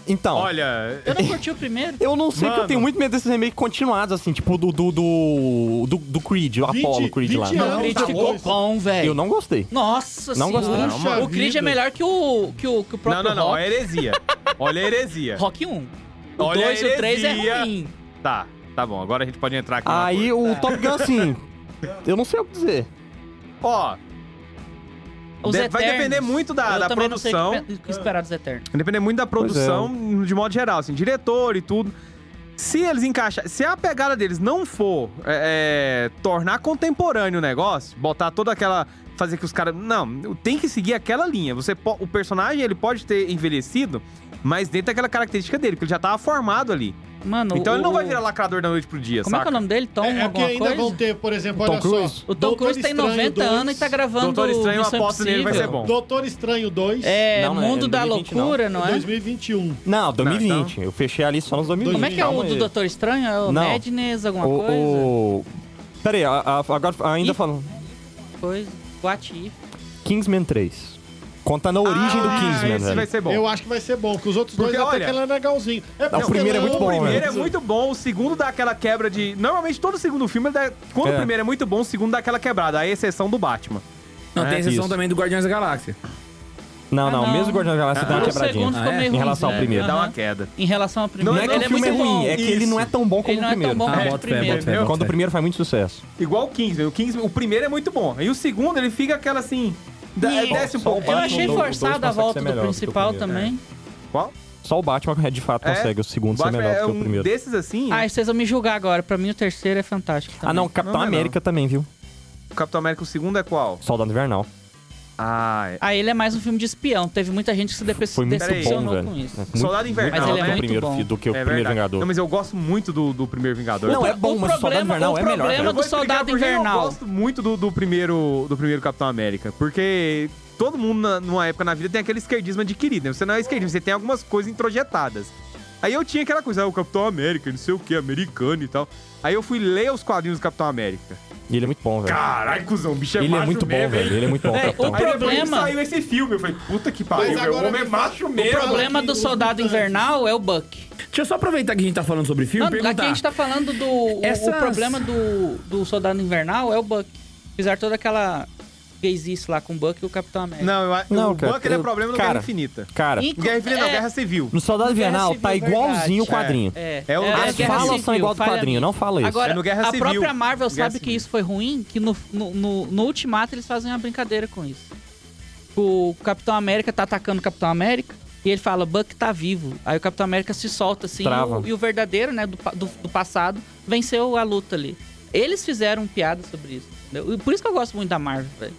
[SPEAKER 2] Então,
[SPEAKER 5] Olha,
[SPEAKER 3] Eu não curti o primeiro.
[SPEAKER 2] eu não sei porque
[SPEAKER 5] Mano.
[SPEAKER 2] eu tenho muito medo desses remakes continuados, assim, tipo do do, do, do, do Creed, o
[SPEAKER 4] 20
[SPEAKER 2] Apollo Creed
[SPEAKER 4] 20
[SPEAKER 2] lá. É,
[SPEAKER 4] anos.
[SPEAKER 3] O Creed
[SPEAKER 4] tá
[SPEAKER 3] ficou
[SPEAKER 4] bom.
[SPEAKER 3] bom,
[SPEAKER 2] Eu
[SPEAKER 3] velho.
[SPEAKER 2] não gostei.
[SPEAKER 3] Nossa
[SPEAKER 2] Não gostei.
[SPEAKER 3] senhora.
[SPEAKER 4] Puxa
[SPEAKER 3] O Creed é
[SPEAKER 4] vida.
[SPEAKER 3] melhor que o, que o, que o
[SPEAKER 5] não,
[SPEAKER 3] próprio
[SPEAKER 5] não, não,
[SPEAKER 3] Rock.
[SPEAKER 5] é heresia. Olha a heresia.
[SPEAKER 3] Rock 1. O
[SPEAKER 5] Olha
[SPEAKER 3] 2 e
[SPEAKER 5] a
[SPEAKER 3] o 3 é
[SPEAKER 5] heresia.
[SPEAKER 3] ruim.
[SPEAKER 5] Tá, tá bom, agora a gente pode entrar aqui. numa
[SPEAKER 2] Aí
[SPEAKER 5] coisa.
[SPEAKER 2] o Top Gun, assim, eu não sei o que dizer.
[SPEAKER 5] Ó,
[SPEAKER 3] Os
[SPEAKER 5] De- vai
[SPEAKER 3] Eternos.
[SPEAKER 5] depender muito da-
[SPEAKER 3] Eu
[SPEAKER 5] da
[SPEAKER 3] também não sei o que
[SPEAKER 5] produção.
[SPEAKER 3] pe- o que esperar dos Eternos.
[SPEAKER 5] Depender é muito da
[SPEAKER 2] Pois é.
[SPEAKER 5] produção, de modo geral, assim, diretor e tudo. Se eles encaixarem. Se a pegada deles não for é, é, tornar contemporâneo o negócio, botar toda aquela. Fazer que os caras. Não, tem que seguir aquela linha. Você po- O personagem ele pode ter envelhecido, mas dentro daquela característica dele, porque ele já tava formado ali.
[SPEAKER 3] Mano,
[SPEAKER 5] Então
[SPEAKER 3] o-
[SPEAKER 5] ele não vai virar lacrador da noite pro dia,
[SPEAKER 3] Como é que é
[SPEAKER 5] saca?
[SPEAKER 3] o nome dele? Tom
[SPEAKER 4] É, é porque
[SPEAKER 3] alguma
[SPEAKER 4] ainda
[SPEAKER 3] coisa?
[SPEAKER 4] vão ter, por exemplo,
[SPEAKER 2] Tom
[SPEAKER 4] olha
[SPEAKER 2] Cruise?
[SPEAKER 4] só.
[SPEAKER 3] O Tom Cruise tem 90 anos e tá gravando
[SPEAKER 5] Doutor Estranho, eu
[SPEAKER 3] Missão
[SPEAKER 5] aposto nele, vai ser
[SPEAKER 3] Impossível.
[SPEAKER 5] bom.
[SPEAKER 4] Doutor Estranho 2,
[SPEAKER 3] É,
[SPEAKER 2] Não, não é,
[SPEAKER 3] Mundo
[SPEAKER 2] é
[SPEAKER 3] da
[SPEAKER 2] 2020 não.
[SPEAKER 3] Loucura, não, é?
[SPEAKER 4] 2021.
[SPEAKER 2] Não,
[SPEAKER 5] então.
[SPEAKER 2] 2020. Eu fechei ali só nos 2020.
[SPEAKER 3] Como é que é o
[SPEAKER 2] Calma
[SPEAKER 3] do
[SPEAKER 2] aí.
[SPEAKER 3] Doutor Estranho? É o
[SPEAKER 2] Não.
[SPEAKER 3] Madness, alguma
[SPEAKER 2] O-
[SPEAKER 3] coisa?
[SPEAKER 2] o- Pera aí, a- a- agora ainda
[SPEAKER 3] Ih.
[SPEAKER 2] falando.
[SPEAKER 3] Coisa. What If.
[SPEAKER 2] Kingsman 3. Contando a
[SPEAKER 3] Ah,
[SPEAKER 2] origem do Kingsman,
[SPEAKER 5] Ah, esse
[SPEAKER 2] velho.
[SPEAKER 5] vai ser É bom.
[SPEAKER 4] Eu acho que vai ser bom, porque os outros
[SPEAKER 5] Porque,
[SPEAKER 4] dois
[SPEAKER 5] olha,
[SPEAKER 4] até que ela é legalzinho. É
[SPEAKER 2] o primeiro é muito bom,
[SPEAKER 5] O primeiro
[SPEAKER 2] né?
[SPEAKER 5] é muito bom, o segundo dá aquela quebra de. Normalmente todo segundo filme, ele dá... quando
[SPEAKER 2] É.
[SPEAKER 5] o primeiro é muito bom, o segundo dá aquela quebrada, a exceção do Batman.
[SPEAKER 1] Não,
[SPEAKER 2] É,
[SPEAKER 1] tem exceção
[SPEAKER 2] isso.
[SPEAKER 1] também do Guardiões da Galáxia.
[SPEAKER 2] Não,
[SPEAKER 3] Ah,
[SPEAKER 2] não,
[SPEAKER 3] não.
[SPEAKER 2] mesmo o Guardião da Galáxia dá uma
[SPEAKER 3] o
[SPEAKER 2] quebradinha.
[SPEAKER 3] um segundo ficou
[SPEAKER 1] Ah, é?
[SPEAKER 3] meio
[SPEAKER 2] Em relação ao
[SPEAKER 3] ruimzinho.
[SPEAKER 2] primeiro.
[SPEAKER 5] Dá
[SPEAKER 3] Aham.
[SPEAKER 5] uma queda.
[SPEAKER 3] Em relação ao primeiro.
[SPEAKER 5] Não
[SPEAKER 2] Não é que
[SPEAKER 3] ele
[SPEAKER 2] o filme é,
[SPEAKER 3] muito
[SPEAKER 2] ruim,
[SPEAKER 3] bom.
[SPEAKER 2] é que ele
[SPEAKER 5] Isso.
[SPEAKER 2] não é tão bom como
[SPEAKER 3] Ele
[SPEAKER 2] o
[SPEAKER 3] não é tão
[SPEAKER 2] primeiro.
[SPEAKER 3] bom
[SPEAKER 1] Ah,
[SPEAKER 3] quanto o
[SPEAKER 1] bota fé,
[SPEAKER 3] primeiro.
[SPEAKER 1] bota fé.
[SPEAKER 5] entendeu?
[SPEAKER 2] Quando o primeiro faz muito sucesso.
[SPEAKER 5] Igual o Kingsman. O Kingsman, o primeiro é muito bom. E o segundo, ele fica aquela assim. da-
[SPEAKER 3] E-
[SPEAKER 5] desce um
[SPEAKER 2] Só o
[SPEAKER 5] pouco.
[SPEAKER 3] Eu
[SPEAKER 2] Batman
[SPEAKER 3] achei
[SPEAKER 2] do- dois
[SPEAKER 3] forçada a
[SPEAKER 2] consegue
[SPEAKER 3] volta
[SPEAKER 2] ser
[SPEAKER 3] do
[SPEAKER 2] melhor do que o
[SPEAKER 3] principal
[SPEAKER 2] primeiro, né?
[SPEAKER 3] também.
[SPEAKER 5] Qual?
[SPEAKER 2] Só o Batman que de fato
[SPEAKER 5] É.
[SPEAKER 2] consegue o segundo ser
[SPEAKER 5] Batman
[SPEAKER 2] melhor
[SPEAKER 5] é
[SPEAKER 2] do que o
[SPEAKER 5] um
[SPEAKER 2] primeiro.
[SPEAKER 5] desses assim.
[SPEAKER 3] Ah, vocês vão me julgar agora. Pra mim o terceiro é fantástico também.
[SPEAKER 2] Ah, não, Capitão
[SPEAKER 5] Não é não.
[SPEAKER 2] América também, viu?
[SPEAKER 5] O Capitão América, o segundo é qual?
[SPEAKER 2] Soldado Invernal.
[SPEAKER 5] Ah, é.
[SPEAKER 3] Ah, ele é mais um filme de espião. Teve muita gente que se depe-
[SPEAKER 2] Foi muito bom,
[SPEAKER 5] Peraí.
[SPEAKER 3] decepcionou
[SPEAKER 2] velho.
[SPEAKER 3] com isso.
[SPEAKER 2] Muito-
[SPEAKER 5] Soldado Invernal,
[SPEAKER 2] muito
[SPEAKER 3] né?
[SPEAKER 2] bom do primeiro
[SPEAKER 3] Muito bom.
[SPEAKER 2] fi- do que É o
[SPEAKER 5] É
[SPEAKER 2] primeiro
[SPEAKER 5] verdade.
[SPEAKER 2] Vingador.
[SPEAKER 5] Não, mas eu gosto muito do, do primeiro Vingador.
[SPEAKER 2] Não, é bom,
[SPEAKER 3] O
[SPEAKER 2] mas o Soldado
[SPEAKER 3] problema-
[SPEAKER 2] Invernal
[SPEAKER 3] o
[SPEAKER 2] é melhor.
[SPEAKER 3] problema
[SPEAKER 2] cara.
[SPEAKER 5] Eu
[SPEAKER 3] do
[SPEAKER 5] vou explicar
[SPEAKER 3] Soldado
[SPEAKER 5] porque
[SPEAKER 3] Invernal.
[SPEAKER 5] Eu gosto muito do, do primeiro, do primeiro Capitão América, porque todo mundo na- numa época na vida tem aquele esquerdismo adquirido, né? Você não é esquerdista, você tem algumas coisas introjetadas. Aí eu tinha aquela coisa, ah, o Capitão América, não sei o que, americano e tal. Aí eu fui ler os quadrinhos do Capitão América.
[SPEAKER 2] E ele é muito bom, velho.
[SPEAKER 5] Caralho, cuzão, o bicho é
[SPEAKER 2] Ele é
[SPEAKER 5] macho
[SPEAKER 2] muito bom,
[SPEAKER 5] mesmo, hein?
[SPEAKER 2] velho. Ele é muito bom,
[SPEAKER 3] É,
[SPEAKER 2] Capitão.
[SPEAKER 3] o
[SPEAKER 5] Aí depois que
[SPEAKER 3] problema-
[SPEAKER 5] saiu esse filme, eu falei, puta que pariu,
[SPEAKER 4] Mas
[SPEAKER 5] meu, o
[SPEAKER 4] agora
[SPEAKER 5] homem é
[SPEAKER 4] me
[SPEAKER 5] macho
[SPEAKER 3] O
[SPEAKER 5] mesmo.
[SPEAKER 3] problema do Soldado Invernal é o Buck.
[SPEAKER 1] Deixa eu só aproveitar que a gente tá falando sobre filme e
[SPEAKER 3] Não, aqui
[SPEAKER 1] perguntar.
[SPEAKER 3] a gente tá falando do. o- O
[SPEAKER 1] Essas-
[SPEAKER 3] problema do, do Soldado Invernal é o Buck. Fizeram toda aquela gaysice lá com o Buck e o Capitão América.
[SPEAKER 5] Não, eu, acho
[SPEAKER 2] Não,
[SPEAKER 5] o
[SPEAKER 2] cara,
[SPEAKER 5] Buck ele é
[SPEAKER 2] eu-
[SPEAKER 5] problema do
[SPEAKER 2] cara.
[SPEAKER 5] Guerra Infinita.
[SPEAKER 2] Cara,
[SPEAKER 3] E-
[SPEAKER 5] Guerra Infinita não,
[SPEAKER 3] É.
[SPEAKER 5] Guerra Civil.
[SPEAKER 2] no Soldado Invernal
[SPEAKER 3] Civil,
[SPEAKER 2] tá igualzinho o
[SPEAKER 5] verdade.
[SPEAKER 2] quadrinho.
[SPEAKER 3] É,
[SPEAKER 5] É o-
[SPEAKER 3] a
[SPEAKER 5] as
[SPEAKER 2] As
[SPEAKER 3] Guerra
[SPEAKER 2] falas são
[SPEAKER 3] Civil,
[SPEAKER 2] igual do
[SPEAKER 3] falha
[SPEAKER 2] quadrinho,
[SPEAKER 3] ali.
[SPEAKER 2] não fala isso.
[SPEAKER 3] Agora,
[SPEAKER 5] É no Guerra
[SPEAKER 3] a
[SPEAKER 5] Civil.
[SPEAKER 3] própria Marvel
[SPEAKER 5] Guerra
[SPEAKER 3] sabe que
[SPEAKER 5] Civil.
[SPEAKER 3] isso foi ruim, que no, no, no, no Ultimato eles fazem uma brincadeira com isso. O Capitão América tá atacando o Capitão América e ele fala, Buck tá vivo. Aí o Capitão América se solta assim e
[SPEAKER 2] Trava.
[SPEAKER 3] o, e o verdadeiro, né, do, pa- do, do passado, venceu a luta ali. Eles fizeram piada sobre isso. entendeu? E Por isso que eu gosto muito da Marvel, velho.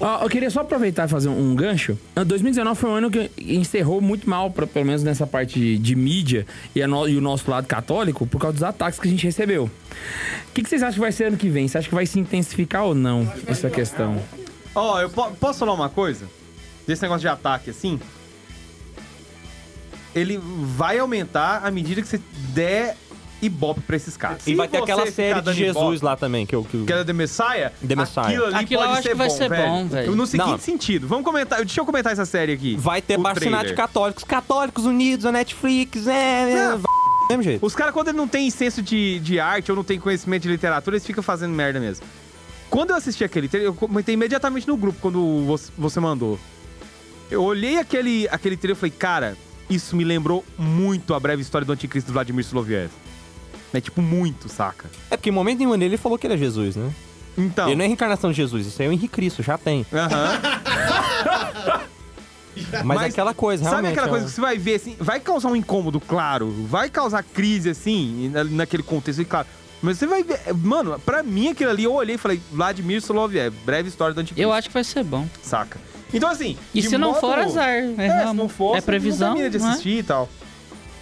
[SPEAKER 1] Ó, eu queria só aproveitar e fazer um gancho. Ah, 2019 foi um ano que encerrou muito mal, pra- pelo menos nessa parte de, de mídia e, a no- e o nosso lado católico, por causa dos ataques que a gente recebeu. O que, que vocês acham que vai ser ano que vem? Você acha que vai se intensificar ou não essa questão?
[SPEAKER 5] Ó, eu po- posso falar uma coisa? Desse negócio de ataque, assim? Ele vai aumentar à medida que você der ibope pra esses caras.
[SPEAKER 2] E vai ter
[SPEAKER 5] Se
[SPEAKER 2] aquela
[SPEAKER 5] você ficar
[SPEAKER 2] série de
[SPEAKER 5] dando
[SPEAKER 2] Jesus
[SPEAKER 5] ibope,
[SPEAKER 2] lá também, que eu. Que eu...
[SPEAKER 5] Que era The Messiah?
[SPEAKER 2] The Messiah.
[SPEAKER 5] Aquilo ali
[SPEAKER 3] Aquilo eu
[SPEAKER 5] pode
[SPEAKER 3] acho
[SPEAKER 5] ser
[SPEAKER 3] que vai
[SPEAKER 5] bom,
[SPEAKER 3] ser
[SPEAKER 5] velho.
[SPEAKER 3] bom, velho.
[SPEAKER 5] No seguinte
[SPEAKER 2] Não.
[SPEAKER 5] sentido, vamos comentar. Deixa eu comentar essa série aqui.
[SPEAKER 2] Vai ter
[SPEAKER 5] O
[SPEAKER 2] bastinar de
[SPEAKER 5] trailer.
[SPEAKER 2] católicos. Católicos unidos, a Netflix, é. é
[SPEAKER 5] Não.
[SPEAKER 2] vai- do mesmo jeito.
[SPEAKER 5] Os caras, quando eles não têm senso de, de arte ou não têm conhecimento de literatura, eles ficam fazendo merda mesmo. Quando eu assisti aquele trailer, eu comentei imediatamente no grupo quando vo- você mandou. Eu olhei aquele, aquele trailer e falei, cara, isso me lembrou muito a breve história do anticristo do Vladimir Soloviev. É tipo muito, saca?
[SPEAKER 2] É porque em momento nenhum ele falou que ele é Jesus, né?
[SPEAKER 5] Então.
[SPEAKER 2] Ele não é a reencarnação de Jesus, isso aí é o Henrique Cristo, já tem.
[SPEAKER 5] Aham.
[SPEAKER 2] Mas,
[SPEAKER 5] Mas
[SPEAKER 2] é aquela coisa,
[SPEAKER 5] Sabe
[SPEAKER 2] realmente.
[SPEAKER 5] aquela
[SPEAKER 2] é
[SPEAKER 5] coisa
[SPEAKER 2] um-
[SPEAKER 5] que você vai ver assim, vai causar um incômodo, claro, vai causar crise assim, na- naquele contexto, e claro. Mas você vai ver, mano, pra mim aquilo ali, eu olhei e falei, Vladimir Soloviev, breve história do anticristo,
[SPEAKER 3] Eu acho que vai ser bom.
[SPEAKER 5] saca? Então assim,
[SPEAKER 3] E
[SPEAKER 5] de
[SPEAKER 3] se não
[SPEAKER 5] modo-
[SPEAKER 3] for azar,
[SPEAKER 5] É,
[SPEAKER 3] né?
[SPEAKER 5] se não for,
[SPEAKER 3] é
[SPEAKER 5] você
[SPEAKER 3] previsão,
[SPEAKER 5] não termina de
[SPEAKER 3] não é?
[SPEAKER 5] assistir e tal.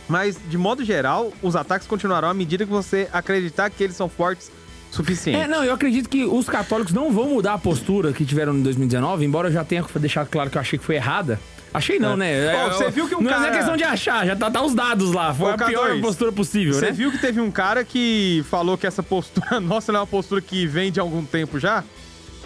[SPEAKER 5] Mas de modo geral, os ataques continuarão à medida que você acreditar que eles são fortes o suficiente.
[SPEAKER 1] É, não, eu acredito que os católicos não vão mudar a postura que tiveram em 2019, embora eu já tenha deixado claro que eu achei que foi errada. Achei não, né?
[SPEAKER 5] Ó,
[SPEAKER 1] É,
[SPEAKER 5] você
[SPEAKER 1] eu-
[SPEAKER 5] viu que o
[SPEAKER 1] não é
[SPEAKER 5] cara-
[SPEAKER 1] nem questão de achar, já tá, tá os dados lá. Foi
[SPEAKER 5] Ô,
[SPEAKER 1] a pior
[SPEAKER 5] K2,
[SPEAKER 1] postura
[SPEAKER 3] É,
[SPEAKER 1] possível,
[SPEAKER 5] Você
[SPEAKER 1] né?
[SPEAKER 5] viu que teve um cara que falou que essa postura nossa não é uma postura que vem de algum tempo já?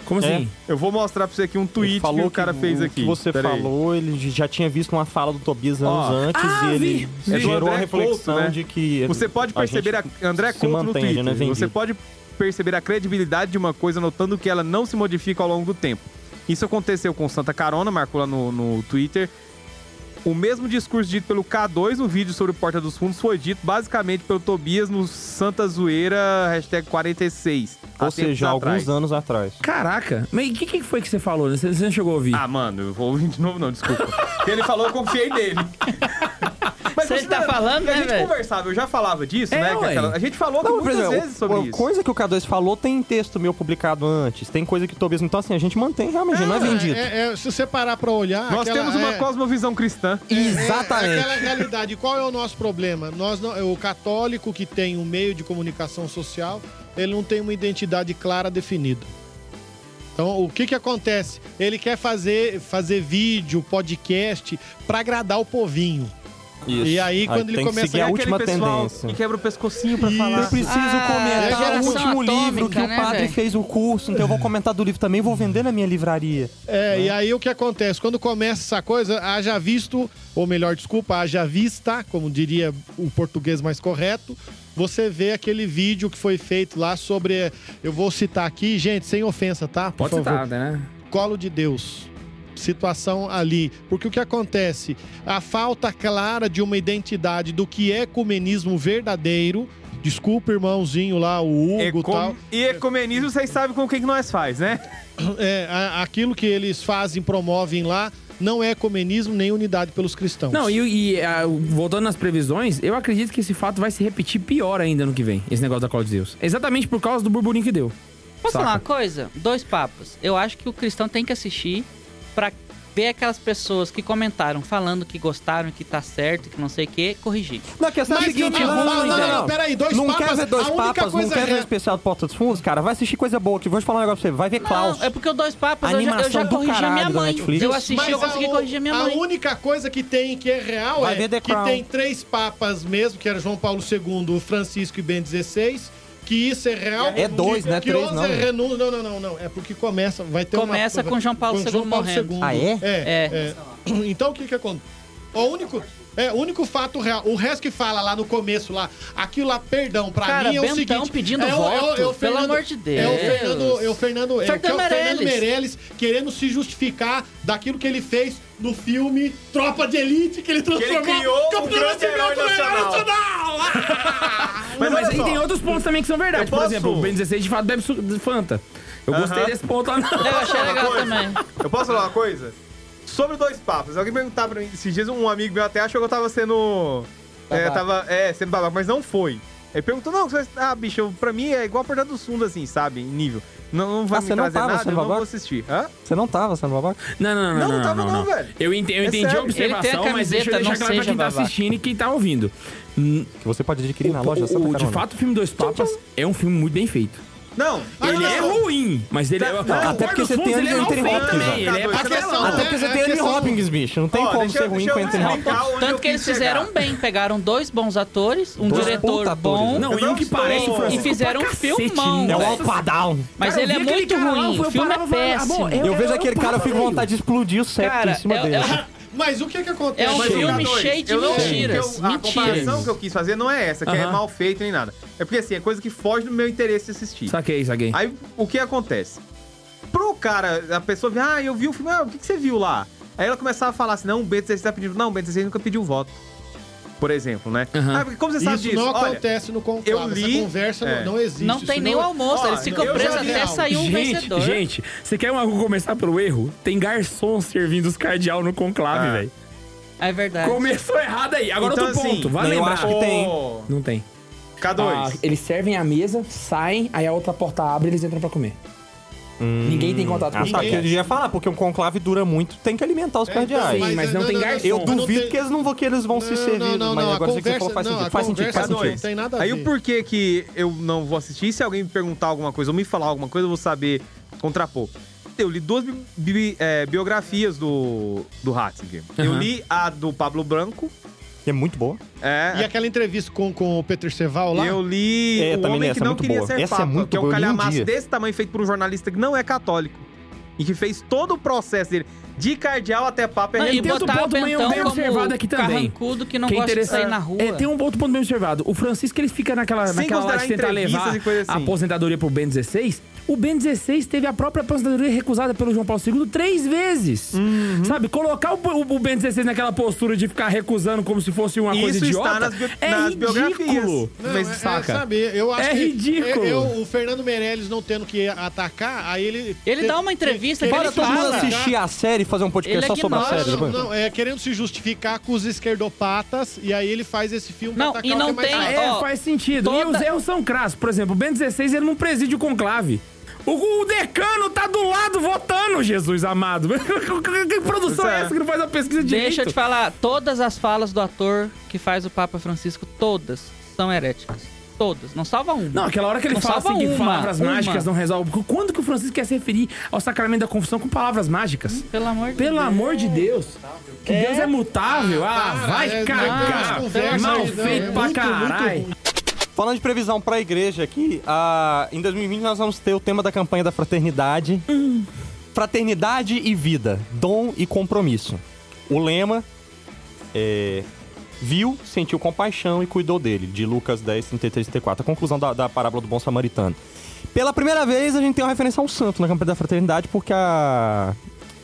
[SPEAKER 1] Como assim?
[SPEAKER 5] Eu vou mostrar pra você aqui um
[SPEAKER 2] Ele
[SPEAKER 5] tweet
[SPEAKER 2] falou
[SPEAKER 5] que o cara fez aqui.
[SPEAKER 2] Que você
[SPEAKER 5] Pera aí.
[SPEAKER 2] falou, ele já tinha visto uma fala do Tobias anos
[SPEAKER 5] Ó.
[SPEAKER 2] antes
[SPEAKER 1] Ah,
[SPEAKER 2] e ele
[SPEAKER 1] vi,
[SPEAKER 5] vi.
[SPEAKER 2] gerou a
[SPEAKER 5] André
[SPEAKER 2] reflexão
[SPEAKER 5] Couto, né?
[SPEAKER 2] de que.
[SPEAKER 5] Você pode
[SPEAKER 2] a gente
[SPEAKER 5] perceber a, André
[SPEAKER 2] se
[SPEAKER 5] Couto no
[SPEAKER 2] mantém, a gente
[SPEAKER 5] Twitter.
[SPEAKER 2] não é vendido.
[SPEAKER 5] você pode perceber a credibilidade de uma coisa notando que ela não se modifica ao longo do tempo. Isso aconteceu com Santa Carona, marcou lá no, no Twitter. O mesmo discurso dito pelo K2 no vídeo sobre o Porta dos Fundos foi dito basicamente pelo Tobias no Santa Zoeira hashtag 46. há
[SPEAKER 2] Ou
[SPEAKER 5] tempos
[SPEAKER 2] seja, alguns
[SPEAKER 5] atrás.
[SPEAKER 2] anos atrás.
[SPEAKER 1] Caraca, mas o que, que foi que você falou? né? Você você não chegou a ouvir?
[SPEAKER 5] Ah, mano, eu vou ouvir de novo, não, desculpa. Porque ele falou, eu confiei nele. Mas
[SPEAKER 3] Se ele tá
[SPEAKER 5] considerando
[SPEAKER 3] falando,
[SPEAKER 5] que a
[SPEAKER 3] né,
[SPEAKER 5] gente
[SPEAKER 3] velho?
[SPEAKER 5] conversava, eu já falava disso,
[SPEAKER 1] É,
[SPEAKER 5] né? que
[SPEAKER 1] ué.
[SPEAKER 5] aquela- a gente falou
[SPEAKER 2] Não, por
[SPEAKER 5] muitas
[SPEAKER 2] exemplo,
[SPEAKER 5] vezes sobre
[SPEAKER 2] o-
[SPEAKER 5] isso.
[SPEAKER 2] coisa que o K2 falou tem texto meu publicado antes, tem coisa que o Tobias. Então, assim, a gente mantém realmente,
[SPEAKER 3] Tá
[SPEAKER 2] não é vendido.
[SPEAKER 4] É, é, se você parar pra olhar.
[SPEAKER 5] Nós
[SPEAKER 4] aquela-
[SPEAKER 5] temos uma
[SPEAKER 4] é-
[SPEAKER 5] cosmovisão cristã.
[SPEAKER 4] É,
[SPEAKER 2] Exatamente.
[SPEAKER 4] aquela realidade. Qual é o nosso problema? Nós não- é o católico que tem um meio de comunicação social, ele não tem uma identidade clara definida. Então, o que que acontece? Ele quer fazer, fazer vídeo, podcast, pra agradar o povinho.
[SPEAKER 2] Isso.
[SPEAKER 4] E aí, quando ele
[SPEAKER 2] tem
[SPEAKER 4] começa
[SPEAKER 2] que seguir
[SPEAKER 4] a-
[SPEAKER 2] a
[SPEAKER 4] É
[SPEAKER 5] aquele
[SPEAKER 2] última
[SPEAKER 5] pessoal
[SPEAKER 2] tendência.
[SPEAKER 5] que quebra o pescocinho pra falar.
[SPEAKER 2] Eu preciso
[SPEAKER 3] Ah, é a
[SPEAKER 2] comentar o
[SPEAKER 3] geração
[SPEAKER 2] último
[SPEAKER 3] atômica,
[SPEAKER 2] livro que
[SPEAKER 3] né,
[SPEAKER 2] o padre
[SPEAKER 3] velho?
[SPEAKER 2] fez o curso, então eu vou comentar do livro também, vou vender na minha livraria.
[SPEAKER 1] Né?
[SPEAKER 4] É, e aí o que acontece? Quando começa essa coisa, haja visto, ou melhor, desculpa, haja vista, como diria o português mais correto, você vê aquele vídeo que foi feito lá sobre. Eu vou citar aqui, gente, sem ofensa, tá? Por
[SPEAKER 1] Pode
[SPEAKER 4] favor.
[SPEAKER 1] citar, né?
[SPEAKER 4] colo de Deus. Situação ali. Porque o que acontece? A falta clara de uma identidade do que é ecumenismo verdadeiro. Desculpa, irmãozinho lá, o Hugo e
[SPEAKER 5] Ecom-
[SPEAKER 4] tal.
[SPEAKER 5] E ecumenismo, vocês sabem com o que, que nós faz, né?
[SPEAKER 4] É, a- aquilo que eles fazem, promovem lá, não é ecumenismo nem unidade pelos cristãos.
[SPEAKER 1] Não, e, e, ah, voltando nas previsões, eu acredito que esse fato vai se repetir pior ainda ano que vem, esse negócio da Cola de Deus. Exatamente por causa do burburinho que deu.
[SPEAKER 3] Posso
[SPEAKER 1] Saca.
[SPEAKER 3] falar uma coisa? Dois papos. Eu acho que o cristão tem que assistir pra ver aquelas pessoas que comentaram, falando que gostaram, que tá certo, que não sei o quê, corrigir.
[SPEAKER 2] Não, a questão é a
[SPEAKER 4] Mas
[SPEAKER 2] seguinte,
[SPEAKER 4] não,
[SPEAKER 2] não,
[SPEAKER 4] não,
[SPEAKER 2] não,
[SPEAKER 4] não,
[SPEAKER 2] não,
[SPEAKER 4] não, peraí, dois
[SPEAKER 2] não
[SPEAKER 4] papas,
[SPEAKER 2] quer ver dois
[SPEAKER 4] a única
[SPEAKER 2] papas, não
[SPEAKER 4] coisa
[SPEAKER 2] quer ver
[SPEAKER 4] é-
[SPEAKER 2] o especial do Porta dos Fundos, cara, vai assistir coisa boa aqui, vou te falar um negócio pra você, vai ver Klaus.
[SPEAKER 3] Não, é porque o Dois Papas eu já, eu
[SPEAKER 2] Animação
[SPEAKER 3] já
[SPEAKER 2] do
[SPEAKER 3] corrigi a minha
[SPEAKER 2] caralho da
[SPEAKER 3] mãe.
[SPEAKER 2] Netflix.
[SPEAKER 3] Eu assisti, eu
[SPEAKER 4] a
[SPEAKER 3] consegui
[SPEAKER 4] u-
[SPEAKER 3] corrigir a minha
[SPEAKER 4] A
[SPEAKER 3] mãe.
[SPEAKER 4] única coisa que tem que é real
[SPEAKER 2] Vai
[SPEAKER 4] é
[SPEAKER 2] ver The
[SPEAKER 4] que
[SPEAKER 2] Crown.
[SPEAKER 4] tem três papas mesmo, que era João Paulo II, o Francisco e Bento XVI. Que isso é real.
[SPEAKER 2] É dois,
[SPEAKER 4] que,
[SPEAKER 2] né?
[SPEAKER 4] Que
[SPEAKER 2] Três,
[SPEAKER 4] onze
[SPEAKER 2] não.
[SPEAKER 4] É renu... Não, não, não, não. É porque começa, vai ter
[SPEAKER 3] Começa
[SPEAKER 4] uma...
[SPEAKER 3] com João Paulo
[SPEAKER 4] com
[SPEAKER 3] II
[SPEAKER 4] João Paulo
[SPEAKER 3] morrendo.
[SPEAKER 4] II.
[SPEAKER 2] Ah, é?
[SPEAKER 4] É. é. Então o que que acontece? O único... É, o único fato real. O resto que fala lá no começo, lá, aquilo lá, perdão, pra
[SPEAKER 3] Cara,
[SPEAKER 4] mim é o
[SPEAKER 3] Bentão
[SPEAKER 4] seguinte.
[SPEAKER 3] pedindo
[SPEAKER 4] é o- é o- é o
[SPEAKER 3] voto, pelo
[SPEAKER 4] Fernando-
[SPEAKER 3] amor de
[SPEAKER 4] É o
[SPEAKER 3] Deus.
[SPEAKER 4] Fernando, é o Fernando, é, o que é o
[SPEAKER 3] Fernando
[SPEAKER 4] Fernando
[SPEAKER 3] Meirelles.
[SPEAKER 4] Meirelles querendo se justificar daquilo que ele fez no filme Tropa de Elite, que ele transformou
[SPEAKER 5] criou um
[SPEAKER 4] Capitão
[SPEAKER 5] grande
[SPEAKER 4] Nascimento
[SPEAKER 5] herói
[SPEAKER 4] no Ah!
[SPEAKER 1] Mas,
[SPEAKER 5] olha
[SPEAKER 1] aí
[SPEAKER 5] só,
[SPEAKER 1] tem outros pontos também que são verdade.
[SPEAKER 5] Eu
[SPEAKER 1] Por
[SPEAKER 5] posso-
[SPEAKER 1] exemplo, o Ben 16 de fato bebe su- de Fanta. Eu gostei
[SPEAKER 5] Aham.
[SPEAKER 1] desse ponto lá. não.
[SPEAKER 3] Eu achei legal
[SPEAKER 5] Coisa.
[SPEAKER 3] também.
[SPEAKER 5] Eu posso falar uma coisa? Sobre dois papas. Alguém perguntava pra mim, esses dias um amigo meu até achou que eu tava sendo... É, tava, é, sendo babaca, mas não foi. Ele perguntou, não, você- ah, bicho, eu- pra mim é igual a Porta dos Fundos, assim, sabe? Em nível. Não, não vai
[SPEAKER 2] Ah,
[SPEAKER 5] me
[SPEAKER 2] você não
[SPEAKER 5] trazer
[SPEAKER 2] tava
[SPEAKER 5] nada,
[SPEAKER 2] sendo
[SPEAKER 5] eu não vou
[SPEAKER 2] babaca?
[SPEAKER 5] assistir. Hã?
[SPEAKER 2] Você não tava sendo babaca?
[SPEAKER 1] Não, não, não, não,
[SPEAKER 5] Não,
[SPEAKER 1] não,
[SPEAKER 5] tava
[SPEAKER 1] não,
[SPEAKER 5] não,
[SPEAKER 1] não.
[SPEAKER 5] velho.
[SPEAKER 1] Eu, ente- eu
[SPEAKER 5] É
[SPEAKER 1] entendi
[SPEAKER 5] sério.
[SPEAKER 1] a
[SPEAKER 5] Ele
[SPEAKER 1] observação,
[SPEAKER 3] tem a
[SPEAKER 1] mas deixa eu
[SPEAKER 3] camiseta,
[SPEAKER 1] deixar
[SPEAKER 3] não
[SPEAKER 1] claro pra
[SPEAKER 3] seja
[SPEAKER 1] quem tá
[SPEAKER 3] babaca.
[SPEAKER 1] assistindo e quem tá ouvindo. Hum,
[SPEAKER 2] Que você pode adquirir na
[SPEAKER 1] o-
[SPEAKER 2] loja é
[SPEAKER 1] o-
[SPEAKER 2] Santa
[SPEAKER 1] o-
[SPEAKER 2] Carona.
[SPEAKER 1] de fato, o filme Dois Papas é um filme muito bem feito.
[SPEAKER 5] Não, Tá,
[SPEAKER 4] Ah,
[SPEAKER 1] Ele
[SPEAKER 4] não.
[SPEAKER 1] é ruim, mas ele é.
[SPEAKER 5] Não,
[SPEAKER 1] Concordo
[SPEAKER 5] até
[SPEAKER 2] porque
[SPEAKER 1] os
[SPEAKER 2] você
[SPEAKER 1] fundos,
[SPEAKER 2] tem
[SPEAKER 1] ele é mal
[SPEAKER 2] Anthony
[SPEAKER 1] feito
[SPEAKER 2] Hopkins,
[SPEAKER 1] também. Ele é
[SPEAKER 5] velho.
[SPEAKER 1] pra
[SPEAKER 5] A
[SPEAKER 1] caramba.
[SPEAKER 4] questão-
[SPEAKER 2] Até porque
[SPEAKER 4] É,
[SPEAKER 2] você
[SPEAKER 4] é
[SPEAKER 2] tem Anthony
[SPEAKER 4] questão-
[SPEAKER 2] Hopkins, bicho. Não tem
[SPEAKER 5] Ó,
[SPEAKER 2] como
[SPEAKER 5] deixa-
[SPEAKER 2] ser ruim
[SPEAKER 5] deixa
[SPEAKER 2] com
[SPEAKER 5] eu
[SPEAKER 2] Anthony Hopkins.
[SPEAKER 5] explicar onde eu
[SPEAKER 3] Tanto que
[SPEAKER 5] quis
[SPEAKER 3] eles
[SPEAKER 5] chegar.
[SPEAKER 3] fizeram bem, pegaram dois bons atores, um
[SPEAKER 2] Dois puta
[SPEAKER 3] diretor
[SPEAKER 2] atores,
[SPEAKER 3] bom.
[SPEAKER 2] né?
[SPEAKER 1] Não, e
[SPEAKER 5] Eu
[SPEAKER 1] o que
[SPEAKER 5] estou-
[SPEAKER 1] parece o Francisco
[SPEAKER 3] E fizeram
[SPEAKER 1] pra
[SPEAKER 3] um
[SPEAKER 1] cacete,
[SPEAKER 3] filmão,
[SPEAKER 1] né?
[SPEAKER 2] É o
[SPEAKER 3] velho.
[SPEAKER 2] Alpadão.
[SPEAKER 3] Mas
[SPEAKER 1] Cara, eu
[SPEAKER 3] ele é
[SPEAKER 1] vi aquele
[SPEAKER 3] muito
[SPEAKER 1] cara lá,
[SPEAKER 3] ruim,
[SPEAKER 1] foi
[SPEAKER 3] o filme
[SPEAKER 1] parava
[SPEAKER 3] é
[SPEAKER 1] e falava, ah, bom,
[SPEAKER 3] péssimo.
[SPEAKER 2] Eu
[SPEAKER 1] é-
[SPEAKER 4] assim.
[SPEAKER 2] vejo
[SPEAKER 1] é
[SPEAKER 2] aquele cara, eu fico com
[SPEAKER 1] Alpadão.
[SPEAKER 2] vontade de explodir o septo
[SPEAKER 3] Cara,
[SPEAKER 2] em cima
[SPEAKER 3] é-
[SPEAKER 2] dele.
[SPEAKER 3] é-
[SPEAKER 4] Mas o que que acontece?
[SPEAKER 3] É um
[SPEAKER 5] Mas
[SPEAKER 4] Mas o
[SPEAKER 5] o
[SPEAKER 3] filme
[SPEAKER 5] K2,
[SPEAKER 3] cheio de
[SPEAKER 5] eu não-
[SPEAKER 3] mentiras,
[SPEAKER 5] eu- A
[SPEAKER 3] mentiras.
[SPEAKER 5] comparação que eu quis fazer não é essa, que é
[SPEAKER 1] Aham.
[SPEAKER 5] mal feito nem nada. É porque assim, é coisa que foge do meu interesse de assistir.
[SPEAKER 1] Saquei, saquei.
[SPEAKER 5] Aí o que acontece? Pro cara, a pessoa vê, ah, eu vi o filme, ah, o que, que você viu lá? Aí ela começava a falar assim, não, o B16 tá pedindo. Não, o B16 nunca pediu voto. Por exemplo, né?
[SPEAKER 1] Aham.
[SPEAKER 5] Ah, porque como você sabe
[SPEAKER 4] Isso
[SPEAKER 5] disso?
[SPEAKER 4] não
[SPEAKER 5] Olha,
[SPEAKER 4] acontece no conclave.
[SPEAKER 5] eu li-
[SPEAKER 4] Essa conversa
[SPEAKER 5] é.
[SPEAKER 4] não, não existe.
[SPEAKER 3] Não
[SPEAKER 4] Isso
[SPEAKER 3] tem nem o almoço,
[SPEAKER 5] Ó,
[SPEAKER 3] eles ficam
[SPEAKER 5] eu
[SPEAKER 3] presos
[SPEAKER 5] já vi
[SPEAKER 3] até
[SPEAKER 4] algo.
[SPEAKER 3] sair um
[SPEAKER 1] gente,
[SPEAKER 3] vencedor.
[SPEAKER 1] gente, você quer uma- começar pelo erro? Tem garçom servindo os cardeal no conclave,
[SPEAKER 5] Ah.
[SPEAKER 1] velho.
[SPEAKER 3] É verdade.
[SPEAKER 1] Começou errado aí. Agora
[SPEAKER 5] Então,
[SPEAKER 1] outro
[SPEAKER 5] assim,
[SPEAKER 1] ponto. Vai
[SPEAKER 2] eu
[SPEAKER 1] lembrar.
[SPEAKER 2] acho que tem.
[SPEAKER 5] Ô,
[SPEAKER 1] Não tem. Ah,
[SPEAKER 5] K2.
[SPEAKER 1] eles servem a mesa, saem, aí a outra porta abre e eles entram pra comer. Ninguém tem contato com
[SPEAKER 2] Ah,
[SPEAKER 1] os
[SPEAKER 2] tá, que eu
[SPEAKER 1] cardeais.
[SPEAKER 2] ia falar, porque um conclave dura muito, tem que alimentar os
[SPEAKER 4] É, então,
[SPEAKER 2] cardeais.
[SPEAKER 1] Sim, mas não tem garçom.
[SPEAKER 2] Eu
[SPEAKER 1] Não
[SPEAKER 2] duvido
[SPEAKER 4] assim, tem-
[SPEAKER 2] que eles não vão que eles vão se
[SPEAKER 4] Não,
[SPEAKER 2] servir.
[SPEAKER 4] não, não,
[SPEAKER 2] mas
[SPEAKER 4] não, a
[SPEAKER 2] agora isso que você falou
[SPEAKER 4] conversa-
[SPEAKER 2] faz
[SPEAKER 4] não,
[SPEAKER 2] sentido.
[SPEAKER 4] a
[SPEAKER 2] Faz sentido, faz
[SPEAKER 4] conversa
[SPEAKER 2] sentido.
[SPEAKER 4] Não tem nada a
[SPEAKER 5] Aí
[SPEAKER 4] ver.
[SPEAKER 5] o porquê que eu não vou assistir, se alguém me perguntar alguma coisa, ou me falar alguma coisa, eu vou saber contrapor. Eu li duas bi- bi- eh, biografias do, do Ratzinger. Eu
[SPEAKER 1] Aham.
[SPEAKER 5] li a do Pablo Branco.
[SPEAKER 2] É muito boa.
[SPEAKER 5] É,
[SPEAKER 4] E aquela entrevista com, com o Peter Ceval lá?
[SPEAKER 5] Eu li
[SPEAKER 2] É,
[SPEAKER 5] O
[SPEAKER 2] também
[SPEAKER 5] Homem
[SPEAKER 2] essa é
[SPEAKER 5] que Não
[SPEAKER 2] muito
[SPEAKER 5] Queria
[SPEAKER 2] boa.
[SPEAKER 5] Ser
[SPEAKER 2] Essa é
[SPEAKER 5] Papa,
[SPEAKER 2] muito
[SPEAKER 5] que é um
[SPEAKER 2] boa, eu li um
[SPEAKER 5] calhamaço
[SPEAKER 2] dia.
[SPEAKER 5] desse tamanho feito por um jornalista que não é católico. E que fez todo o processo dele, de cardeal até papa, é
[SPEAKER 3] Não, e
[SPEAKER 5] redondo.
[SPEAKER 1] tem outro
[SPEAKER 3] botar o
[SPEAKER 1] ponto bem-
[SPEAKER 3] Bentão
[SPEAKER 1] bem observado aqui
[SPEAKER 3] como
[SPEAKER 1] também.
[SPEAKER 3] carrancudo que não
[SPEAKER 1] Que é
[SPEAKER 3] gosta de
[SPEAKER 1] interessante.
[SPEAKER 3] sair na rua.
[SPEAKER 1] É, tem um ponto ponto bem observado. O Francisco, ele fica naquela,
[SPEAKER 5] Sem
[SPEAKER 1] naquela lá de
[SPEAKER 5] considerar
[SPEAKER 1] tentar
[SPEAKER 5] entrevistas
[SPEAKER 1] levar
[SPEAKER 5] e coisa
[SPEAKER 1] a
[SPEAKER 5] assim.
[SPEAKER 1] aposentadoria pro Ben 16. O Ben 16 teve a própria aposentadoria recusada pelo João Paulo II três vezes. Sabe? Colocar o, o, o Ben 16 naquela postura de ficar recusando como se fosse uma coisa
[SPEAKER 5] Isso
[SPEAKER 1] idiota
[SPEAKER 5] está nas, bi-
[SPEAKER 1] é
[SPEAKER 5] nas biografias.
[SPEAKER 1] ridículo.
[SPEAKER 4] Não,
[SPEAKER 5] Mas
[SPEAKER 4] é, é,
[SPEAKER 5] saca.
[SPEAKER 4] sabe, eu
[SPEAKER 1] É
[SPEAKER 4] acho que-
[SPEAKER 1] ridículo.
[SPEAKER 4] eu- eu- o Fernando Meirelles não tendo que atacar, aí ele.
[SPEAKER 3] Ele dá uma entrevista que
[SPEAKER 2] Bora
[SPEAKER 4] é
[SPEAKER 3] ele
[SPEAKER 2] todo mundo
[SPEAKER 3] fala.
[SPEAKER 4] né?
[SPEAKER 2] assistir a série e fazer um podcast
[SPEAKER 3] Ele
[SPEAKER 2] só sobre a
[SPEAKER 3] ignora,
[SPEAKER 2] série.
[SPEAKER 4] Não,
[SPEAKER 2] depois.
[SPEAKER 4] não, é querendo se justificar com os esquerdopatas, e aí ele faz esse filme
[SPEAKER 3] Não,
[SPEAKER 4] pra atacar
[SPEAKER 3] e não
[SPEAKER 4] o que é mais
[SPEAKER 3] tem-
[SPEAKER 4] fácil.
[SPEAKER 1] É,
[SPEAKER 3] Ah, Ó,
[SPEAKER 1] faz sentido. E
[SPEAKER 3] toda-
[SPEAKER 1] os erros são crassos. Por exemplo, o Ben 16 ele não preside o conclave. O, o decano tá do lado votando, Jesus amado. que, que produção é essa que não faz a pesquisa de
[SPEAKER 3] Deixa eu te falar, todas as falas do ator que faz o Papa Francisco, todas são heréticas. Todas. Não salva uma.
[SPEAKER 1] Não, aquela hora que ele
[SPEAKER 3] Não
[SPEAKER 1] fala
[SPEAKER 3] salva
[SPEAKER 1] assim, que
[SPEAKER 3] uma,
[SPEAKER 1] palavras
[SPEAKER 3] uma.
[SPEAKER 1] mágicas não resolvem. Quando que o Francisco quer se referir ao sacramento da confissão com palavras mágicas?
[SPEAKER 3] Pelo amor de
[SPEAKER 1] Pelo
[SPEAKER 3] Deus.
[SPEAKER 1] amor de Deus. Que Deus é mutável. Ah,
[SPEAKER 4] para,
[SPEAKER 1] vai
[SPEAKER 4] é, não,
[SPEAKER 1] cagar.
[SPEAKER 4] não, conversa
[SPEAKER 1] Mal
[SPEAKER 4] aí, não,
[SPEAKER 1] feito
[SPEAKER 4] é
[SPEAKER 1] pra
[SPEAKER 4] muito, muito
[SPEAKER 1] caralho.
[SPEAKER 2] Falando de previsão pra igreja aqui, ah, em 2020 nós vamos ter o tema da campanha da fraternidade. Fraternidade e vida, dom e compromisso. O lema é viu, sentiu compaixão e cuidou dele, de Lucas 10, 33 e 34, a conclusão da, da parábola do bom samaritano. Pela primeira vez a gente tem uma referência a um santo na campanha da fraternidade porque a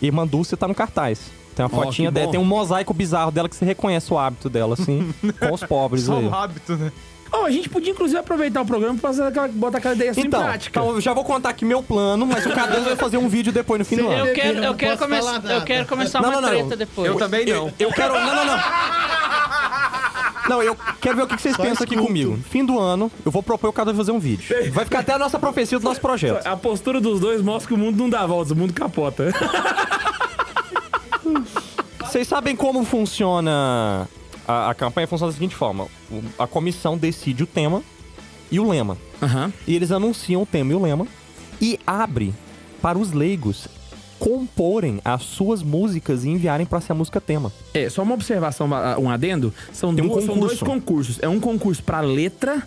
[SPEAKER 2] irmã Dulce tá no cartaz. Tem uma
[SPEAKER 1] Ó,
[SPEAKER 2] fotinha
[SPEAKER 1] que
[SPEAKER 2] dela,
[SPEAKER 1] bom.
[SPEAKER 2] tem um mosaico bizarro dela que você reconhece o hábito dela, assim, com os pobres
[SPEAKER 5] Só
[SPEAKER 2] aí.
[SPEAKER 5] o hábito, né?
[SPEAKER 1] Ó, a gente podia, inclusive, aproveitar o programa pra fazer aquela, botar aquela ideia assim
[SPEAKER 2] Então,
[SPEAKER 1] em prática.
[SPEAKER 2] então, eu já vou contar aqui meu plano, mas o Cadê vai fazer um vídeo depois no fim do ano.
[SPEAKER 3] Eu quero, eu
[SPEAKER 4] Não
[SPEAKER 3] quero,
[SPEAKER 4] posso
[SPEAKER 3] come-
[SPEAKER 4] falar nada.
[SPEAKER 3] eu quero começar
[SPEAKER 2] Não, não,
[SPEAKER 3] uma
[SPEAKER 2] não.
[SPEAKER 3] treta depois.
[SPEAKER 5] Eu também não.
[SPEAKER 2] Eu quero. Não, não, não. Não, eu quero ver o que que vocês pensam aqui comigo. Fim do ano, eu vou propor o Cadê fazer um vídeo. Vai ficar até a nossa profecia do nosso projeto.
[SPEAKER 1] A postura dos dois mostra que o mundo não dá voltas, o mundo capota.
[SPEAKER 2] Vocês sabem como funciona a, a campanha? Funciona da seguinte forma: O- a comissão decide o tema e o lema.
[SPEAKER 1] Aham.
[SPEAKER 2] E eles anunciam o tema e o lema e abre para os leigos comporem as suas músicas e enviarem para ser a música tema.
[SPEAKER 1] É, só uma observação, um adendo. São,
[SPEAKER 2] Tem um
[SPEAKER 1] duas- são
[SPEAKER 2] concurso.
[SPEAKER 1] dois concursos. É um concurso pra letra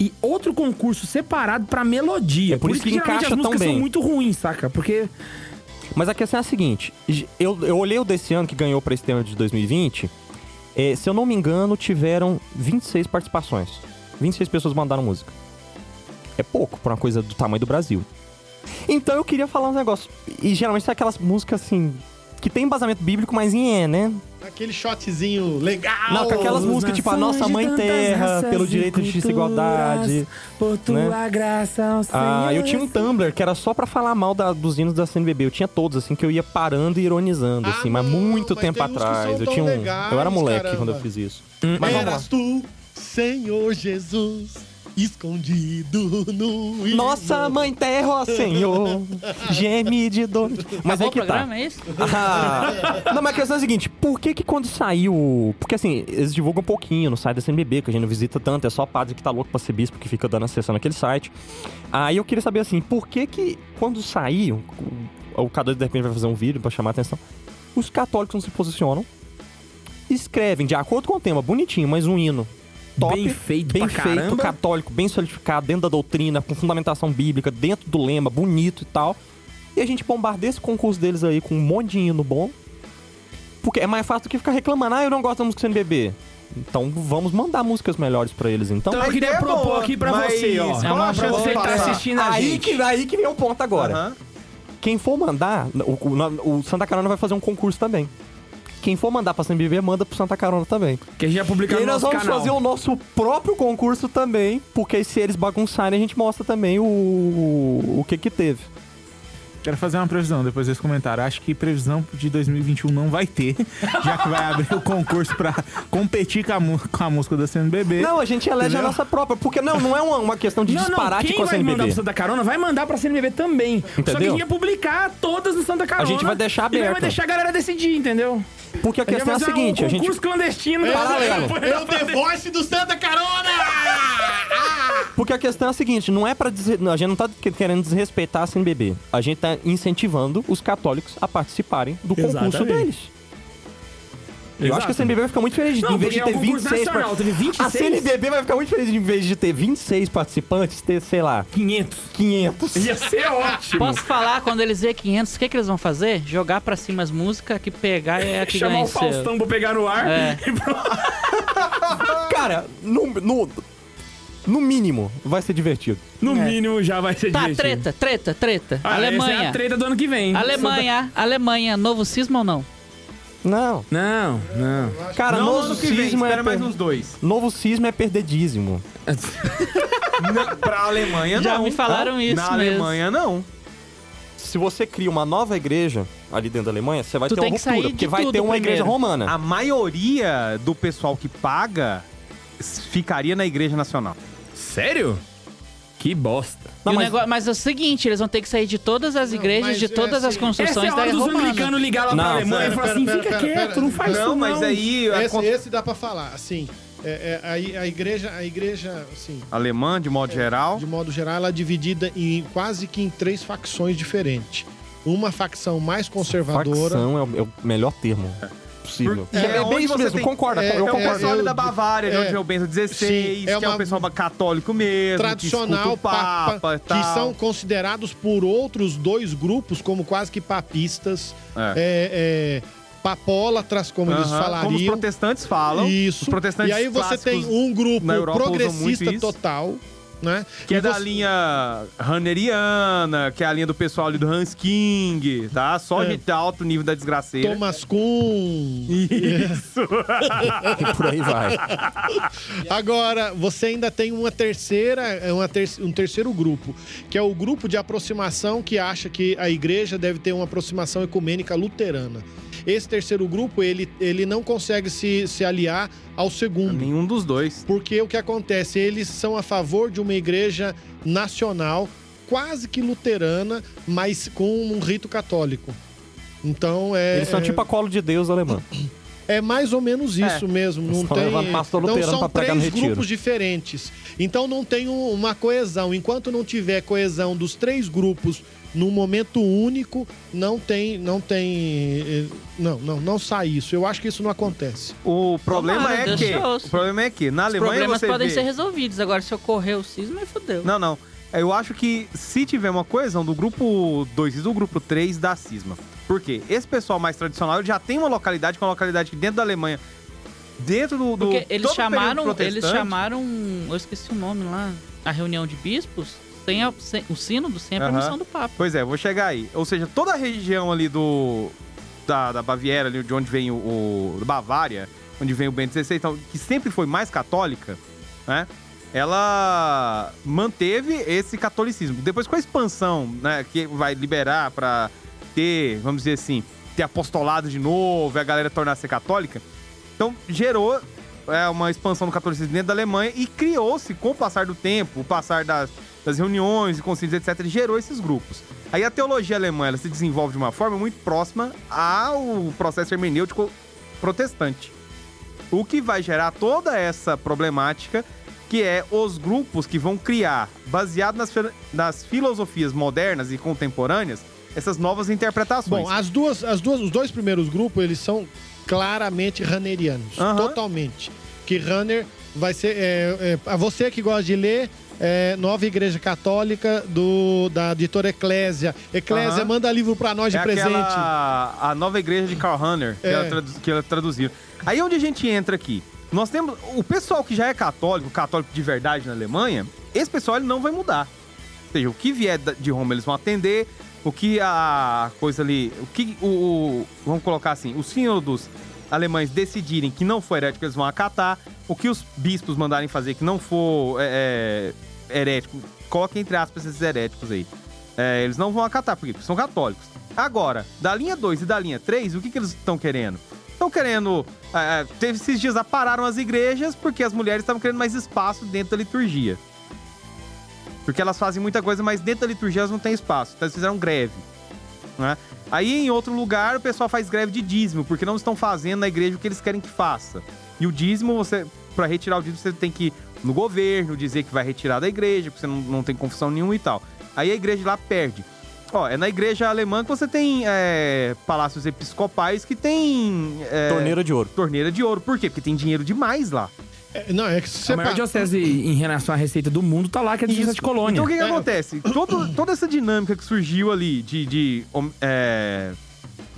[SPEAKER 1] e outro concurso separado pra melodia.
[SPEAKER 2] É por isso que
[SPEAKER 1] geralmente
[SPEAKER 2] encaixa
[SPEAKER 1] as
[SPEAKER 2] tão
[SPEAKER 1] músicas
[SPEAKER 2] bem.
[SPEAKER 1] são muito ruins, saca? Porque.
[SPEAKER 2] Mas a questão é a seguinte: j- eu, eu olhei o desse ano que ganhou pra esse tema de 2020. é, se eu não me engano, tiveram 26 participações. 26 pessoas mandaram música. É pouco pra uma coisa do tamanho do Brasil. Então eu queria falar uns negócios. E geralmente são aquelas músicas assim. Que tem embasamento bíblico, mas em é, né?
[SPEAKER 4] Aquele shotzinho legal.
[SPEAKER 2] Não, com aquelas
[SPEAKER 1] Os
[SPEAKER 2] músicas tipo A
[SPEAKER 1] nações
[SPEAKER 2] Nossa
[SPEAKER 1] de
[SPEAKER 2] Mãe
[SPEAKER 1] tantas
[SPEAKER 2] Terra,
[SPEAKER 1] raças
[SPEAKER 2] Pelo
[SPEAKER 1] e
[SPEAKER 2] Direito de
[SPEAKER 1] culturas,
[SPEAKER 2] Desigualdade.
[SPEAKER 1] Por tua graça, ao
[SPEAKER 2] Ah,
[SPEAKER 1] Senhor,
[SPEAKER 2] eu tinha um Tumblr que era só pra falar mal da- dos hinos da CNBB. Eu tinha todos, assim, que eu ia parando e ironizando,
[SPEAKER 4] Ah,
[SPEAKER 2] assim, mas
[SPEAKER 4] não,
[SPEAKER 2] muito
[SPEAKER 4] mas
[SPEAKER 2] tempo
[SPEAKER 4] tem uns que são
[SPEAKER 2] atrás. Eu
[SPEAKER 4] tão
[SPEAKER 2] tinha um.
[SPEAKER 4] legais,
[SPEAKER 2] eu era moleque
[SPEAKER 4] caramba.
[SPEAKER 2] quando eu fiz isso.
[SPEAKER 4] Eras tu, Senhor Jesus. escondido no.
[SPEAKER 2] Nossa mãe terra, senhor, geme de dor. Mas
[SPEAKER 3] Acabou
[SPEAKER 2] é
[SPEAKER 3] o
[SPEAKER 2] que tá.
[SPEAKER 3] programa, é isso?
[SPEAKER 2] Ah, não, mas a questão é a seguinte, por que que quando saiu... Porque assim, eles divulgam um pouquinho no site da CNBB, que a gente não visita tanto, é só padre que tá louco pra ser bispo que fica dando acessão naquele site. Aí eu queria saber assim, por que que quando saiu, o K2 de repente vai fazer um vídeo pra chamar a atenção, os católicos não se posicionam, escrevem de acordo com o tema, bonitinho, mas um hino top,
[SPEAKER 1] Bem feito
[SPEAKER 2] bem
[SPEAKER 1] pra
[SPEAKER 2] feito,
[SPEAKER 1] caramba.
[SPEAKER 2] católico, bem solidificado, dentro da doutrina, com fundamentação bíblica, dentro do lema, bonito e tal. E a gente bombardeia esse concurso deles aí com um monte de hino bom. Porque é mais fácil do que ficar reclamando, ah, eu não gosto da música do CNBB. Então vamos mandar músicas melhores pra eles, então.
[SPEAKER 1] Então eu queria
[SPEAKER 5] ideia é
[SPEAKER 1] propor
[SPEAKER 5] boa,
[SPEAKER 1] aqui pra
[SPEAKER 5] mas
[SPEAKER 1] você, ó.
[SPEAKER 5] qual
[SPEAKER 1] pra
[SPEAKER 5] a chance
[SPEAKER 1] você
[SPEAKER 5] de
[SPEAKER 1] que tá
[SPEAKER 5] passar?
[SPEAKER 1] assistindo a
[SPEAKER 2] aí,
[SPEAKER 1] gente.
[SPEAKER 2] que, aí que vem o ponto agora.
[SPEAKER 5] Aham.
[SPEAKER 2] Quem for mandar, o, o- o Santa Carona vai fazer um concurso também. Quem for mandar pra CNBB, manda pro Santa Carona também.
[SPEAKER 1] Que a gente já
[SPEAKER 2] um- E
[SPEAKER 1] publicar
[SPEAKER 2] aí
[SPEAKER 1] no
[SPEAKER 2] nós
[SPEAKER 1] nosso
[SPEAKER 2] vamos
[SPEAKER 1] canal.
[SPEAKER 2] fazer um o nosso próprio concurso também, porque aí se eles bagunçarem, a gente mostra também o, o que que teve.
[SPEAKER 7] Quero fazer uma previsão, depois vocês comentaram. Acho que previsão de 2021 não vai ter, já que vai abrir o concurso pra competir com a, mu- com a música da CNBB.
[SPEAKER 2] Não, a gente elege a
[SPEAKER 7] Entendeu?
[SPEAKER 2] nossa própria, porque não, não é uma, uma questão de
[SPEAKER 1] Não, não,
[SPEAKER 2] disparate
[SPEAKER 1] quem
[SPEAKER 2] com a
[SPEAKER 1] vai mandar pro
[SPEAKER 2] CNBB.
[SPEAKER 1] Santa Carona vai mandar pra CNBB também. Só que a
[SPEAKER 2] Entendeu?
[SPEAKER 1] gente ia publicar todas no Santa Carona.
[SPEAKER 2] gente vai deixar
[SPEAKER 1] E
[SPEAKER 2] aberto.
[SPEAKER 1] vai deixar a galera decidir, entendeu?
[SPEAKER 2] Porque a
[SPEAKER 1] gente vai
[SPEAKER 2] questão é a
[SPEAKER 1] fazer
[SPEAKER 2] seguinte,
[SPEAKER 1] um
[SPEAKER 2] a gente
[SPEAKER 1] concurso clandestino.
[SPEAKER 2] Paralelo.
[SPEAKER 4] Eu, The Voice do Santa Carona!
[SPEAKER 2] Porque a questão é a seguinte, não é para a gente não tá que- querendo desrespeitar a CNBB. A gente tá incentivando os católicos a participarem do concurso
[SPEAKER 1] Exatamente.
[SPEAKER 2] deles. Eu acho que a
[SPEAKER 1] Exato.
[SPEAKER 2] CNBB vai ficar muito feliz.
[SPEAKER 1] Não,
[SPEAKER 2] em vez de
[SPEAKER 1] porque
[SPEAKER 2] ter
[SPEAKER 1] é um concurso
[SPEAKER 2] 26
[SPEAKER 1] nacional, teve 26.
[SPEAKER 2] A CNBB vai ficar muito feliz em vez de ter 26 participantes, ter, sei lá,
[SPEAKER 1] 500.
[SPEAKER 2] 500.
[SPEAKER 1] Ia ser ótimo.
[SPEAKER 3] Posso falar, quando eles verem 500, o que, que eles vão fazer? Jogar pra cima as músicas, que pegar é a que
[SPEAKER 1] Chamar
[SPEAKER 3] ganha
[SPEAKER 1] o
[SPEAKER 3] seu.
[SPEAKER 1] Faustão pra pegar no ar.
[SPEAKER 3] É.
[SPEAKER 1] E pronto.
[SPEAKER 2] Cara, no, no, no mínimo, vai ser divertido.
[SPEAKER 1] No mínimo já vai ser
[SPEAKER 3] Tá,
[SPEAKER 1] divertido.
[SPEAKER 3] treta, treta, treta.
[SPEAKER 1] Ah, Essa é
[SPEAKER 3] Alemanha.
[SPEAKER 1] a treta do ano que vem.
[SPEAKER 3] Alemanha, Alemanha, novo cisma ou não?
[SPEAKER 2] Não.
[SPEAKER 1] Não, não.
[SPEAKER 2] Cara,
[SPEAKER 5] Não,
[SPEAKER 2] novo
[SPEAKER 5] ano que vem,
[SPEAKER 2] cisma é
[SPEAKER 5] espera
[SPEAKER 2] per-
[SPEAKER 5] mais uns dois.
[SPEAKER 2] Novo cisma é perder dízimo.
[SPEAKER 5] Na, pra Alemanha,
[SPEAKER 3] Já
[SPEAKER 5] não.
[SPEAKER 3] me falaram
[SPEAKER 5] Hã?
[SPEAKER 3] isso
[SPEAKER 5] Na
[SPEAKER 3] mesmo.
[SPEAKER 5] Alemanha, não.
[SPEAKER 2] Se você cria uma nova igreja ali dentro da Alemanha, você vai
[SPEAKER 3] Tu
[SPEAKER 2] ter
[SPEAKER 3] tem
[SPEAKER 2] uma
[SPEAKER 3] que sair
[SPEAKER 2] ruptura,
[SPEAKER 3] de
[SPEAKER 2] porque vai
[SPEAKER 3] tudo
[SPEAKER 2] ter uma igreja
[SPEAKER 3] primeiro.
[SPEAKER 2] romana.
[SPEAKER 5] A maioria do pessoal que paga s- ficaria na Igreja Nacional.
[SPEAKER 1] Sério? Que bosta.
[SPEAKER 2] Não,
[SPEAKER 3] E o
[SPEAKER 2] mas-
[SPEAKER 3] negócio- mas... é o seguinte, eles vão ter que sair de todas as igrejas,
[SPEAKER 4] mas
[SPEAKER 3] de
[SPEAKER 4] é
[SPEAKER 3] todas as
[SPEAKER 4] assim.
[SPEAKER 1] Essa é
[SPEAKER 3] construções
[SPEAKER 1] a
[SPEAKER 3] da
[SPEAKER 1] hora dos
[SPEAKER 3] Romana.
[SPEAKER 1] americanos ligar lá pra
[SPEAKER 2] Não,
[SPEAKER 1] Alemanha e
[SPEAKER 4] pera,
[SPEAKER 1] falar
[SPEAKER 4] pera,
[SPEAKER 1] assim,
[SPEAKER 4] pera,
[SPEAKER 1] fica
[SPEAKER 4] pera,
[SPEAKER 1] quieto,
[SPEAKER 4] pera.
[SPEAKER 1] não faz isso
[SPEAKER 5] não,
[SPEAKER 1] não.
[SPEAKER 5] mas aí... a
[SPEAKER 4] Esse,
[SPEAKER 5] con-
[SPEAKER 4] esse dá pra falar, assim. é- é, a, a igreja, a igreja, assim,
[SPEAKER 5] Alemã, de modo geral.
[SPEAKER 4] de modo geral, ela é dividida em quase que em três facções diferentes. Uma facção mais conservadora.
[SPEAKER 2] Facção é o, é o melhor termo possível.
[SPEAKER 5] Por- é onde você tem-
[SPEAKER 2] concorda.
[SPEAKER 4] é-
[SPEAKER 2] eu
[SPEAKER 5] É o
[SPEAKER 2] concordo.
[SPEAKER 5] pessoal
[SPEAKER 4] eu-
[SPEAKER 5] da Bavária, de
[SPEAKER 4] é.
[SPEAKER 5] onde é o Bento XVI,
[SPEAKER 4] Sim, é
[SPEAKER 5] que é o
[SPEAKER 4] uma-
[SPEAKER 5] pessoal católico mesmo, que escuta
[SPEAKER 4] tradicional
[SPEAKER 5] o Papa,
[SPEAKER 4] papa,
[SPEAKER 5] e tal.
[SPEAKER 4] que são considerados por outros dois grupos como quase que papistas,
[SPEAKER 5] É.
[SPEAKER 4] é, é, papólatras, como eles
[SPEAKER 5] Aham, Como os
[SPEAKER 4] falariam.
[SPEAKER 5] protestantes falam.
[SPEAKER 4] Isso.
[SPEAKER 5] Os protestantes
[SPEAKER 4] e aí você tem
[SPEAKER 5] clássicos,
[SPEAKER 4] um grupo
[SPEAKER 5] na Europa usam muito
[SPEAKER 4] progressista
[SPEAKER 5] isso.
[SPEAKER 4] total, né?
[SPEAKER 5] Que
[SPEAKER 4] E
[SPEAKER 5] é da
[SPEAKER 4] você-
[SPEAKER 5] linha Hanneriana, que é a linha do pessoal ali do Hans King, tá? Só
[SPEAKER 4] É.
[SPEAKER 5] gente de alto nível da desgraceira.
[SPEAKER 4] Thomas Kuhn.
[SPEAKER 5] Isso.
[SPEAKER 2] Por aí vai.
[SPEAKER 4] Agora, você ainda tem uma terceira, é uma ter- um terceiro grupo, que é o grupo de aproximação que acha que a igreja deve ter uma aproximação ecumênica luterana. Esse terceiro grupo, ele, ele não consegue se, se aliar ao segundo.
[SPEAKER 5] Nenhum dos dois.
[SPEAKER 4] Porque o que acontece? Eles são a favor de uma igreja nacional, quase que luterana, mas com um rito católico. Então é.
[SPEAKER 2] Eles são
[SPEAKER 4] é-
[SPEAKER 2] tipo a colo de Deus alemã.
[SPEAKER 4] é mais ou menos isso mesmo. Não
[SPEAKER 2] Só
[SPEAKER 4] tem.
[SPEAKER 2] levando pastor
[SPEAKER 4] Então
[SPEAKER 2] luterano pra
[SPEAKER 4] são
[SPEAKER 2] pregar no
[SPEAKER 4] três
[SPEAKER 2] retiro.
[SPEAKER 4] grupos diferentes. Então não tem um- uma coesão. Enquanto não tiver coesão dos três grupos num momento único, não tem, não tem, eh, não, não, não sai isso. Eu acho que isso não acontece.
[SPEAKER 5] O problema
[SPEAKER 3] Tomara,
[SPEAKER 5] é
[SPEAKER 3] Deus
[SPEAKER 5] que.
[SPEAKER 3] te ouça.
[SPEAKER 5] O problema é que na
[SPEAKER 3] Os
[SPEAKER 5] Alemanha
[SPEAKER 3] problemas
[SPEAKER 5] você
[SPEAKER 3] podem
[SPEAKER 5] vê...
[SPEAKER 3] ser resolvidos. Agora, se ocorrer o cisma, aí fodeu.
[SPEAKER 5] Não, não. É, Eu acho que se tiver uma coesão do grupo 2 e do grupo 3 da cisma. Por quê? Esse pessoal mais tradicional ele já tem uma localidade, que é uma localidade que dentro da Alemanha, dentro do. do
[SPEAKER 3] Porque eles
[SPEAKER 5] todo o
[SPEAKER 3] chamaram,
[SPEAKER 5] período
[SPEAKER 3] eles
[SPEAKER 5] protestante,
[SPEAKER 3] chamaram, eu esqueci o nome lá, a reunião de bispos, sem, a- sem- o sínodo sem a
[SPEAKER 5] Aham.
[SPEAKER 3] permissão do Papa.
[SPEAKER 5] Pois é, vou chegar aí. Ou seja, toda a região ali do. Da, da Baviera, ali de onde vem o, o- Bavária, onde vem o Bento XVI, então, que sempre foi mais católica, né? Ela manteve esse catolicismo. Depois, com a expansão, né? Que vai liberar pra ter, vamos dizer assim, ter apostolado de novo, e a galera tornar-se católica. Então, gerou é, uma expansão do catolicismo dentro da Alemanha e criou-se, com o passar do tempo, o passar das, das reuniões e concílios, etc., gerou esses grupos. Aí a teologia alemã ela se desenvolve de uma forma muito próxima ao processo hermenêutico protestante. O que vai gerar toda essa problemática, que é os grupos que vão criar, baseado nas, fi- nas filosofias modernas e contemporâneas, essas novas interpretações.
[SPEAKER 4] Bom, as duas, as duas, os dois primeiros grupos, eles são claramente runnerianos.
[SPEAKER 5] Aham.
[SPEAKER 4] Totalmente. Que runner vai ser. É, é, a você que gosta de ler. é, Nova Igreja Católica do, da editora Eclésia. Eclésia,
[SPEAKER 5] Aham.
[SPEAKER 4] manda livro pra nós de
[SPEAKER 5] é
[SPEAKER 4] presente.
[SPEAKER 5] Aquela, a nova igreja de Karl Rahner, que,
[SPEAKER 4] É.
[SPEAKER 5] ela tradu- que ela traduziu. Aí onde a gente entra aqui? Nós temos. O pessoal que já é católico, católico de verdade na Alemanha, esse pessoal ele não vai mudar. Ou seja, o que vier da- de Roma eles vão atender, o que a coisa ali. O que o. o- vamos colocar assim, os sínodos alemães decidirem que não for herético, eles vão acatar. O que os bispos mandarem fazer que não for é, é, herético, coloque entre aspas esses heréticos aí. É, eles não vão acatar, porque são católicos. Agora, da linha 2 e da linha 3, o que, que eles estão querendo? Estão querendo. é, é, teve esses dias apararam as igrejas porque as mulheres estavam querendo mais espaço dentro da liturgia. Porque elas fazem muita coisa, mas dentro da liturgia elas não têm espaço. Então eles fizeram greve. né? Aí em outro lugar o pessoal faz greve de dízimo, porque não estão fazendo na igreja o que eles querem que faça. E o dízimo, você. para retirar o dízimo, você tem que ir no governo, dizer que vai retirar da igreja, porque você não, não tem confissão nenhuma e tal. Aí a igreja lá perde. Ó, é na igreja alemã que você tem é, palácios episcopais que tem. é,
[SPEAKER 2] Torneira de ouro.
[SPEAKER 5] torneira de ouro. Por quê? Porque tem dinheiro demais lá.
[SPEAKER 4] É, não, é que se
[SPEAKER 1] A maior
[SPEAKER 4] separa-
[SPEAKER 1] diocese em relação à receita do mundo tá lá, que é a diocese de Colônia.
[SPEAKER 5] Então o que, que
[SPEAKER 4] É.
[SPEAKER 5] acontece? Todo- toda essa dinâmica que surgiu ali de, de, hom- é,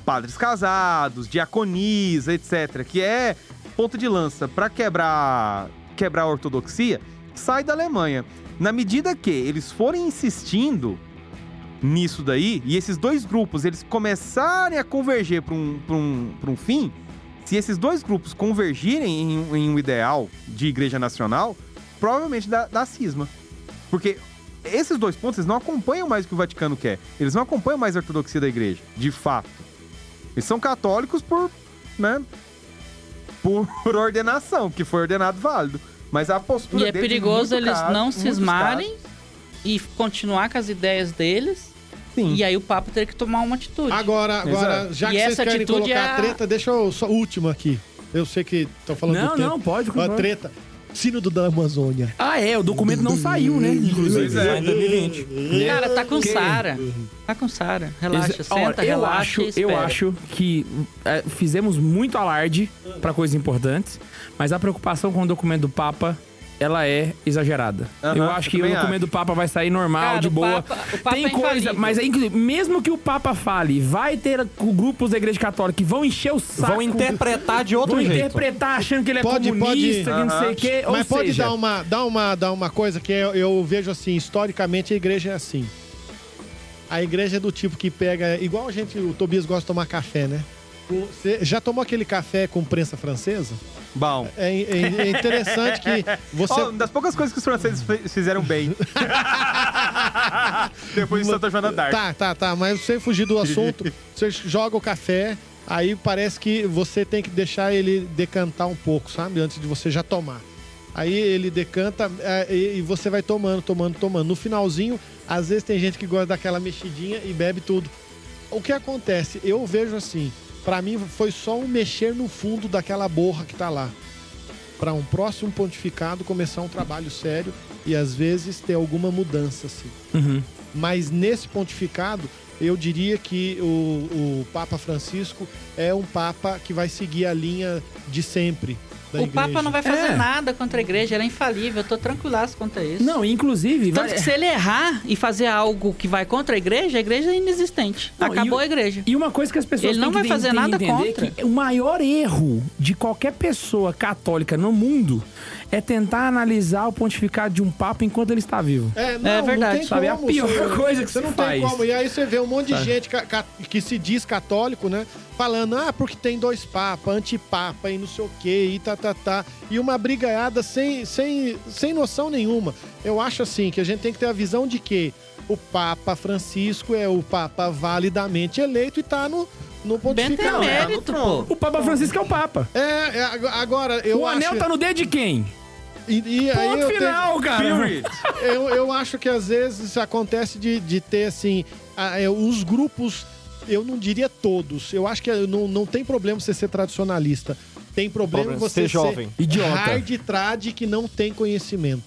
[SPEAKER 5] padres casados, diaconias, etc., que é ponta de lança para quebrar, quebrar a ortodoxia, sai da Alemanha. Na medida que eles forem insistindo nisso daí, e esses dois grupos eles começarem a converger para um, pra um, pra um fim, se esses dois grupos convergirem em, um- em um ideal de igreja nacional, provavelmente dá, dá cisma. Porque esses dois pontos eles não acompanham mais o que o Vaticano quer. Eles não acompanham mais a ortodoxia da igreja, de fato. Eles são católicos por, né, por ordenação, porque foi ordenado válido. Mas a postura
[SPEAKER 3] E é
[SPEAKER 5] deles, em
[SPEAKER 3] perigoso
[SPEAKER 5] muito
[SPEAKER 3] eles
[SPEAKER 5] caso-
[SPEAKER 3] não
[SPEAKER 5] muitos
[SPEAKER 3] cismarem e continuar com as ideias deles.
[SPEAKER 5] casos, sim.
[SPEAKER 3] E aí o Papa teria que tomar uma atitude.
[SPEAKER 4] Agora, agora
[SPEAKER 5] Exato.
[SPEAKER 4] já
[SPEAKER 3] E
[SPEAKER 4] que vocês
[SPEAKER 3] essa
[SPEAKER 4] querem
[SPEAKER 3] atitude
[SPEAKER 4] colocar
[SPEAKER 3] é a-
[SPEAKER 4] a treta, deixa eu só última aqui. Eu sei que estão falando
[SPEAKER 1] Não,
[SPEAKER 4] do tempo.
[SPEAKER 1] não, pode,
[SPEAKER 4] Uma
[SPEAKER 1] pode.
[SPEAKER 4] treta. Sínodo da Amazônia.
[SPEAKER 1] Ah, é, o documento não saiu, né?
[SPEAKER 5] Pois
[SPEAKER 1] Inclusive.
[SPEAKER 5] é.
[SPEAKER 2] Em 2020.
[SPEAKER 3] Cara, tá com
[SPEAKER 1] Que-
[SPEAKER 3] Sara. Tá com Sara. Relaxa,
[SPEAKER 1] Exa- Olha,
[SPEAKER 3] senta,
[SPEAKER 1] eu
[SPEAKER 3] relaxa
[SPEAKER 1] acho,
[SPEAKER 3] e
[SPEAKER 1] eu
[SPEAKER 3] espera.
[SPEAKER 1] acho que é, fizemos muito alarde pra coisas importantes, mas a preocupação com o documento do Papa, ela é exagerada.
[SPEAKER 5] Aham,
[SPEAKER 1] eu acho
[SPEAKER 5] eu
[SPEAKER 1] que o
[SPEAKER 5] também
[SPEAKER 1] documento
[SPEAKER 5] acho.
[SPEAKER 1] do Papa vai sair normal,
[SPEAKER 3] Cara,
[SPEAKER 1] de
[SPEAKER 3] o
[SPEAKER 1] boa.
[SPEAKER 3] Papa- o Papa
[SPEAKER 1] Tem
[SPEAKER 3] é
[SPEAKER 1] coisa,
[SPEAKER 3] infalível.
[SPEAKER 1] mas é inclusive, mesmo que o Papa fale, vai ter grupos da Igreja Católica que vão encher o saco.
[SPEAKER 2] Vão interpretar de outro
[SPEAKER 1] vão
[SPEAKER 2] jeito.
[SPEAKER 1] interpretar achando que ele é
[SPEAKER 4] Pode,
[SPEAKER 1] comunista,
[SPEAKER 5] pode.
[SPEAKER 1] que não sei o
[SPEAKER 5] Aham.
[SPEAKER 1] quê. ou
[SPEAKER 4] Mas pode
[SPEAKER 1] seja,
[SPEAKER 4] dar um uma, dar uma, dar uma coisa que eu, eu vejo assim, historicamente a igreja é assim. A igreja é do tipo que pega, igual a gente, o Tobias gosta de tomar café, né? Você já tomou aquele café com prensa francesa?
[SPEAKER 5] Bom.
[SPEAKER 4] É, é- é interessante que você
[SPEAKER 1] Oh,
[SPEAKER 5] Ó, uma das poucas coisas que os franceses fe- fizeram bem. Depois de Santa Joana d'Arc.
[SPEAKER 4] Tá, tá, tá, mas sem fugir do assunto, você joga o café, aí parece que você tem que deixar ele decantar um pouco, sabe? Antes de você já tomar. Aí ele decanta é, e e você vai tomando, tomando, tomando. No finalzinho, às vezes tem gente que gosta daquela mexidinha e bebe tudo. O que acontece? Eu vejo assim, pra mim foi só um mexer no fundo daquela borra que tá lá. Pra um próximo pontificado começar um trabalho sério e às vezes ter alguma mudança assim.
[SPEAKER 1] Uhum.
[SPEAKER 4] Mas nesse pontificado, eu diria que o, o Papa Francisco é um Papa que vai seguir a linha de sempre da
[SPEAKER 3] O
[SPEAKER 4] igreja.
[SPEAKER 3] Papa não vai fazer
[SPEAKER 1] É.
[SPEAKER 3] nada contra a igreja, ela é infalível, eu tô tranquilaço quanto a isso.
[SPEAKER 1] Não, inclusive.
[SPEAKER 3] Tanto
[SPEAKER 1] vai-
[SPEAKER 3] que se ele errar e fazer algo que vai contra a igreja, a igreja é inexistente.
[SPEAKER 1] Não, e o-
[SPEAKER 3] Acabou a igreja.
[SPEAKER 1] E uma coisa que as pessoas
[SPEAKER 3] Ele não
[SPEAKER 1] têm que
[SPEAKER 3] vai
[SPEAKER 1] têm
[SPEAKER 3] fazer
[SPEAKER 1] que
[SPEAKER 3] nada
[SPEAKER 1] entender é
[SPEAKER 3] contra.
[SPEAKER 1] que o maior erro de qualquer pessoa católica no mundo é tentar analisar o pontificado de um papa enquanto ele está vivo.
[SPEAKER 4] É, não,
[SPEAKER 3] É
[SPEAKER 4] não
[SPEAKER 3] verdade,
[SPEAKER 4] tem
[SPEAKER 1] sabe? É a
[SPEAKER 4] como,
[SPEAKER 1] pior
[SPEAKER 4] senhor.
[SPEAKER 1] coisa que
[SPEAKER 4] você
[SPEAKER 1] se
[SPEAKER 4] não tem
[SPEAKER 1] faz.
[SPEAKER 4] como. E aí você vê um monte de gente ca- ca- que se diz católico, né? Falando, ah, porque tem dois papas, antipapa e não sei o quê, e tá, tá, tá. E uma brigaiada sem, sem, sem noção nenhuma. Eu acho assim, que a gente tem que ter a visão de que o Papa Francisco é o Papa validamente eleito e tá no, Não
[SPEAKER 3] Ben tem
[SPEAKER 4] pontifica, não.
[SPEAKER 1] né?
[SPEAKER 5] é,
[SPEAKER 3] mérito,
[SPEAKER 5] não.
[SPEAKER 3] pô.
[SPEAKER 1] O Papa Francisco é o Papa.
[SPEAKER 4] É, é, ag- agora, eu
[SPEAKER 1] o
[SPEAKER 4] acho...
[SPEAKER 1] anel tá no dedo de quem?
[SPEAKER 4] E, e aí
[SPEAKER 1] Ponto
[SPEAKER 4] eu, tenho-
[SPEAKER 1] final, cara.
[SPEAKER 5] Period.
[SPEAKER 4] eu, eu acho que às vezes isso acontece de, de ter, assim, a- é, os grupos, eu não diria todos, eu acho que eh, não, não tem problema você ser tradicionalista. Tem problema
[SPEAKER 2] Problema
[SPEAKER 4] você
[SPEAKER 2] ser jovem.
[SPEAKER 1] Idiota.
[SPEAKER 4] hard trad que não tem conhecimento.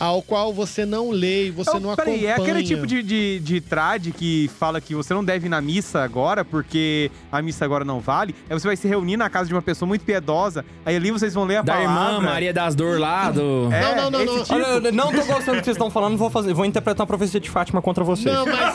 [SPEAKER 4] Ao qual você não lê e você
[SPEAKER 5] Então,
[SPEAKER 4] não acompanha.
[SPEAKER 5] peraí, é aquele tipo de, de, de trad que fala que você não deve ir na missa agora, porque a missa agora não vale. Aí você vai se reunir na casa de uma pessoa muito piedosa, aí ali vocês vão ler a
[SPEAKER 1] Da
[SPEAKER 5] palavra.
[SPEAKER 1] irmã Maria das Dor lá do...
[SPEAKER 5] É,
[SPEAKER 4] Não, não, não,
[SPEAKER 5] esse
[SPEAKER 4] não.
[SPEAKER 5] tipo.
[SPEAKER 2] Olha, eu não tô gostando do que vocês estão falando, vou, fazer, vou interpretar uma profecia de Fátima contra vocês.
[SPEAKER 4] Não, mas.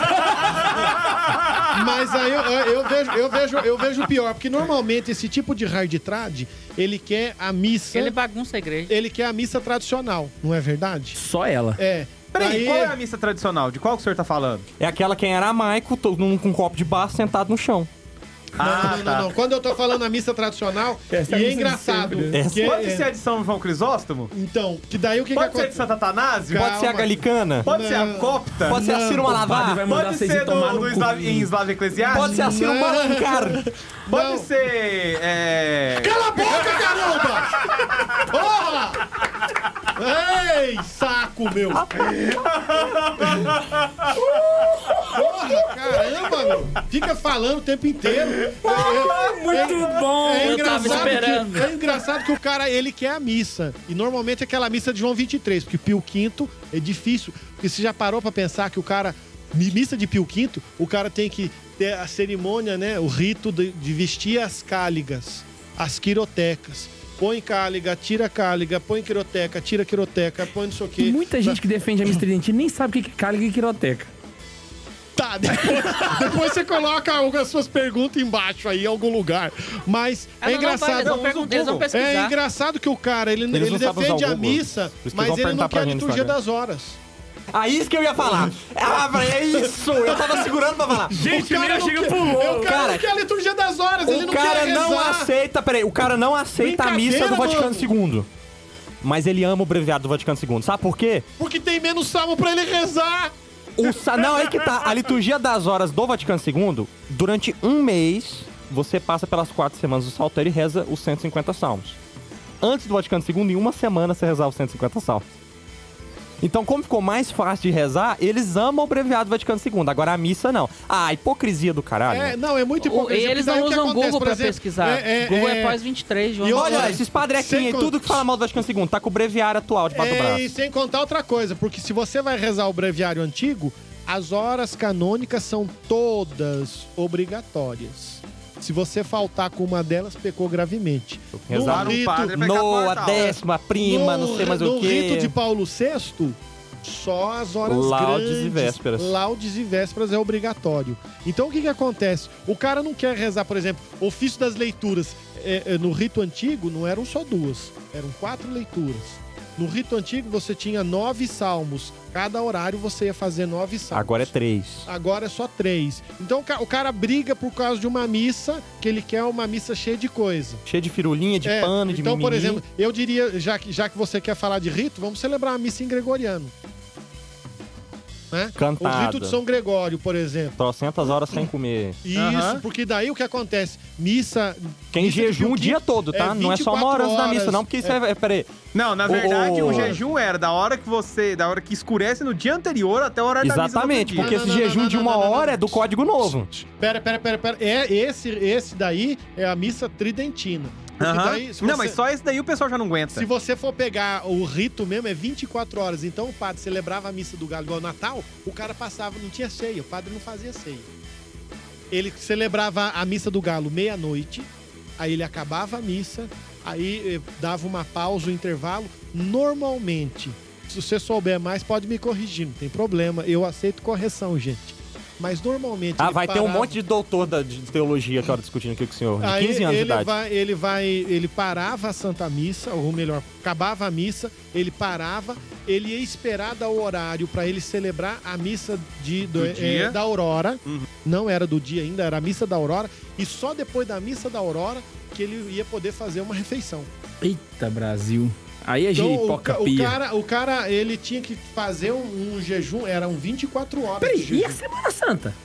[SPEAKER 4] Mas aí eu, eu vejo, eu, vejo, eu vejo pior, porque normalmente esse tipo de hard trad, ele quer a missa.
[SPEAKER 3] Ele
[SPEAKER 4] Ele...
[SPEAKER 3] bagunça a igreja.
[SPEAKER 4] quer a missa tradicional, não é verdade?
[SPEAKER 1] Só ela.
[SPEAKER 4] É.
[SPEAKER 5] Peraí,
[SPEAKER 4] aí-
[SPEAKER 5] qual é a missa tradicional? De qual que o senhor tá falando?
[SPEAKER 2] É aquela quem era aramaico, todo mundo com um copo de bar sentado no chão.
[SPEAKER 4] Não,
[SPEAKER 5] Ah,
[SPEAKER 4] não,
[SPEAKER 5] tá.
[SPEAKER 4] não, não. Quando eu tô falando a missa tradicional,
[SPEAKER 1] Essa é a missa
[SPEAKER 4] e é
[SPEAKER 1] de
[SPEAKER 4] engraçado.
[SPEAKER 1] sempre,
[SPEAKER 2] né?
[SPEAKER 4] que-
[SPEAKER 5] Pode ser a é de São João Crisóstomo?
[SPEAKER 4] Então, que daí o que, que
[SPEAKER 5] Pode ser a de
[SPEAKER 4] acontece?
[SPEAKER 5] Santa Atanásio?
[SPEAKER 4] Calma.
[SPEAKER 2] Pode ser a galicana?
[SPEAKER 5] Pode ser a
[SPEAKER 4] Não.
[SPEAKER 5] copta?
[SPEAKER 2] Pode ser a Ciro
[SPEAKER 1] padre
[SPEAKER 2] Malavar?
[SPEAKER 1] vai mandar
[SPEAKER 5] Pode
[SPEAKER 1] vocês
[SPEAKER 5] ser
[SPEAKER 1] ir tomar
[SPEAKER 5] do, do
[SPEAKER 1] no cu.
[SPEAKER 5] Isla- em Eslavo Eclesiástico?
[SPEAKER 2] Pode ser a Ciro
[SPEAKER 4] Não.
[SPEAKER 2] Malancar?
[SPEAKER 5] Pode
[SPEAKER 4] Não.
[SPEAKER 5] ser... É...
[SPEAKER 4] Cala a boca, caramba! Porra! Ei, saco meu! Porra, caramba, meu! Fica falando o tempo inteiro. É, é,
[SPEAKER 1] Muito bom.
[SPEAKER 4] é
[SPEAKER 3] Eu tava
[SPEAKER 4] engraçado
[SPEAKER 3] esperando.
[SPEAKER 4] que, é engraçado que o cara, ele quer a missa. E normalmente é aquela missa de João 23, porque Pio V é difícil. E você já parou pra pensar que o cara, mi- missa de Pio V, o cara tem que ter a cerimônia, né? O rito de, de vestir as cáligas, as quirotecas. Põe cáliga, tira cáliga, põe quiroteca, tira quiroteca, põe não sei o quê.
[SPEAKER 1] Muita gente que defende a missa tridentina nem sabe o que é cálica e quiroteca.
[SPEAKER 4] Tá, depois, depois você coloca as suas perguntas embaixo aí, em algum lugar. Mas
[SPEAKER 3] Ah,
[SPEAKER 4] é
[SPEAKER 3] não, não, vai,
[SPEAKER 4] engraçado.
[SPEAKER 3] eles vão perguntar, eles vão
[SPEAKER 4] É
[SPEAKER 3] pesquisar.
[SPEAKER 4] engraçado que o cara, ele,
[SPEAKER 2] Eles
[SPEAKER 4] ele
[SPEAKER 2] não sabem usar
[SPEAKER 4] defende
[SPEAKER 2] o
[SPEAKER 4] a
[SPEAKER 2] Google.
[SPEAKER 4] missa,
[SPEAKER 2] Por isso que
[SPEAKER 4] mas
[SPEAKER 2] vão
[SPEAKER 4] ele não
[SPEAKER 2] perguntar
[SPEAKER 4] quer
[SPEAKER 2] pra
[SPEAKER 4] a
[SPEAKER 2] gente no
[SPEAKER 4] liturgia
[SPEAKER 2] Instagram.
[SPEAKER 4] das horas.
[SPEAKER 2] Ah, isso que eu ia falar. Ah, velho, é isso. Eu tava segurando pra falar.
[SPEAKER 1] Gente,
[SPEAKER 4] cara não quer- É O cara,
[SPEAKER 2] Cara,
[SPEAKER 4] não quer a liturgia das horas, ele
[SPEAKER 2] O
[SPEAKER 4] não
[SPEAKER 2] cara
[SPEAKER 4] quer rezar.
[SPEAKER 2] não aceita, peraí, o cara não aceita a missa do
[SPEAKER 4] Brincadeira,
[SPEAKER 2] Vaticano II. Mas ele ama o breviário do Vaticano II. Sabe por quê?
[SPEAKER 4] Porque tem menos salmo pra ele rezar.
[SPEAKER 2] O sa- Não, aí que tá. A liturgia das horas do Vaticano II, durante um mês, você passa pelas quatro semanas do saltério e reza os 150 salmos. Antes do Vaticano II, em uma semana você rezava os 150 salmos. Então, como ficou mais fácil de rezar, eles amam o breviário do Vaticano II. Agora, a missa, não. Ah, a hipocrisia do caralho.
[SPEAKER 4] É,
[SPEAKER 2] né?
[SPEAKER 4] não, é
[SPEAKER 3] O-
[SPEAKER 4] muito hipocrisia.
[SPEAKER 3] eles
[SPEAKER 4] porque daí
[SPEAKER 3] não
[SPEAKER 4] o que
[SPEAKER 3] usam
[SPEAKER 4] acontece,
[SPEAKER 3] Google
[SPEAKER 4] por
[SPEAKER 3] pra
[SPEAKER 4] exemplo,
[SPEAKER 3] pesquisar. Google é, pós 23, João.
[SPEAKER 4] E
[SPEAKER 3] Paulo.
[SPEAKER 2] Olha,
[SPEAKER 4] olha,
[SPEAKER 2] esses padrequinhos
[SPEAKER 4] sem
[SPEAKER 2] aí,
[SPEAKER 4] con-
[SPEAKER 2] tudo que fala mal do Vaticano II, tá com o breviário atual debaixo do
[SPEAKER 4] É,
[SPEAKER 2] braço.
[SPEAKER 4] e sem contar outra coisa, porque se você vai rezar o breviário antigo, as horas canônicas são todas obrigatórias. Se você faltar com uma delas, pecou gravemente.
[SPEAKER 2] Rezar
[SPEAKER 4] no
[SPEAKER 5] um
[SPEAKER 4] rito,
[SPEAKER 5] padre pra
[SPEAKER 2] Noa,
[SPEAKER 5] catar.
[SPEAKER 2] décima, prima,
[SPEAKER 4] né? no-
[SPEAKER 2] não sei mais
[SPEAKER 4] no
[SPEAKER 2] o quê.
[SPEAKER 4] rito de Paulo VI, só as horas
[SPEAKER 2] Laudes
[SPEAKER 4] grandes.
[SPEAKER 2] e vésperas.
[SPEAKER 4] Laudes e vésperas é obrigatório. Então o que que acontece? O cara não quer rezar, por exemplo, ofício das leituras. É, é, no rito antigo não eram só duas, eram quatro leituras. No rito antigo você tinha nove salmos. Cada horário você ia fazer nove salmos.
[SPEAKER 2] Agora é três.
[SPEAKER 4] Agora é só três. Então o ca- o cara briga por causa de uma missa, que ele quer uma missa cheia de coisa.
[SPEAKER 2] Cheio de firulinha, de
[SPEAKER 4] É,
[SPEAKER 2] pano, de
[SPEAKER 4] Então, por
[SPEAKER 2] mimimi.
[SPEAKER 4] exemplo, eu diria, já que, já que você quer falar de rito, vamos celebrar a missa em gregoriano. Né?
[SPEAKER 2] Cantada.
[SPEAKER 4] O rito de São Gregório, por exemplo.
[SPEAKER 2] Trocentas horas sem comer.
[SPEAKER 4] Isso,
[SPEAKER 5] Aham.
[SPEAKER 4] porque daí o que acontece? Missa.
[SPEAKER 2] Quem
[SPEAKER 4] missa de
[SPEAKER 2] jejum o
[SPEAKER 4] pouquinho-
[SPEAKER 2] dia todo, tá?
[SPEAKER 4] é
[SPEAKER 2] não é só
[SPEAKER 4] 24
[SPEAKER 2] uma hora antes da missa,
[SPEAKER 4] horas.
[SPEAKER 2] não, porque isso é... é peraí.
[SPEAKER 5] Não, na
[SPEAKER 2] Ô,
[SPEAKER 5] verdade,
[SPEAKER 2] ô.
[SPEAKER 5] o jejum era da hora que você... Da hora que escurece no dia anterior até a hora da missa do outro
[SPEAKER 2] Exatamente,
[SPEAKER 5] dia.
[SPEAKER 2] porque
[SPEAKER 4] Não,
[SPEAKER 2] esse
[SPEAKER 4] não, não,
[SPEAKER 2] jejum
[SPEAKER 4] não,
[SPEAKER 2] de
[SPEAKER 4] não,
[SPEAKER 2] uma
[SPEAKER 4] não, não,
[SPEAKER 2] hora
[SPEAKER 4] não.
[SPEAKER 2] é do Código Novo.
[SPEAKER 4] Pera, pera, pera, pera. É, esse, esse daí é a missa tridentina. Porque
[SPEAKER 5] Aham.
[SPEAKER 4] daí, se
[SPEAKER 5] Não,
[SPEAKER 4] você-
[SPEAKER 5] mas só esse daí o pessoal já não aguenta.
[SPEAKER 4] Se você for pegar o rito mesmo, é 24 horas. Então o padre celebrava a missa do galo igual Natal, o cara passava, não tinha ceia, o padre não fazia ceia. Ele celebrava a missa do galo meia-noite, aí ele acabava a missa, aí eh, dava uma pausa, um intervalo. Normalmente, se você souber mais, pode me corrigir, não tem problema. Eu aceito correção, gente. Mas normalmente.
[SPEAKER 2] Ah,
[SPEAKER 4] ele
[SPEAKER 2] vai ter um
[SPEAKER 4] parava-
[SPEAKER 2] monte de doutor da, de teologia agora discutindo aqui com o senhor, de
[SPEAKER 4] Aí
[SPEAKER 2] 15 anos de
[SPEAKER 4] ele
[SPEAKER 2] idade.
[SPEAKER 4] vai, ele vai, ele parava a Santa Missa, ou melhor, acabava a missa, ele parava, ele ia esperar dar o horário para ele celebrar a missa de, do-
[SPEAKER 5] Do
[SPEAKER 4] eh,
[SPEAKER 5] dia.
[SPEAKER 4] da Aurora. Não era do dia ainda, era a missa da Aurora. E só depois da missa da Aurora que ele ia poder fazer uma refeição.
[SPEAKER 1] Eita, Brasil. Aí é
[SPEAKER 4] Então, o,
[SPEAKER 1] giripoca
[SPEAKER 4] ca- o
[SPEAKER 1] pia.
[SPEAKER 4] cara, o cara, ele tinha que fazer um, um jejum, eram 24 horas. de
[SPEAKER 1] Peraí,
[SPEAKER 4] jejum.
[SPEAKER 1] e a Semana Santa?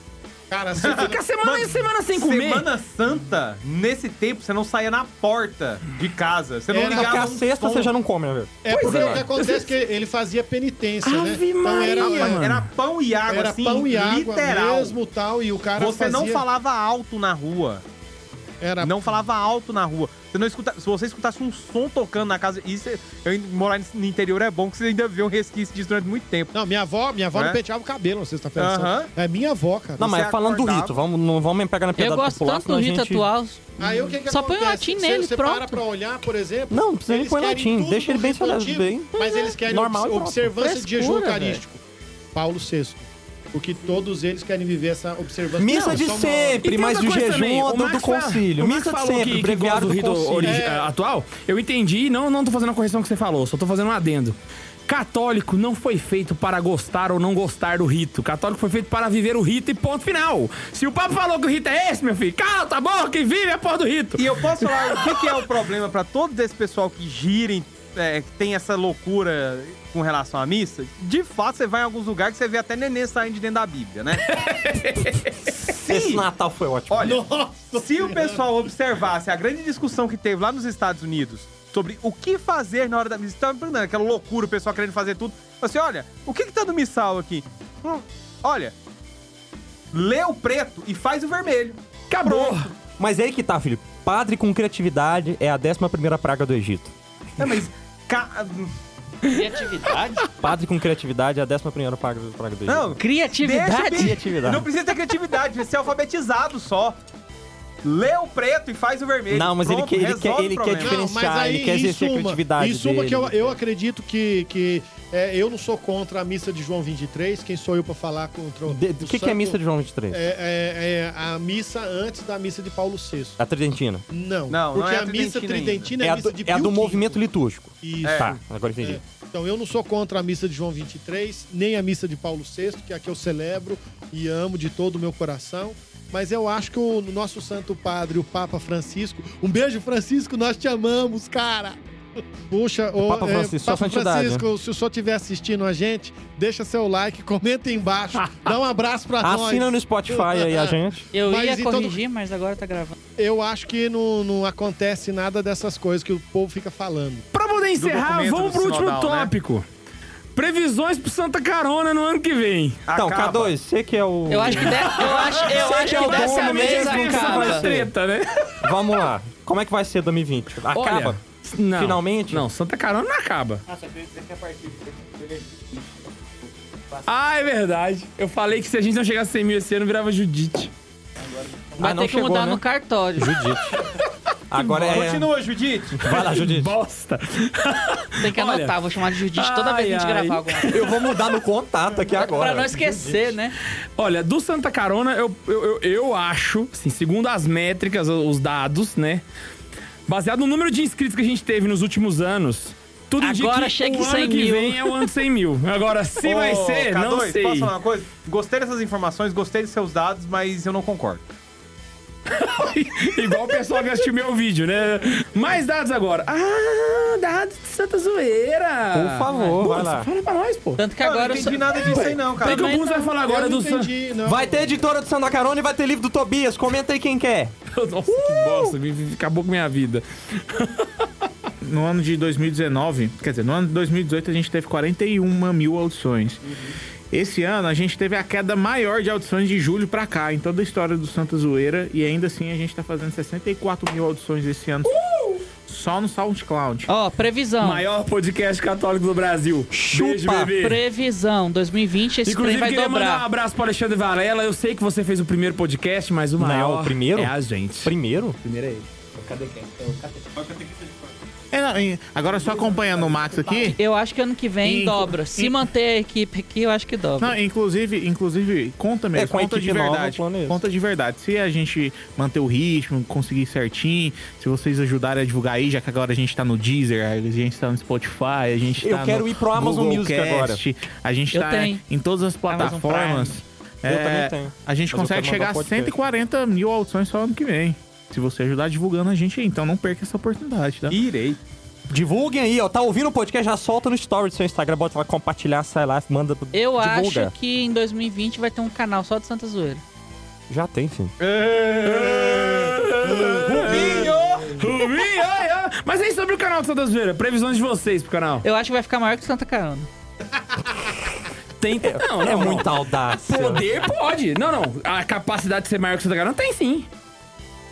[SPEAKER 4] Cara, é se
[SPEAKER 1] Você fica semana,
[SPEAKER 5] Mano,
[SPEAKER 1] semana sem comer.
[SPEAKER 5] Semana Santa, nesse tempo, você não saía na porta de casa. Você não
[SPEAKER 4] Era-
[SPEAKER 5] ligava
[SPEAKER 4] Porque
[SPEAKER 2] Porque
[SPEAKER 4] a
[SPEAKER 2] a
[SPEAKER 5] um
[SPEAKER 2] sexta
[SPEAKER 5] som.
[SPEAKER 2] você já não come, né, velho?
[SPEAKER 4] É porque
[SPEAKER 1] é.
[SPEAKER 4] o que acontece é que ele fazia penitência, né?
[SPEAKER 1] Ave
[SPEAKER 4] então
[SPEAKER 1] Maria,
[SPEAKER 4] era,
[SPEAKER 1] mano.
[SPEAKER 5] Era pão e água,
[SPEAKER 4] era
[SPEAKER 5] assim,
[SPEAKER 4] pão e água
[SPEAKER 5] literal.
[SPEAKER 4] mesmo tal, e o cara
[SPEAKER 5] Você não
[SPEAKER 4] fazia-
[SPEAKER 5] falava alto na rua.
[SPEAKER 4] Era
[SPEAKER 5] Não falava alto na rua. Você não escuta, se você escutasse um som tocando na casa. Isso, é- eu, morar no interior é bom, que você ainda vê um resquício disso durante muito tempo.
[SPEAKER 4] Não, minha avó, minha avó
[SPEAKER 5] Né?
[SPEAKER 4] não penteava o cabelo na sexta-feira.
[SPEAKER 5] Aham.
[SPEAKER 4] santa. É minha avó, cara.
[SPEAKER 2] É? Não, mas
[SPEAKER 5] Você
[SPEAKER 2] falando do
[SPEAKER 5] acordava-
[SPEAKER 2] rito, vamos, não vamos pegar na piada
[SPEAKER 3] Eu gosto
[SPEAKER 2] popular,
[SPEAKER 3] tanto do
[SPEAKER 2] senão a
[SPEAKER 3] rito
[SPEAKER 2] gente-
[SPEAKER 3] atual.
[SPEAKER 4] Aí o que que
[SPEAKER 3] Só põe o
[SPEAKER 4] acontece?
[SPEAKER 3] latim
[SPEAKER 4] Você-
[SPEAKER 3] nele,
[SPEAKER 4] Você
[SPEAKER 3] pronto.
[SPEAKER 4] para pra olhar, por exemplo...
[SPEAKER 2] Não, não precisa nem
[SPEAKER 4] eles
[SPEAKER 2] pôr
[SPEAKER 4] querem
[SPEAKER 2] latim,
[SPEAKER 4] tudo
[SPEAKER 2] deixa
[SPEAKER 4] do
[SPEAKER 2] ele bem
[SPEAKER 4] rito
[SPEAKER 2] falado,
[SPEAKER 4] antigo,
[SPEAKER 2] bem
[SPEAKER 4] Mas eles querem
[SPEAKER 2] normal e
[SPEAKER 4] obs-
[SPEAKER 2] pronto.
[SPEAKER 4] observância de jejum
[SPEAKER 3] Frescura,
[SPEAKER 4] eucarístico. Paulo VI. Porque todos eles querem viver essa observância.
[SPEAKER 2] Missa
[SPEAKER 4] Não,
[SPEAKER 2] de
[SPEAKER 4] só uma-
[SPEAKER 1] E
[SPEAKER 2] sempre,
[SPEAKER 1] tem
[SPEAKER 2] mas
[SPEAKER 1] outra
[SPEAKER 2] do
[SPEAKER 1] coisa
[SPEAKER 2] jejum
[SPEAKER 1] também, o
[SPEAKER 2] ou do,
[SPEAKER 1] Max
[SPEAKER 2] do
[SPEAKER 1] fala-
[SPEAKER 2] concílio.
[SPEAKER 1] o Max
[SPEAKER 2] Missa de
[SPEAKER 1] falou
[SPEAKER 2] sempre,
[SPEAKER 1] que- que gosta
[SPEAKER 2] breviário
[SPEAKER 1] do
[SPEAKER 2] do
[SPEAKER 1] rito
[SPEAKER 2] concílio.
[SPEAKER 1] origi- eh,
[SPEAKER 4] É.
[SPEAKER 1] atual. Eu entendi e não, não tô fazendo a correção que você falou, só tô fazendo um adendo. Católico não foi feito para gostar ou não gostar do rito. Católico foi feito para viver o rito e ponto final. Se o Papa falou que o rito é esse, meu filho, cala a boca e vive a porra do rito.
[SPEAKER 5] E eu posso falar o que, que é o problema pra todo esse pessoal que girem, é, que tem essa loucura com relação à missa? De fato, você vai em alguns lugares que você vê até neném saindo de dentro da Bíblia, né?
[SPEAKER 2] Esse Natal foi ótimo.
[SPEAKER 5] Olha, se o pessoal observasse a grande discussão que teve lá nos Estados Unidos sobre o que fazer na hora da missa, estava perguntando aquela loucura, o pessoal querendo fazer tudo. Assim, olha, o que que tá no missal aqui? Hum, olha, lê o preto e faz o vermelho. Tá
[SPEAKER 1] Acabou.
[SPEAKER 2] Mas é aí que tá, filho. Padre com criatividade é a 11 primeira praga do Egito.
[SPEAKER 5] É, mas... ca-
[SPEAKER 3] Criatividade?
[SPEAKER 2] Padre com criatividade é a 11 primeira praga do praga do Egito.
[SPEAKER 5] Não,
[SPEAKER 3] Criatividade?
[SPEAKER 5] Deixa,
[SPEAKER 2] Criatividade.
[SPEAKER 5] Não precisa ter criatividade, precisa ser alfabetizado só. Lê o preto e faz o vermelho.
[SPEAKER 2] Não, mas ele
[SPEAKER 5] Pronto,
[SPEAKER 2] quer- ele
[SPEAKER 5] resolve
[SPEAKER 2] quer-
[SPEAKER 5] o
[SPEAKER 2] ele é quer
[SPEAKER 5] problema.
[SPEAKER 2] diferen- diferenciar, ele quer
[SPEAKER 4] em
[SPEAKER 2] exercer a
[SPEAKER 4] suma-
[SPEAKER 2] criatividade
[SPEAKER 4] Em suma,
[SPEAKER 2] dele. né?
[SPEAKER 4] que eu, eu acredito que, que é, eu não sou contra a missa de João 23. Quem sou eu pra falar contra o.
[SPEAKER 2] De- O que, que é a missa de João 23?
[SPEAKER 4] É, é- é a missa antes da missa de Paulo VI.
[SPEAKER 2] A Tridentina.
[SPEAKER 4] Não,
[SPEAKER 5] Não, não
[SPEAKER 4] porque
[SPEAKER 5] é a
[SPEAKER 4] a missa
[SPEAKER 5] tridentina
[SPEAKER 4] tridentina
[SPEAKER 2] É,
[SPEAKER 4] é a
[SPEAKER 2] a
[SPEAKER 4] missa
[SPEAKER 2] do,
[SPEAKER 4] de
[SPEAKER 2] é a
[SPEAKER 4] Pio
[SPEAKER 2] do
[SPEAKER 4] V.
[SPEAKER 2] movimento litúrgico.
[SPEAKER 4] Isso.
[SPEAKER 2] Tá, agora entendi.
[SPEAKER 4] É. Então eu não sou contra a missa de João 23, nem a missa de Paulo VI, que é a que eu celebro e amo de todo o meu coração. Mas eu acho que o nosso Santo Padre, o Papa Francisco. Um beijo, Francisco, nós te amamos, cara! Puxa, o
[SPEAKER 2] Papa Francisco, sua
[SPEAKER 4] Papa
[SPEAKER 2] santidade. né?
[SPEAKER 4] Francisco, se o senhor estiver assistindo a gente, deixa seu like, comenta aí embaixo, dá um abraço pra
[SPEAKER 2] Assina
[SPEAKER 4] nós.
[SPEAKER 2] no Spotify aí a gente.
[SPEAKER 3] Eu
[SPEAKER 4] Mas
[SPEAKER 3] ia
[SPEAKER 4] então-
[SPEAKER 3] corrigir, mas agora tá gravando.
[SPEAKER 4] Eu acho que não, não acontece nada dessas coisas que o povo fica falando.
[SPEAKER 1] Pra poder encerrar,
[SPEAKER 5] documento
[SPEAKER 1] vamos
[SPEAKER 5] do
[SPEAKER 1] pro último
[SPEAKER 5] sinodal, né?
[SPEAKER 1] tópico. Previsões pro Santa Carona no ano que vem.
[SPEAKER 2] Então,
[SPEAKER 5] Ah, Acaba.
[SPEAKER 2] K2, você que é o.
[SPEAKER 3] Eu acho que deve, eu acho, eu
[SPEAKER 2] Você que
[SPEAKER 3] acho
[SPEAKER 2] é
[SPEAKER 3] que assim,
[SPEAKER 2] o
[SPEAKER 3] deve ser
[SPEAKER 2] dono
[SPEAKER 3] a
[SPEAKER 2] mesmo,
[SPEAKER 3] mesma
[SPEAKER 2] cara.
[SPEAKER 1] Acaba
[SPEAKER 3] acaba.
[SPEAKER 1] a treta, né?
[SPEAKER 2] Vamos lá. Como é que vai ser 2020? Acaba?
[SPEAKER 1] Olha, não,
[SPEAKER 2] Finalmente?
[SPEAKER 1] Não, Santa Carona não acaba. Ah, é verdade. Eu falei que se a gente não chegasse a 100 mil esse ano, virava Judite.
[SPEAKER 3] Vai
[SPEAKER 2] Ah,
[SPEAKER 3] ter
[SPEAKER 2] não
[SPEAKER 3] que
[SPEAKER 2] chegou,
[SPEAKER 3] mudar
[SPEAKER 2] né?
[SPEAKER 3] no cartório.
[SPEAKER 2] Judite. Agora é.
[SPEAKER 5] Continua, Judite.
[SPEAKER 2] Vai lá, Judite.
[SPEAKER 1] Bosta.
[SPEAKER 3] Tem que
[SPEAKER 1] Olha.
[SPEAKER 3] anotar, vou chamar de Judite toda vez que a gente
[SPEAKER 1] Ai, ai.
[SPEAKER 3] gravar alguma coisa.
[SPEAKER 2] Eu vou mudar no contato aqui agora.
[SPEAKER 3] Pra não esquecer, né?
[SPEAKER 1] Olha, do Santa Carona, eu, eu, eu, eu acho, assim, segundo as métricas, os dados, né? Baseado no número de inscritos que a gente teve nos últimos anos, tudo indica
[SPEAKER 3] Agora
[SPEAKER 1] que
[SPEAKER 3] chega em
[SPEAKER 1] o ano
[SPEAKER 3] 100
[SPEAKER 1] que
[SPEAKER 3] mil.
[SPEAKER 1] vem é o ano 100 mil. Agora, se
[SPEAKER 5] Ô,
[SPEAKER 1] vai ser,
[SPEAKER 5] K2,
[SPEAKER 1] não sei.
[SPEAKER 5] Posso falar uma coisa? Gostei dessas informações, gostei dos seus dados, mas eu não concordo.
[SPEAKER 1] Igual o pessoal que assistiu meu vídeo, né? Mais dados agora. Ah, dados de Santa Zoeira.
[SPEAKER 2] Por favor,
[SPEAKER 1] Pô,
[SPEAKER 2] vai lá.
[SPEAKER 1] Fala pra nós, pô.
[SPEAKER 3] Tanto que
[SPEAKER 5] Eu
[SPEAKER 3] agora...
[SPEAKER 5] não
[SPEAKER 3] eu sou-
[SPEAKER 5] entendi nada disso aí não, cara.
[SPEAKER 1] Tem que o Bunzo vai falar agora
[SPEAKER 4] eu não
[SPEAKER 1] do Santa...
[SPEAKER 4] entendi, não.
[SPEAKER 2] Vai ter editora do Santa Carona e vai ter livro do Tobias. Comenta aí quem quer.
[SPEAKER 1] Nossa,
[SPEAKER 2] Uh!
[SPEAKER 1] que bosta. me- me- Acabou com minha vida.
[SPEAKER 7] no ano de 2019, quer dizer, no ano de 2018 a gente teve 41 mil audições. Esse ano a gente teve a queda maior de audições de julho pra cá, em toda a história do Santa Zoeira, e ainda assim a gente tá fazendo 64 mil audições esse ano. Só no SoundCloud.
[SPEAKER 3] Ó, previsão.
[SPEAKER 1] Maior podcast católico do Brasil. Beijo,
[SPEAKER 2] Chupa,
[SPEAKER 1] bebê.
[SPEAKER 3] Previsão, 2020 esse
[SPEAKER 1] Inclusive,
[SPEAKER 3] trem vai
[SPEAKER 1] queria mandar um
[SPEAKER 3] dobrar.
[SPEAKER 1] abraço pro Alexandre Varela. Eu sei que você fez o primeiro podcast, mas o maior
[SPEAKER 2] o primeiro?
[SPEAKER 1] é a gente.
[SPEAKER 2] Primeiro?
[SPEAKER 7] É, não, e agora só acompanhando o Max aqui.
[SPEAKER 3] Eu acho que ano que vem
[SPEAKER 7] Inco-
[SPEAKER 3] dobra. Se
[SPEAKER 7] in-
[SPEAKER 3] manter a equipe aqui, eu acho que dobra.
[SPEAKER 7] Não, inclusive, inclusive, conta mesmo,
[SPEAKER 2] É, com a
[SPEAKER 7] conta de
[SPEAKER 2] equipe nova,
[SPEAKER 7] verdade.
[SPEAKER 2] o plano é esse.
[SPEAKER 7] conta de verdade. Se a gente manter o ritmo, conseguir certinho, se vocês ajudarem a divulgar aí, já que agora a gente tá no Deezer, a gente tá no Spotify, a gente
[SPEAKER 2] Eu
[SPEAKER 7] tá
[SPEAKER 2] quero
[SPEAKER 7] no
[SPEAKER 2] ir pro Amazon
[SPEAKER 7] Google
[SPEAKER 2] Music
[SPEAKER 7] Cast, A gente
[SPEAKER 3] Eu
[SPEAKER 7] tá
[SPEAKER 3] tenho.
[SPEAKER 7] em todas as plataformas. É,
[SPEAKER 2] Prime. Eu também tenho.
[SPEAKER 7] A
[SPEAKER 2] Mas
[SPEAKER 7] gente
[SPEAKER 2] eu
[SPEAKER 7] consegue
[SPEAKER 2] quero
[SPEAKER 7] chegar
[SPEAKER 2] mandar
[SPEAKER 7] a
[SPEAKER 2] podcast.
[SPEAKER 7] 140 mil audições só ano que vem. Se você ajudar divulgando a gente aí, então não perca essa oportunidade, tá?
[SPEAKER 5] Irei.
[SPEAKER 2] Divulguem aí, ó. Tá ouvindo o podcast? Já solta no story do seu Instagram. Bota lá, compartilhar, sai lá, manda.
[SPEAKER 3] Eu
[SPEAKER 2] divulga.
[SPEAKER 3] acho que em 2020 vai ter um canal só de Santa Zoeira.
[SPEAKER 2] Já tem, filho. é
[SPEAKER 1] Ui, ai, ai. Mas aí sobre o canal de Santa Zoeira, previsões de vocês pro canal.
[SPEAKER 3] Eu acho que vai ficar maior que Santa Caana.
[SPEAKER 1] Tem. Não,
[SPEAKER 2] É
[SPEAKER 1] não, não.
[SPEAKER 2] muita audácia.
[SPEAKER 1] Poder pode. Não, não. A capacidade de ser maior que Santa Catarina tem sim.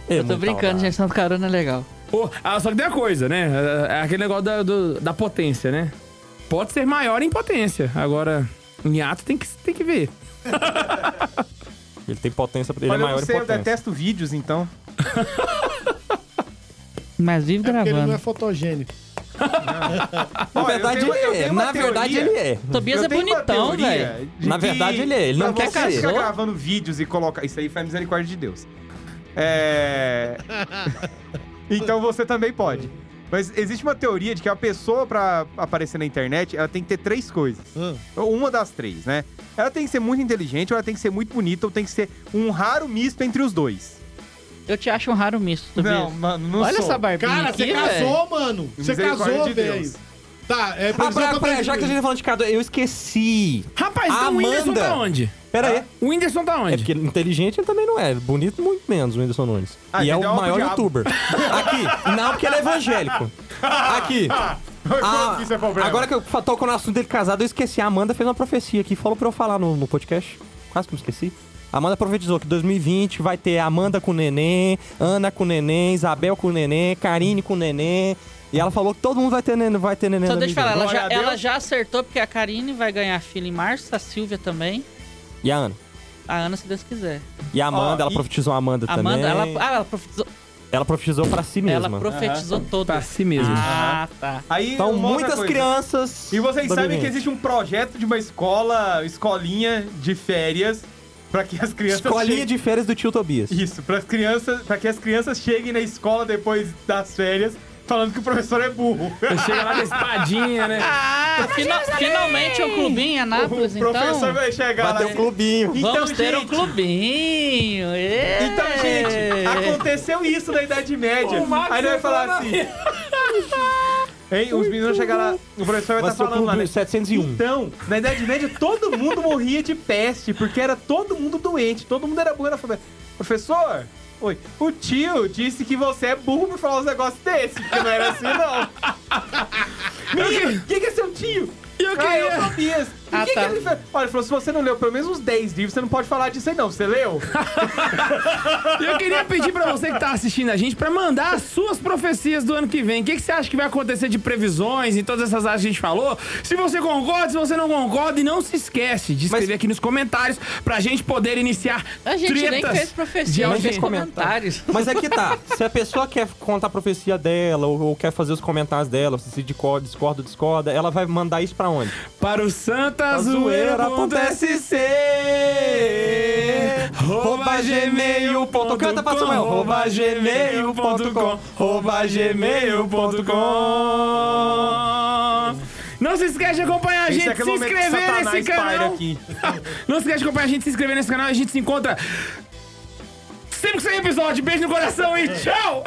[SPEAKER 2] É
[SPEAKER 3] Eu tô
[SPEAKER 2] muita
[SPEAKER 3] brincando,
[SPEAKER 2] audácia.
[SPEAKER 3] gente. Santa Carona é legal.
[SPEAKER 1] Pô, ah, só que tem uma coisa, né? É aquele negócio da, do- da potência, né? Pode ser maior em potência. Agora, em ato tem que, tem que ver.
[SPEAKER 2] Ele tem potência, ele é
[SPEAKER 5] Olha, eu
[SPEAKER 2] maior
[SPEAKER 5] não
[SPEAKER 2] em
[SPEAKER 5] sei, eu
[SPEAKER 2] potência.
[SPEAKER 5] detesto vídeos, então.
[SPEAKER 3] Mas vive
[SPEAKER 4] É porque ele não
[SPEAKER 3] gravando.
[SPEAKER 4] é fotogênico.
[SPEAKER 2] Na
[SPEAKER 5] Ó, eu
[SPEAKER 2] verdade,
[SPEAKER 5] tenho- eu
[SPEAKER 2] ele é.
[SPEAKER 5] tenho uma
[SPEAKER 2] Na verdade, ele
[SPEAKER 5] teoria.
[SPEAKER 2] é.
[SPEAKER 3] Tobias
[SPEAKER 5] Eu
[SPEAKER 3] é
[SPEAKER 5] tenho uma
[SPEAKER 3] bonitão,
[SPEAKER 5] teoria
[SPEAKER 3] velho.
[SPEAKER 5] de
[SPEAKER 2] Na
[SPEAKER 5] que
[SPEAKER 2] verdade, ele é, ele não
[SPEAKER 5] pra
[SPEAKER 2] quer
[SPEAKER 5] você
[SPEAKER 2] ser.
[SPEAKER 5] ficar gravando vídeos e colocar... Isso aí foi misericórdia de Deus. É... então você também pode. Mas existe uma teoria de que a pessoa, pra aparecer na internet, ela tem que ter três coisas.
[SPEAKER 4] Hã?
[SPEAKER 5] Ou Uma das três, né? Ela tem que ser muito inteligente, ou ela tem que ser muito bonita, ou tem que ser um raro misto entre os dois.
[SPEAKER 3] Eu te acho um raro misto, Tobias.
[SPEAKER 5] Não, mano, não
[SPEAKER 3] Olha
[SPEAKER 5] sou.
[SPEAKER 3] essa barbinha
[SPEAKER 4] Cara,
[SPEAKER 3] aqui,
[SPEAKER 4] você
[SPEAKER 3] velho.
[SPEAKER 4] casou, mano. Você
[SPEAKER 5] Misericórdia
[SPEAKER 4] casou,
[SPEAKER 5] de
[SPEAKER 4] velho.
[SPEAKER 5] Deus.
[SPEAKER 4] Tá, é
[SPEAKER 2] Ah,
[SPEAKER 4] previsão
[SPEAKER 2] pera,
[SPEAKER 4] pra
[SPEAKER 2] pera, já que a gente tá falando de cada... Eu esqueci.
[SPEAKER 1] Rapaz, então o Whindersson
[SPEAKER 2] Amanda.
[SPEAKER 1] tá onde?
[SPEAKER 2] Pera aí.
[SPEAKER 1] O Whindersson tá
[SPEAKER 2] É
[SPEAKER 1] onde?
[SPEAKER 2] porque inteligente ele também não é. Bonito muito menos o Whindersson Nunes.
[SPEAKER 5] Ah,
[SPEAKER 2] e é
[SPEAKER 5] então
[SPEAKER 2] o
[SPEAKER 5] é um
[SPEAKER 2] maior
[SPEAKER 5] diabo.
[SPEAKER 2] youtuber. Aqui. Não, porque ele é evangélico. Aqui. Ah,
[SPEAKER 5] Isso é problema.
[SPEAKER 2] agora que eu fa- toco no assunto dele casado, eu esqueci. A Amanda fez uma profecia aqui. Falou pra eu falar no, no podcast. Quase que eu esqueci. A Amanda profetizou que 2020 vai ter Amanda com neném, Ana com neném, Isabel com neném, Karine com neném. E ela falou que todo mundo vai ter neném, vai ter neném.
[SPEAKER 3] Só
[SPEAKER 2] no
[SPEAKER 3] deixa eu falar,
[SPEAKER 2] aniversário.
[SPEAKER 3] ela já,
[SPEAKER 5] Glória a Deus.
[SPEAKER 3] ela já acertou, porque a Karine vai ganhar filho em março, a Silvia também,
[SPEAKER 2] E a Ana.
[SPEAKER 3] a Ana, se Deus quiser.
[SPEAKER 2] E a Amanda,
[SPEAKER 5] Ó,
[SPEAKER 2] ela
[SPEAKER 5] e-
[SPEAKER 2] profetizou a Amanda,
[SPEAKER 3] A Amanda, ela,
[SPEAKER 2] também.
[SPEAKER 3] ah, ela profetizou,
[SPEAKER 2] Ela profetizou pra si mesma.
[SPEAKER 3] ela profetizou
[SPEAKER 1] Pra
[SPEAKER 3] todas.
[SPEAKER 1] si mesmo.
[SPEAKER 3] Ah, tá.
[SPEAKER 5] Aí,
[SPEAKER 2] Então,
[SPEAKER 5] uma outra
[SPEAKER 2] muitas
[SPEAKER 5] coisa.
[SPEAKER 2] crianças.
[SPEAKER 5] E vocês sabem
[SPEAKER 2] 2020.
[SPEAKER 5] que existe um projeto de uma escola, escolinha de férias, pra que as crianças.
[SPEAKER 2] Escolinha
[SPEAKER 5] cheguem-
[SPEAKER 2] de férias do tio Tobias.
[SPEAKER 5] Isso, para crianças, para que as crianças cheguem na escola depois das férias falando que o professor é burro.
[SPEAKER 1] Chega lá da espadinha, né?
[SPEAKER 3] Ah, fina- finalmente um clubinho em Anápolis,
[SPEAKER 5] o
[SPEAKER 3] então.
[SPEAKER 5] professor vai chegar
[SPEAKER 2] Vai
[SPEAKER 5] lá.
[SPEAKER 2] ter um clubinho.
[SPEAKER 5] Então,
[SPEAKER 3] Vamos ter um
[SPEAKER 5] gente,
[SPEAKER 3] clubinho. ê!
[SPEAKER 5] Então, gente, aconteceu isso na Idade Média. Aí ele vai falar assim. Hein, os meninos vão chegar lá, o professor vai
[SPEAKER 2] Vai ser
[SPEAKER 5] estar
[SPEAKER 2] o
[SPEAKER 5] falando lá, né?
[SPEAKER 2] clube 701.
[SPEAKER 5] Então, na Idade Média, todo mundo morria de peste, porque era todo mundo doente, todo mundo era burro na família. Professor, oi, o tio disse que você é burro por falar uns negócios desses, porque não era assim, não. Menino, quem que é seu tio?
[SPEAKER 1] Eu
[SPEAKER 5] Ah, eu
[SPEAKER 1] queria-
[SPEAKER 5] Tobias. E
[SPEAKER 3] Ah,
[SPEAKER 5] que
[SPEAKER 3] tá.
[SPEAKER 5] que ele fez? Olha, ele falou, se você não leu pelo menos uns 10 livros, você não pode falar disso aí não, você leu?
[SPEAKER 1] Eu queria pedir pra você que tá assistindo a gente pra mandar as suas profecias do ano que vem. O que, que você acha que vai acontecer de previsões em todas essas áreas que a gente falou? Se você concorda, se você não concorda, e não se esquece de escrever aqui nos comentários pra gente poder iniciar
[SPEAKER 3] A gente nem
[SPEAKER 1] tretas
[SPEAKER 3] fez
[SPEAKER 1] de
[SPEAKER 3] profecia, a gente fez
[SPEAKER 1] audiência.
[SPEAKER 3] comentários.
[SPEAKER 2] Mas é que tá. Se a pessoa quer contar a profecia dela, ou, ou quer fazer os comentários dela, se discorda, discorda, discorda, ela vai mandar isso pra onde?
[SPEAKER 1] Para o Santa
[SPEAKER 2] zoeira.sc
[SPEAKER 1] É, Rouba gmail.com
[SPEAKER 2] Canta pra Samuel.
[SPEAKER 1] Rouba gmail.com Rouba gmail.com Não se esquece de acompanhar a
[SPEAKER 5] é
[SPEAKER 1] gente, se inscrever nesse canal.
[SPEAKER 5] aqui.
[SPEAKER 1] Não se esquece de acompanhar a gente, se inscrever nesse canal. A gente se encontra sempre que sair episódio. Beijo no coração e tchau!